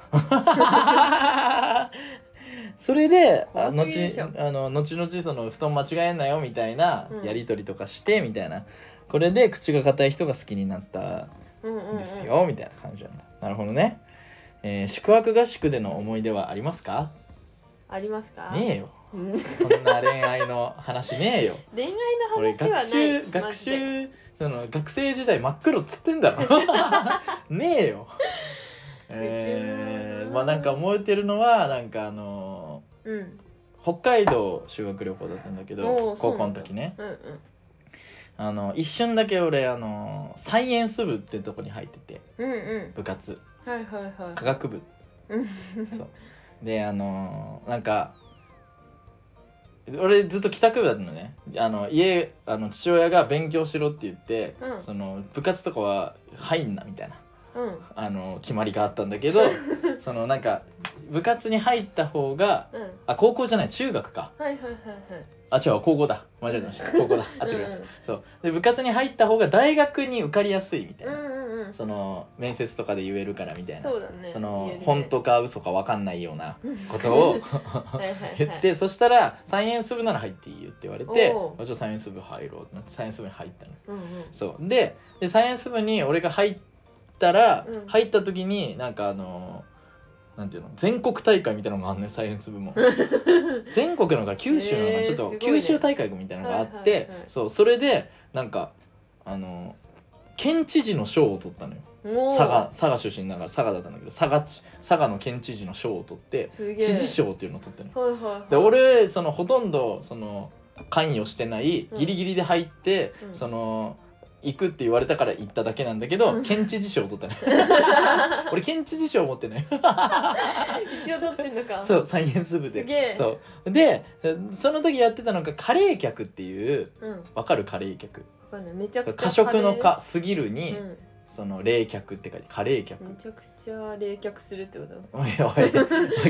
Speaker 1: それで
Speaker 2: 怖
Speaker 1: あ
Speaker 2: すぎでし
Speaker 1: 後
Speaker 2: ょ
Speaker 1: あの後々その布団間違えんなよみたいな
Speaker 2: うん
Speaker 1: やり取りとかしてみたいなこれで口が硬い人が好きになった
Speaker 2: うんうんうん
Speaker 1: んですよみたいな感じなんだなるほどね、えー宿泊合宿での思い出はありますか
Speaker 2: ありますか
Speaker 1: ねえよ
Speaker 2: うん恋
Speaker 1: そんな恋愛の話ねえよ
Speaker 2: 愛
Speaker 1: 俺
Speaker 2: の話はない
Speaker 1: 学習
Speaker 2: マ
Speaker 1: 学
Speaker 2: ジで
Speaker 1: 習その学生時代真っ黒っつってんだろ ねえよえ
Speaker 2: うち
Speaker 1: ー、
Speaker 2: は
Speaker 1: まあなんか覚えてるのはなんかあの
Speaker 2: うん
Speaker 1: 北海道修学旅行だったんだけ
Speaker 2: お
Speaker 1: ど
Speaker 2: ー
Speaker 1: 高校の時ね
Speaker 2: うんうん
Speaker 1: あの一瞬だけ俺あのサイエンス部ってとこに入ってて
Speaker 2: うんうん
Speaker 1: 部活
Speaker 2: はいはいは
Speaker 1: 科学部
Speaker 2: いうん
Speaker 1: そうであのーなんか俺ずっと帰宅部だったのねあの家あの父親が勉強しろって言って、
Speaker 2: うん
Speaker 1: その部活とかは入んなみたいな
Speaker 2: うん
Speaker 1: あの決まりがあったんだ けどそのなんか部活に入った方が
Speaker 2: うん
Speaker 1: あ高校じゃない中学か
Speaker 2: はいはいはいはい
Speaker 1: あ違う高校だ間違えてました高校だ合ってるやつ、
Speaker 2: うん
Speaker 1: そうで部活に入った方が大学に受かりやすいみたいうな、
Speaker 2: んうんうん
Speaker 1: その面接とかで言えるからみたいな
Speaker 2: そうだね
Speaker 1: そ
Speaker 2: 言
Speaker 1: の
Speaker 2: えるね
Speaker 1: 本当か嘘か分かんないようなこ とを
Speaker 2: はいはいはい
Speaker 1: 言ってそしたら「サイエンス部なら入っていいよ」って言われて
Speaker 2: お
Speaker 1: 「あじゃあサイエンス部入ろう」ってなってサイエンス部に入ったの
Speaker 2: うんうん
Speaker 1: そうででサイエンス部に俺が入ったら、
Speaker 2: うん
Speaker 1: 入った時になんかあのなんていうの全国大会みたいなのがあんのよサイエンス 部も全国のから九州のかな
Speaker 2: へー
Speaker 1: ちょっと、
Speaker 2: すごいね
Speaker 1: 九州大会みたいなのがあって、
Speaker 2: はいはいはい
Speaker 1: そうそれでなんかあの県知事の賞を取ったのよ
Speaker 2: もう
Speaker 1: 佐賀佐賀出身だから佐賀だったんだけど佐賀市佐賀の県知事の賞を取って
Speaker 2: すげえ
Speaker 1: 知事賞っていうのを取ってるの
Speaker 2: はいはいはい
Speaker 1: で俺そのほとんどその関与してないギリギリで入って、
Speaker 2: うん
Speaker 1: その行くって言われたから行っただけなんだけど、
Speaker 2: うん
Speaker 1: 県知事賞を取ったね 俺県知事賞持ってない
Speaker 2: 一応取ってんのか
Speaker 1: そうサイエンス部
Speaker 2: す
Speaker 1: で
Speaker 2: げえ
Speaker 1: そうでその時やってたのがカレー客っていう
Speaker 2: うん
Speaker 1: わかるカレー客
Speaker 2: わかんないめちゃくちゃ
Speaker 1: 過食の
Speaker 2: カ
Speaker 1: かすぎるに、
Speaker 2: レーうん
Speaker 1: その冷却って書いてカレー客、
Speaker 2: めちゃくちゃ冷却するってこと
Speaker 1: おいおい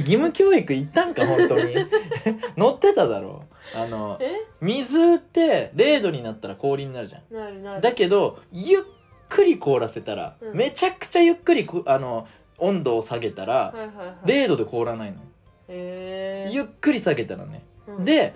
Speaker 1: 義務教育行ったんか本当に 乗ってただろあの
Speaker 2: え
Speaker 1: 水って0度になったら氷になるじゃん
Speaker 2: なるなる
Speaker 1: だけどゆっくり凍らせたら、
Speaker 2: うん
Speaker 1: めちゃくちゃゆっくりこあの温度を下げたら、
Speaker 2: はいはいはい
Speaker 1: 0度で凍らないの、
Speaker 2: へえ
Speaker 1: ゆっくり下げたらね、
Speaker 2: うん
Speaker 1: で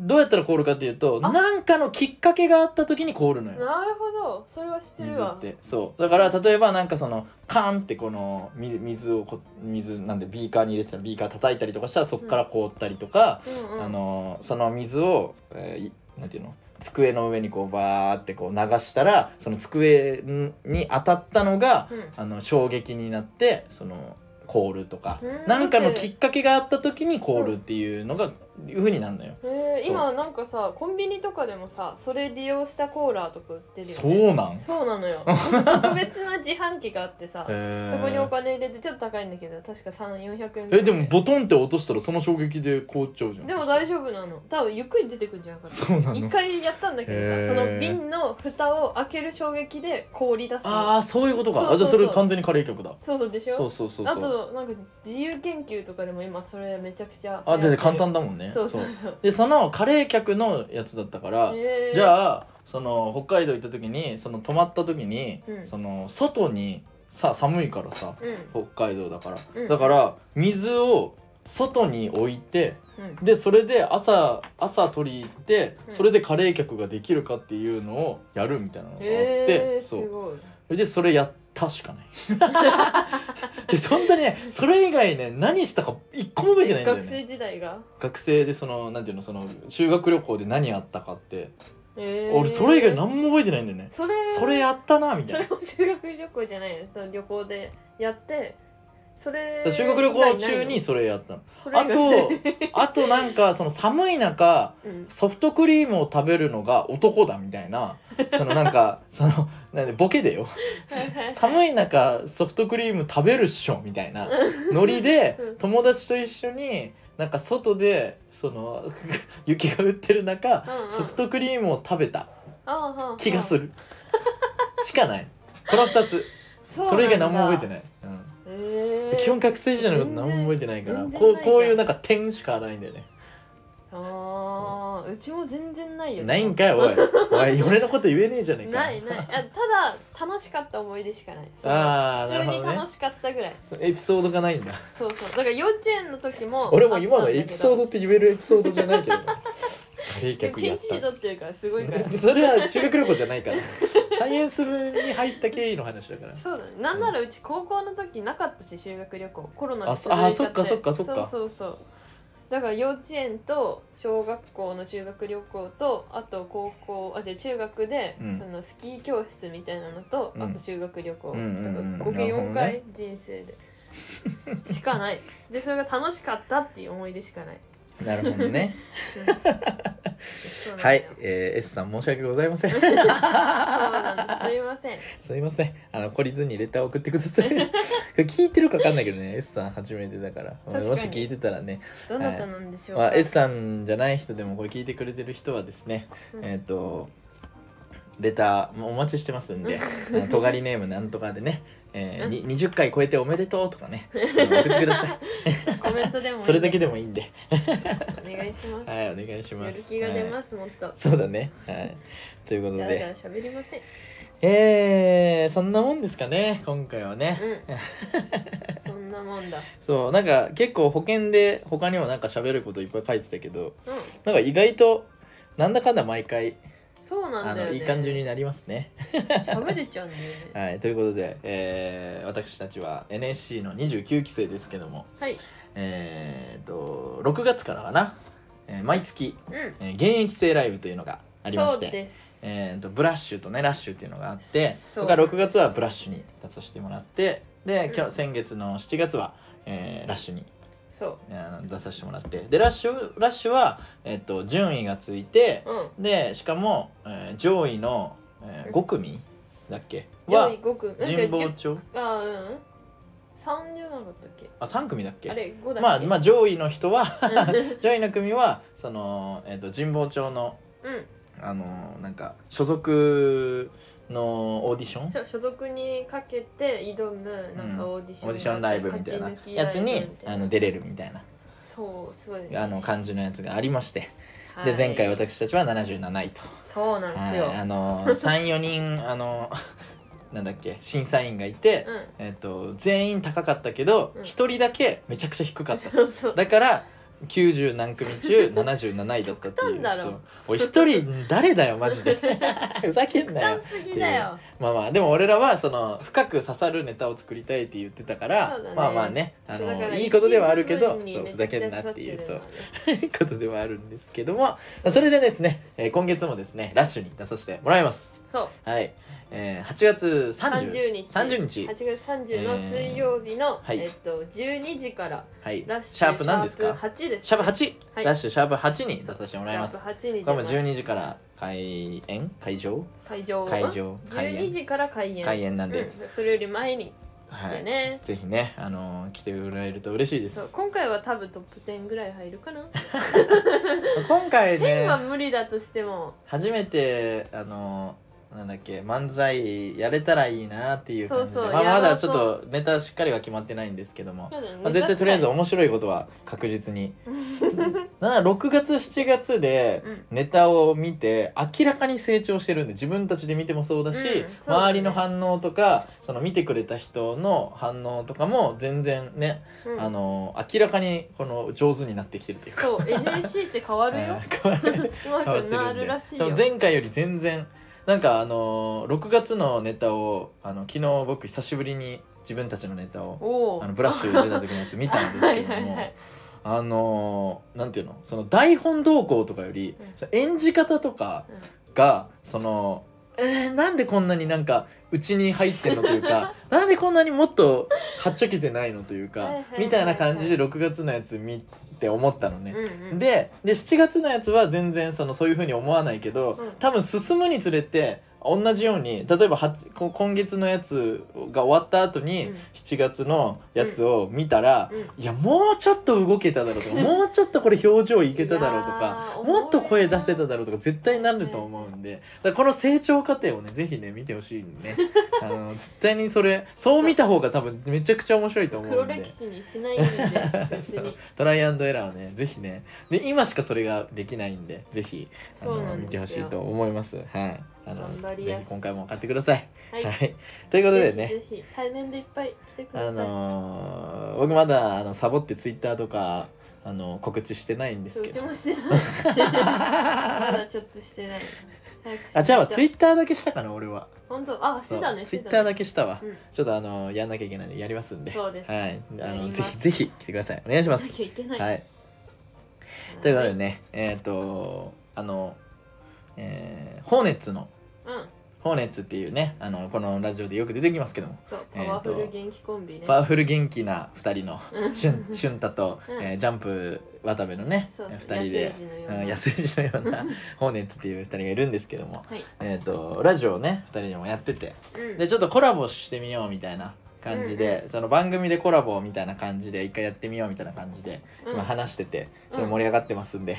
Speaker 1: どうやったら凍るかっていうと
Speaker 2: あ
Speaker 1: なんかのきっかけがあった時に凍るのよ
Speaker 2: なるほどそれは知って
Speaker 1: 水
Speaker 2: るわ
Speaker 1: ってそうだから例えばなんかそのカーンってこのみ水をこ水なんでビーカーに入れてたらビーカー叩いたりとかしたらそこから凍ったりとか、
Speaker 2: うんうん
Speaker 1: あのその水を、えーいなんていうの机の上にこうバーってこう流したらその机に当たったのが
Speaker 2: うん
Speaker 1: あの衝撃になってその凍るとか
Speaker 2: うん
Speaker 1: なんかのきっかけがあった時に凍るっていうのがいうふうになるのよ。
Speaker 2: へえ
Speaker 1: そう
Speaker 2: 今なんかさコンビニとかでもさそれ利用したコーラとか売ってるよ
Speaker 1: そ
Speaker 2: ね
Speaker 1: うなん
Speaker 2: そうなの よ特別な自販機があってさ
Speaker 1: へ
Speaker 2: そ
Speaker 1: ー
Speaker 2: こにお金入れてちょっと高いんだけど確か3400円ぐらい
Speaker 1: えでもボトンって落としたらその衝撃で凍っちゃうじゃん
Speaker 2: でも大丈夫なの多分ゆっくり出てくるんじゃなかった
Speaker 1: そうな
Speaker 2: 一
Speaker 1: の
Speaker 2: 回やったんだけ
Speaker 1: へ
Speaker 2: ど
Speaker 1: ー
Speaker 2: さその瓶の蓋を開ける衝撃で氷出すの
Speaker 1: ああそういうことか
Speaker 2: そうそう
Speaker 1: あじゃあそれ
Speaker 2: そう
Speaker 1: 完全にカレー曲だ
Speaker 2: そうそうでしょ
Speaker 1: そうそうそう
Speaker 2: あ
Speaker 1: そう
Speaker 2: となんか自由研究とかでも今それめちゃくちゃ
Speaker 1: あで
Speaker 2: で
Speaker 1: 簡単だもんね
Speaker 2: そうそうそう
Speaker 1: でそのカレー客のやつだったから、
Speaker 2: へー
Speaker 1: じゃあその北海道行った時にその泊まった時に、
Speaker 2: うん
Speaker 1: その外にさ寒いからさ
Speaker 2: うん
Speaker 1: 北海道だから、
Speaker 2: うん
Speaker 1: だから水を外に置いて
Speaker 2: うん
Speaker 1: でそれで朝朝取り行って
Speaker 2: うん
Speaker 1: それでカレー客ができるかっていうのをやるみたいなのがあって、
Speaker 2: へえす
Speaker 1: そう
Speaker 2: ごい
Speaker 1: でそれやったしかない で本当にねそれ以外ね何したか一個も覚えてないんだよ
Speaker 2: 学
Speaker 1: ね
Speaker 2: 生時代が
Speaker 1: 学生でそのなんていうのその修学旅行で何あったかって、
Speaker 2: へー
Speaker 1: 俺それ以外何も覚えてないんだよね
Speaker 2: それ
Speaker 1: それやったなみ
Speaker 2: そ
Speaker 1: たい
Speaker 2: れ
Speaker 1: な
Speaker 2: も修学旅行じゃないのその旅行でやってそれ
Speaker 1: そう修学旅行中にそれやったの
Speaker 2: それ
Speaker 1: あ
Speaker 2: 以外
Speaker 1: と
Speaker 2: ないの
Speaker 1: あとなんかその寒い中
Speaker 2: うん
Speaker 1: ソフトクリームを食べるのが男だみたいなそのなんかそのなんでボケでよ
Speaker 2: はいはいはい
Speaker 1: 寒い中ソフトクリーム食べるっしょみたいなノリで
Speaker 2: うん
Speaker 1: 友達と一緒になんか外でその 雪が降ってる中
Speaker 2: うんうん
Speaker 1: ソフトクリームを食べた
Speaker 2: ああ
Speaker 1: 気が
Speaker 2: る
Speaker 1: するしかないこの2つそれ以外何も覚えて
Speaker 2: い、
Speaker 1: ない、うん
Speaker 2: えー、
Speaker 1: 基本学生時代のこと何も覚えてないから
Speaker 2: 全然
Speaker 1: こう
Speaker 2: 全然ないじゃん
Speaker 1: こういうなんか点しかないんだよね
Speaker 2: ああうちも全然ないよ
Speaker 1: ないんかいおいおい俺のこと言えねえじゃねえか
Speaker 2: ないないあただ楽しかった思い出しかない
Speaker 1: あーなるほ
Speaker 2: 普
Speaker 1: どね
Speaker 2: 通に楽しかったぐらい、
Speaker 1: エピソードがないんだ
Speaker 2: そうそうだから幼稚園の時 も
Speaker 1: 俺も今のエピソ
Speaker 2: ド
Speaker 1: ードって言えるエピソードじゃないけどカレー
Speaker 2: 結構
Speaker 1: 客や
Speaker 2: 県
Speaker 1: っ
Speaker 2: 知事取ってるからすごいから
Speaker 1: たそれは修学旅行じゃないからサイエンス部に入った経緯の話だから
Speaker 2: そうだねなんならうち高校の時なかったし修学旅行コロナで
Speaker 1: あそ
Speaker 2: 潰れちゃ
Speaker 1: あそっかそっかそっか
Speaker 2: そうそうそうだから幼稚園と小学校の修学旅行とあと高校あじゃあ中学で、
Speaker 1: うん
Speaker 2: そのスキー教室みたいなのと、
Speaker 1: うん
Speaker 2: あと修学旅行、
Speaker 1: うんうんうん
Speaker 2: だから合計
Speaker 1: なる
Speaker 2: 4
Speaker 1: ほどね
Speaker 2: 回、人生でしかないでそれが楽しかったっていう思い出しかない
Speaker 1: なるほ どね
Speaker 2: そうなんだ
Speaker 1: は
Speaker 2: よ
Speaker 1: い、えー、S さん申し訳ございま せん
Speaker 2: そうなんですすいません
Speaker 1: すいませんあの懲りずにレター送ってくだ さいこれ聞いてるか分かんないけどね S さん初めてだから
Speaker 2: 確かに
Speaker 1: もし聞いてたらね、
Speaker 2: どなたなんでしょうか、
Speaker 1: まあ、S さんじゃない人でもこれ聞いてくれてる人はですね、
Speaker 2: うん
Speaker 1: えっ、とレターもお待ちしてますん であの尖りネームなんとかでね、えー
Speaker 2: うん
Speaker 1: に20回超えておめでとうと かねあの送ってくださ
Speaker 2: コメントでもいい
Speaker 1: い
Speaker 2: ん
Speaker 1: それだけでもいいんで
Speaker 2: お願いします、
Speaker 1: はいお願いし
Speaker 2: や
Speaker 1: ます
Speaker 2: る気が出
Speaker 1: は
Speaker 2: ま
Speaker 1: い
Speaker 2: す、もっと
Speaker 1: そうだねはいということ
Speaker 2: だらだら
Speaker 1: で
Speaker 2: 喋りません。
Speaker 1: えー、そんなもんですかね今回はね、
Speaker 2: うん。そんなもんだ。
Speaker 1: そうなんか結構保険で他にもなんか喋ることいっぱい書いてたけど
Speaker 2: うん。
Speaker 1: なんか意外となんだかんだ毎回、
Speaker 2: そうな
Speaker 1: あ
Speaker 2: んだよ、
Speaker 1: の
Speaker 2: ね。
Speaker 1: いい感じになりますね。
Speaker 2: 喋れちゃうんだよ ね。
Speaker 1: はい、ということで、えー私たちは NSC の29期生ですけども、
Speaker 2: はい。
Speaker 1: えー、と6月からかな、えー毎月、
Speaker 2: うん。
Speaker 1: えー現役生ライブというのがありまし
Speaker 2: そう
Speaker 1: て、
Speaker 2: です。
Speaker 1: えー、とブラッシュとねラッシュっていうのがあって
Speaker 2: そ
Speaker 1: だ
Speaker 2: う
Speaker 1: から6月はブラッシュに出させてもらってで今
Speaker 2: うん
Speaker 1: 日先月の7月は、えーラッシュに
Speaker 2: そ
Speaker 1: あの出させてもらってでラッシュラッシュは、えっと順位がついて
Speaker 2: う。うん。
Speaker 1: でしかも、えー上位の、えー5組だっけ
Speaker 2: 上
Speaker 1: は
Speaker 2: 位五組。なんか
Speaker 1: 神保
Speaker 2: 10
Speaker 1: 町
Speaker 2: あうん。三十なかったっけ？
Speaker 1: あ3組だっけ
Speaker 2: あれ五だっけ？
Speaker 1: まあまあ上位の人は
Speaker 2: う
Speaker 1: 上位の組はその、えっと神保町の
Speaker 2: うん。
Speaker 1: あのーなんか所属のオーディション
Speaker 2: 所所属にかけて挑むなんかオーディション、
Speaker 1: オーディションライブみたいな
Speaker 2: 勝ち抜きライ
Speaker 1: や
Speaker 2: ブ
Speaker 1: つに
Speaker 2: みた
Speaker 1: あ
Speaker 2: いな
Speaker 1: の出れるみたいな
Speaker 2: そうすごいね。
Speaker 1: あの感じのやつがありまして、
Speaker 2: はい
Speaker 1: で前回。私たちは77位と。
Speaker 2: そうなんですよ。
Speaker 1: はい、あの34人あの なんだっけ審査員がいて、
Speaker 2: うん。
Speaker 1: えっと全員高かったけど
Speaker 2: うん
Speaker 1: 一、人だけめちゃくちゃ低かった
Speaker 2: そうそう。
Speaker 1: だから90何組中77位だったって
Speaker 2: 極端
Speaker 1: いう
Speaker 2: だろ
Speaker 1: そうおい一人誰だよマジで ふざけん
Speaker 2: 負
Speaker 1: な
Speaker 2: 担
Speaker 1: よ
Speaker 2: すぎだよ。
Speaker 1: まあまあでも俺らはその深く刺さるネタを作りたいって言ってたから、
Speaker 2: そうだね
Speaker 1: まあまあねあ
Speaker 2: そうだから
Speaker 1: のいいことではあるけど
Speaker 2: 一部に
Speaker 1: そう
Speaker 2: め
Speaker 1: ふ
Speaker 2: ちゃ
Speaker 1: ざ
Speaker 2: くち
Speaker 1: け
Speaker 2: ゃ
Speaker 1: んなっていう
Speaker 2: 刺
Speaker 1: そ
Speaker 2: さ
Speaker 1: う
Speaker 2: ってるよね
Speaker 1: ことではあるんですけどもそれでですね、えー今月もですねラッシュに出させてもらいます
Speaker 2: そう
Speaker 1: はい、えー、8月
Speaker 2: 三十
Speaker 1: 30,
Speaker 2: 日。
Speaker 1: 30日
Speaker 2: 8月30の水曜日の、
Speaker 1: えーはい
Speaker 2: えっと12時から
Speaker 1: はい
Speaker 2: ラッシュ
Speaker 1: シャープ何ですか
Speaker 2: 8です。
Speaker 1: シャープ8、
Speaker 2: はい
Speaker 1: ラッシュシャープ8に出させてもらいま
Speaker 2: シ
Speaker 1: す
Speaker 2: ャープ8に出
Speaker 1: これ
Speaker 2: ま
Speaker 1: も
Speaker 2: す。
Speaker 1: 12時から開演会場
Speaker 2: 会場
Speaker 1: 会場開
Speaker 2: 12
Speaker 1: 演
Speaker 2: 時から開演。
Speaker 1: 開演なんで、
Speaker 2: うん、それより前に来
Speaker 1: は
Speaker 2: て
Speaker 1: い、
Speaker 2: ね。
Speaker 1: ぜひね、あのー来てもらえると嬉しいです
Speaker 2: そう今回は多分トップ10ぐらい入るかな。
Speaker 1: 今回
Speaker 2: 10
Speaker 1: ね
Speaker 2: は無理だとしても、
Speaker 1: 初めてあのーなんだっけ漫才やれたらいいなっていう感じで
Speaker 2: そうそう
Speaker 1: まあ、
Speaker 2: やろ
Speaker 1: ま
Speaker 2: うと
Speaker 1: だちょっとネタしっかりは決まってないんですけども、
Speaker 2: そうだね
Speaker 1: まあ、絶対とりあえず
Speaker 2: う
Speaker 1: 面白いことは確実 になんなら6月7月で
Speaker 2: ん
Speaker 1: ネタを見て明らかに成長してるんで自分たちで見てもそうだし、
Speaker 2: うんそうだね
Speaker 1: 周りの反応とかその見てくれた人の反応とかも全然ね、
Speaker 2: うん
Speaker 1: あの明らかにこの上手になってきてるというか。
Speaker 2: そう NSC って変 わるよ。
Speaker 1: 変わる
Speaker 2: うま
Speaker 1: 変わっ
Speaker 2: く
Speaker 1: てる
Speaker 2: なん
Speaker 1: で
Speaker 2: るらしい
Speaker 1: で
Speaker 2: よ
Speaker 1: も。前回より全然なんかあの6月のネタをあの昨日僕久しぶりに自分たちのネタを
Speaker 2: おお。
Speaker 1: あのブラッシュ出た時のやつ見たんですけ ど
Speaker 2: はいはいは
Speaker 1: も
Speaker 2: い。
Speaker 1: あのなんていうのその台本動向とかより
Speaker 2: うん
Speaker 1: その演じ方とかがそのえー、なんでこんなになんかうちに入ってんのという かなんでこんなにもっとはっちゃけてないのという
Speaker 2: はいはいは
Speaker 1: か
Speaker 2: いはい
Speaker 1: みたいな感じで6月のやつ見て思ったのね。
Speaker 2: うんうん、
Speaker 1: でで7月のやつは全然そのそういうふうに思わないけど、
Speaker 2: うん
Speaker 1: 多分進むにつれて同じように例えばはちこ今月のやつが終わった後に、
Speaker 2: うん
Speaker 1: 7月のやつを見たら、
Speaker 2: うん
Speaker 1: いやもうちょっと動けただろうとかもうちょっとこれ表情いけただろうと
Speaker 2: いや
Speaker 1: か
Speaker 2: ー
Speaker 1: もっと声出せただろうとか絶対なると思うんで、だからこの成長過程をねぜひね見てほしいん でねあの絶対にそれそう見た方が多分めちゃくちゃ面白いと思う
Speaker 2: 黒
Speaker 1: んで
Speaker 2: 歴。史にしないんで別
Speaker 1: そう
Speaker 2: に
Speaker 1: トライアンドエラーをねぜひねで今しかそれができないんでぜひあ
Speaker 2: そうな
Speaker 1: の
Speaker 2: ん
Speaker 1: 見てほ
Speaker 2: です
Speaker 1: しい
Speaker 2: よ
Speaker 1: と思いますはいあの
Speaker 2: 頑張りや
Speaker 1: ぜ
Speaker 2: す
Speaker 1: ひ今回も買ってください
Speaker 2: は
Speaker 1: はい、
Speaker 2: い、
Speaker 1: ということでね
Speaker 2: ぜひぜひ対面でいっぱい来てください
Speaker 1: あのー僕まだあのサボってツイッターとかあの告知してないんです
Speaker 2: そう
Speaker 1: け
Speaker 2: うち
Speaker 1: ど
Speaker 2: もしてない まだちょっとしてない早く
Speaker 1: あじゃあツイ
Speaker 2: イ
Speaker 1: ッターだけしたかな俺は
Speaker 2: 本当あしてたね
Speaker 1: ツイッターだ
Speaker 2: け
Speaker 1: けしたわ、
Speaker 2: うん
Speaker 1: ちょっとあのやんなきゃいけないんでやりますんで
Speaker 2: そうです
Speaker 1: はいあ
Speaker 2: やり
Speaker 1: の
Speaker 2: ます
Speaker 1: ぜひぜひ来てくださいお願いしま
Speaker 2: しな
Speaker 1: す
Speaker 2: きゃいけない、
Speaker 1: はいということでね、えっ、とあの、えー、ホーネッツの
Speaker 2: うん
Speaker 1: ホーネッツっていうねあのこのラジオでよく出てきますけども
Speaker 2: そうパ
Speaker 1: えーと
Speaker 2: ワフル元気コンビね、
Speaker 1: パワフル元気な2人の
Speaker 2: うん
Speaker 1: しゅんしゅんたと、
Speaker 2: うん
Speaker 1: えージャンプ渡部のね
Speaker 2: そう
Speaker 1: 2人で
Speaker 2: 野生児のような
Speaker 1: うん野生児のようなホーネッツっていう2人がいるんですけども、
Speaker 2: はい
Speaker 1: えっ、とラジオをね2人でもやってて
Speaker 2: うん
Speaker 1: でちょっとコラボしてみようみたいな感じで、
Speaker 2: う
Speaker 1: その番組でコラボみたいな感じで一回やってみようみたいな感じで、
Speaker 2: うん
Speaker 1: 今話してて
Speaker 2: うん
Speaker 1: それ盛り上がってますんで、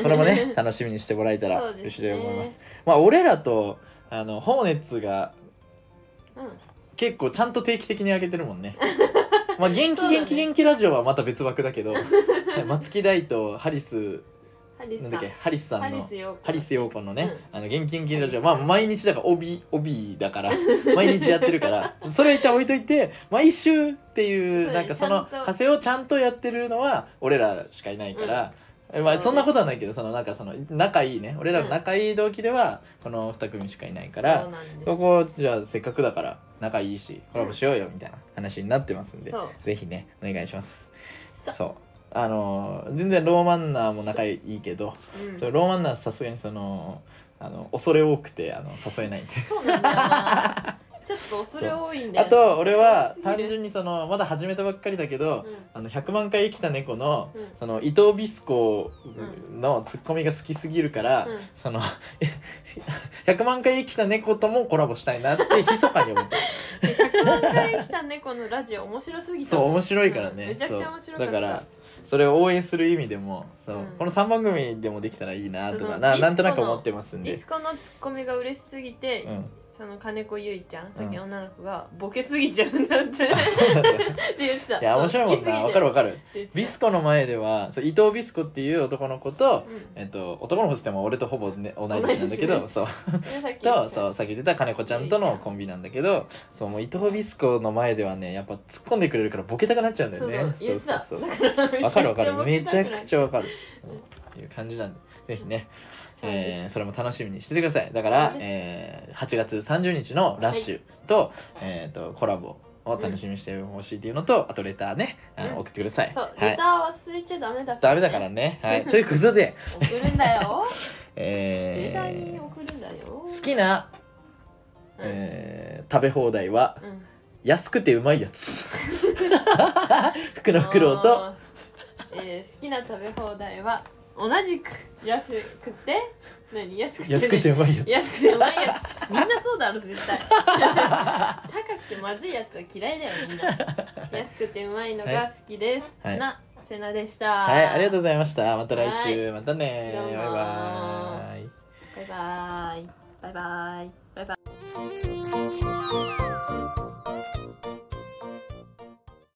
Speaker 1: それ もね楽しみにしてもらえたら
Speaker 2: そうで
Speaker 1: 嬉し
Speaker 2: す
Speaker 1: い
Speaker 2: ね
Speaker 1: と思いますまあ俺らとあのホーネッツが
Speaker 2: うん
Speaker 1: 結構ちゃんと定期的に上げてるもん ねまあ元気
Speaker 2: そうだね
Speaker 1: 元気元気ラジオはまた別枠だけ ど松木大とハリス
Speaker 2: ハリスさ
Speaker 1: な
Speaker 2: ん
Speaker 1: んだっけハリスさ
Speaker 2: ハ
Speaker 1: ん
Speaker 2: リ
Speaker 1: の
Speaker 2: スよ
Speaker 1: ハリス陽子のね、あの元気元気ラジオ
Speaker 2: ハ
Speaker 1: ま
Speaker 2: リ
Speaker 1: あ
Speaker 2: ス
Speaker 1: 毎日だから帯帯だから 毎日やってるからそれ一旦置いといて毎週っていううんなんかその
Speaker 2: ちゃんと
Speaker 1: 稼をちゃんとやってるのは俺らしかいないから、えまあ、そんなことはないけどそのなんかその仲いいね俺らの仲いい同期ではこの2組しかいないから、
Speaker 2: そうなんです
Speaker 1: そこじゃあせっかくだから仲いいしコラボしようよみたいな話になってますんで、
Speaker 2: そう
Speaker 1: ぜひねお願いします
Speaker 2: そ
Speaker 1: そうあのー全然ローマンナーも仲いいけど、
Speaker 2: うん
Speaker 1: そうローマンナーさすがにそのあの恐れ多くてあの誘えないんで
Speaker 2: そうなんだよ なちょっと恐れ多いんだ
Speaker 1: あ
Speaker 2: よね
Speaker 1: と俺
Speaker 2: 恐れ多
Speaker 1: は
Speaker 2: す
Speaker 1: 単
Speaker 2: ぎる
Speaker 1: 純にそのまだ始めたばっかりだけど、
Speaker 2: うん
Speaker 1: あの100万回生きた猫の
Speaker 2: うん
Speaker 1: その伊藤ビスコのツッコミが好きすぎるから、
Speaker 2: うん
Speaker 1: その 100万回生きた猫ともコラボしたいなって密かに思 って
Speaker 2: 100万回来た猫のラジオ面白すぎた
Speaker 1: そう面白いからね、
Speaker 2: うんめちゃくちゃ面白か
Speaker 1: そ
Speaker 2: った
Speaker 1: うだからそれを応援する意味でもそう、
Speaker 2: うん
Speaker 1: この3番組でもできたらいいなと
Speaker 2: そうそ
Speaker 1: か
Speaker 2: う
Speaker 1: な
Speaker 2: リスコの
Speaker 1: なんとなく思ってますん
Speaker 2: ディ
Speaker 1: で
Speaker 2: ス、コのツッコミが嬉しすぎて、
Speaker 1: うん、
Speaker 2: その金子ゆいちゃんさっき
Speaker 1: う
Speaker 2: の女の子がボケすぎちゃうんだって、
Speaker 1: あ
Speaker 2: って
Speaker 1: そうなんだ
Speaker 2: 言ってた
Speaker 1: いや面白いもんなわかるわかる
Speaker 2: る
Speaker 1: ビスコの前ではそう伊藤ビスコっていう男の子と、
Speaker 2: うん
Speaker 1: えっと、男の子っつっても俺とほぼ、ね、同い年なんだけ
Speaker 2: 同い年
Speaker 1: ど
Speaker 2: ね
Speaker 1: そう
Speaker 2: でさっき言って
Speaker 1: と
Speaker 2: た
Speaker 1: そうさっき言ってた金子ちゃんとのコンビなんだけどそうもう伊藤ビスコの前ではねやっぱ突っ込んでくれるからボケたくなっちゃうんだよね
Speaker 2: そうそう言ってた
Speaker 1: そうそう
Speaker 2: だから
Speaker 1: わかるわかるめちゃ
Speaker 2: ボ
Speaker 1: く
Speaker 2: ケ
Speaker 1: ちゃわかるうんいう感じなんでぜひね、
Speaker 2: たくなる
Speaker 1: えーそれも楽しみにしててくださいだから
Speaker 2: そう、です
Speaker 1: えー8月30日のラッシュと,、えー、とコラボを楽しみにしてほしいっていうのと、あとレターね、あの
Speaker 2: うん
Speaker 1: 送ってください
Speaker 2: そう
Speaker 1: は
Speaker 2: ネ
Speaker 1: い
Speaker 2: タは忘れちゃダメだ
Speaker 1: ダメだか らねはいということで、
Speaker 2: 送るんだよ絶対に
Speaker 1: え
Speaker 2: 送るんだよ
Speaker 1: ー好きな、
Speaker 2: うん
Speaker 1: えー食べ放題は
Speaker 2: うん
Speaker 1: 安くてうまいやつ 福のフクロウと
Speaker 2: あー、えー好きな食べ放題は同じく安くて何安くて、ね、
Speaker 1: 安くてうまいやつ
Speaker 2: 安くてうまいやつみんなそうだろ絶対 高くてまずいやつは嫌いだよみんな安くてうまいのが好きです、
Speaker 1: はい
Speaker 2: なせなでした
Speaker 1: はい、ありがとうございました。また来週、またね。
Speaker 2: どうも
Speaker 1: バイバイ。
Speaker 2: バイバイバイバイ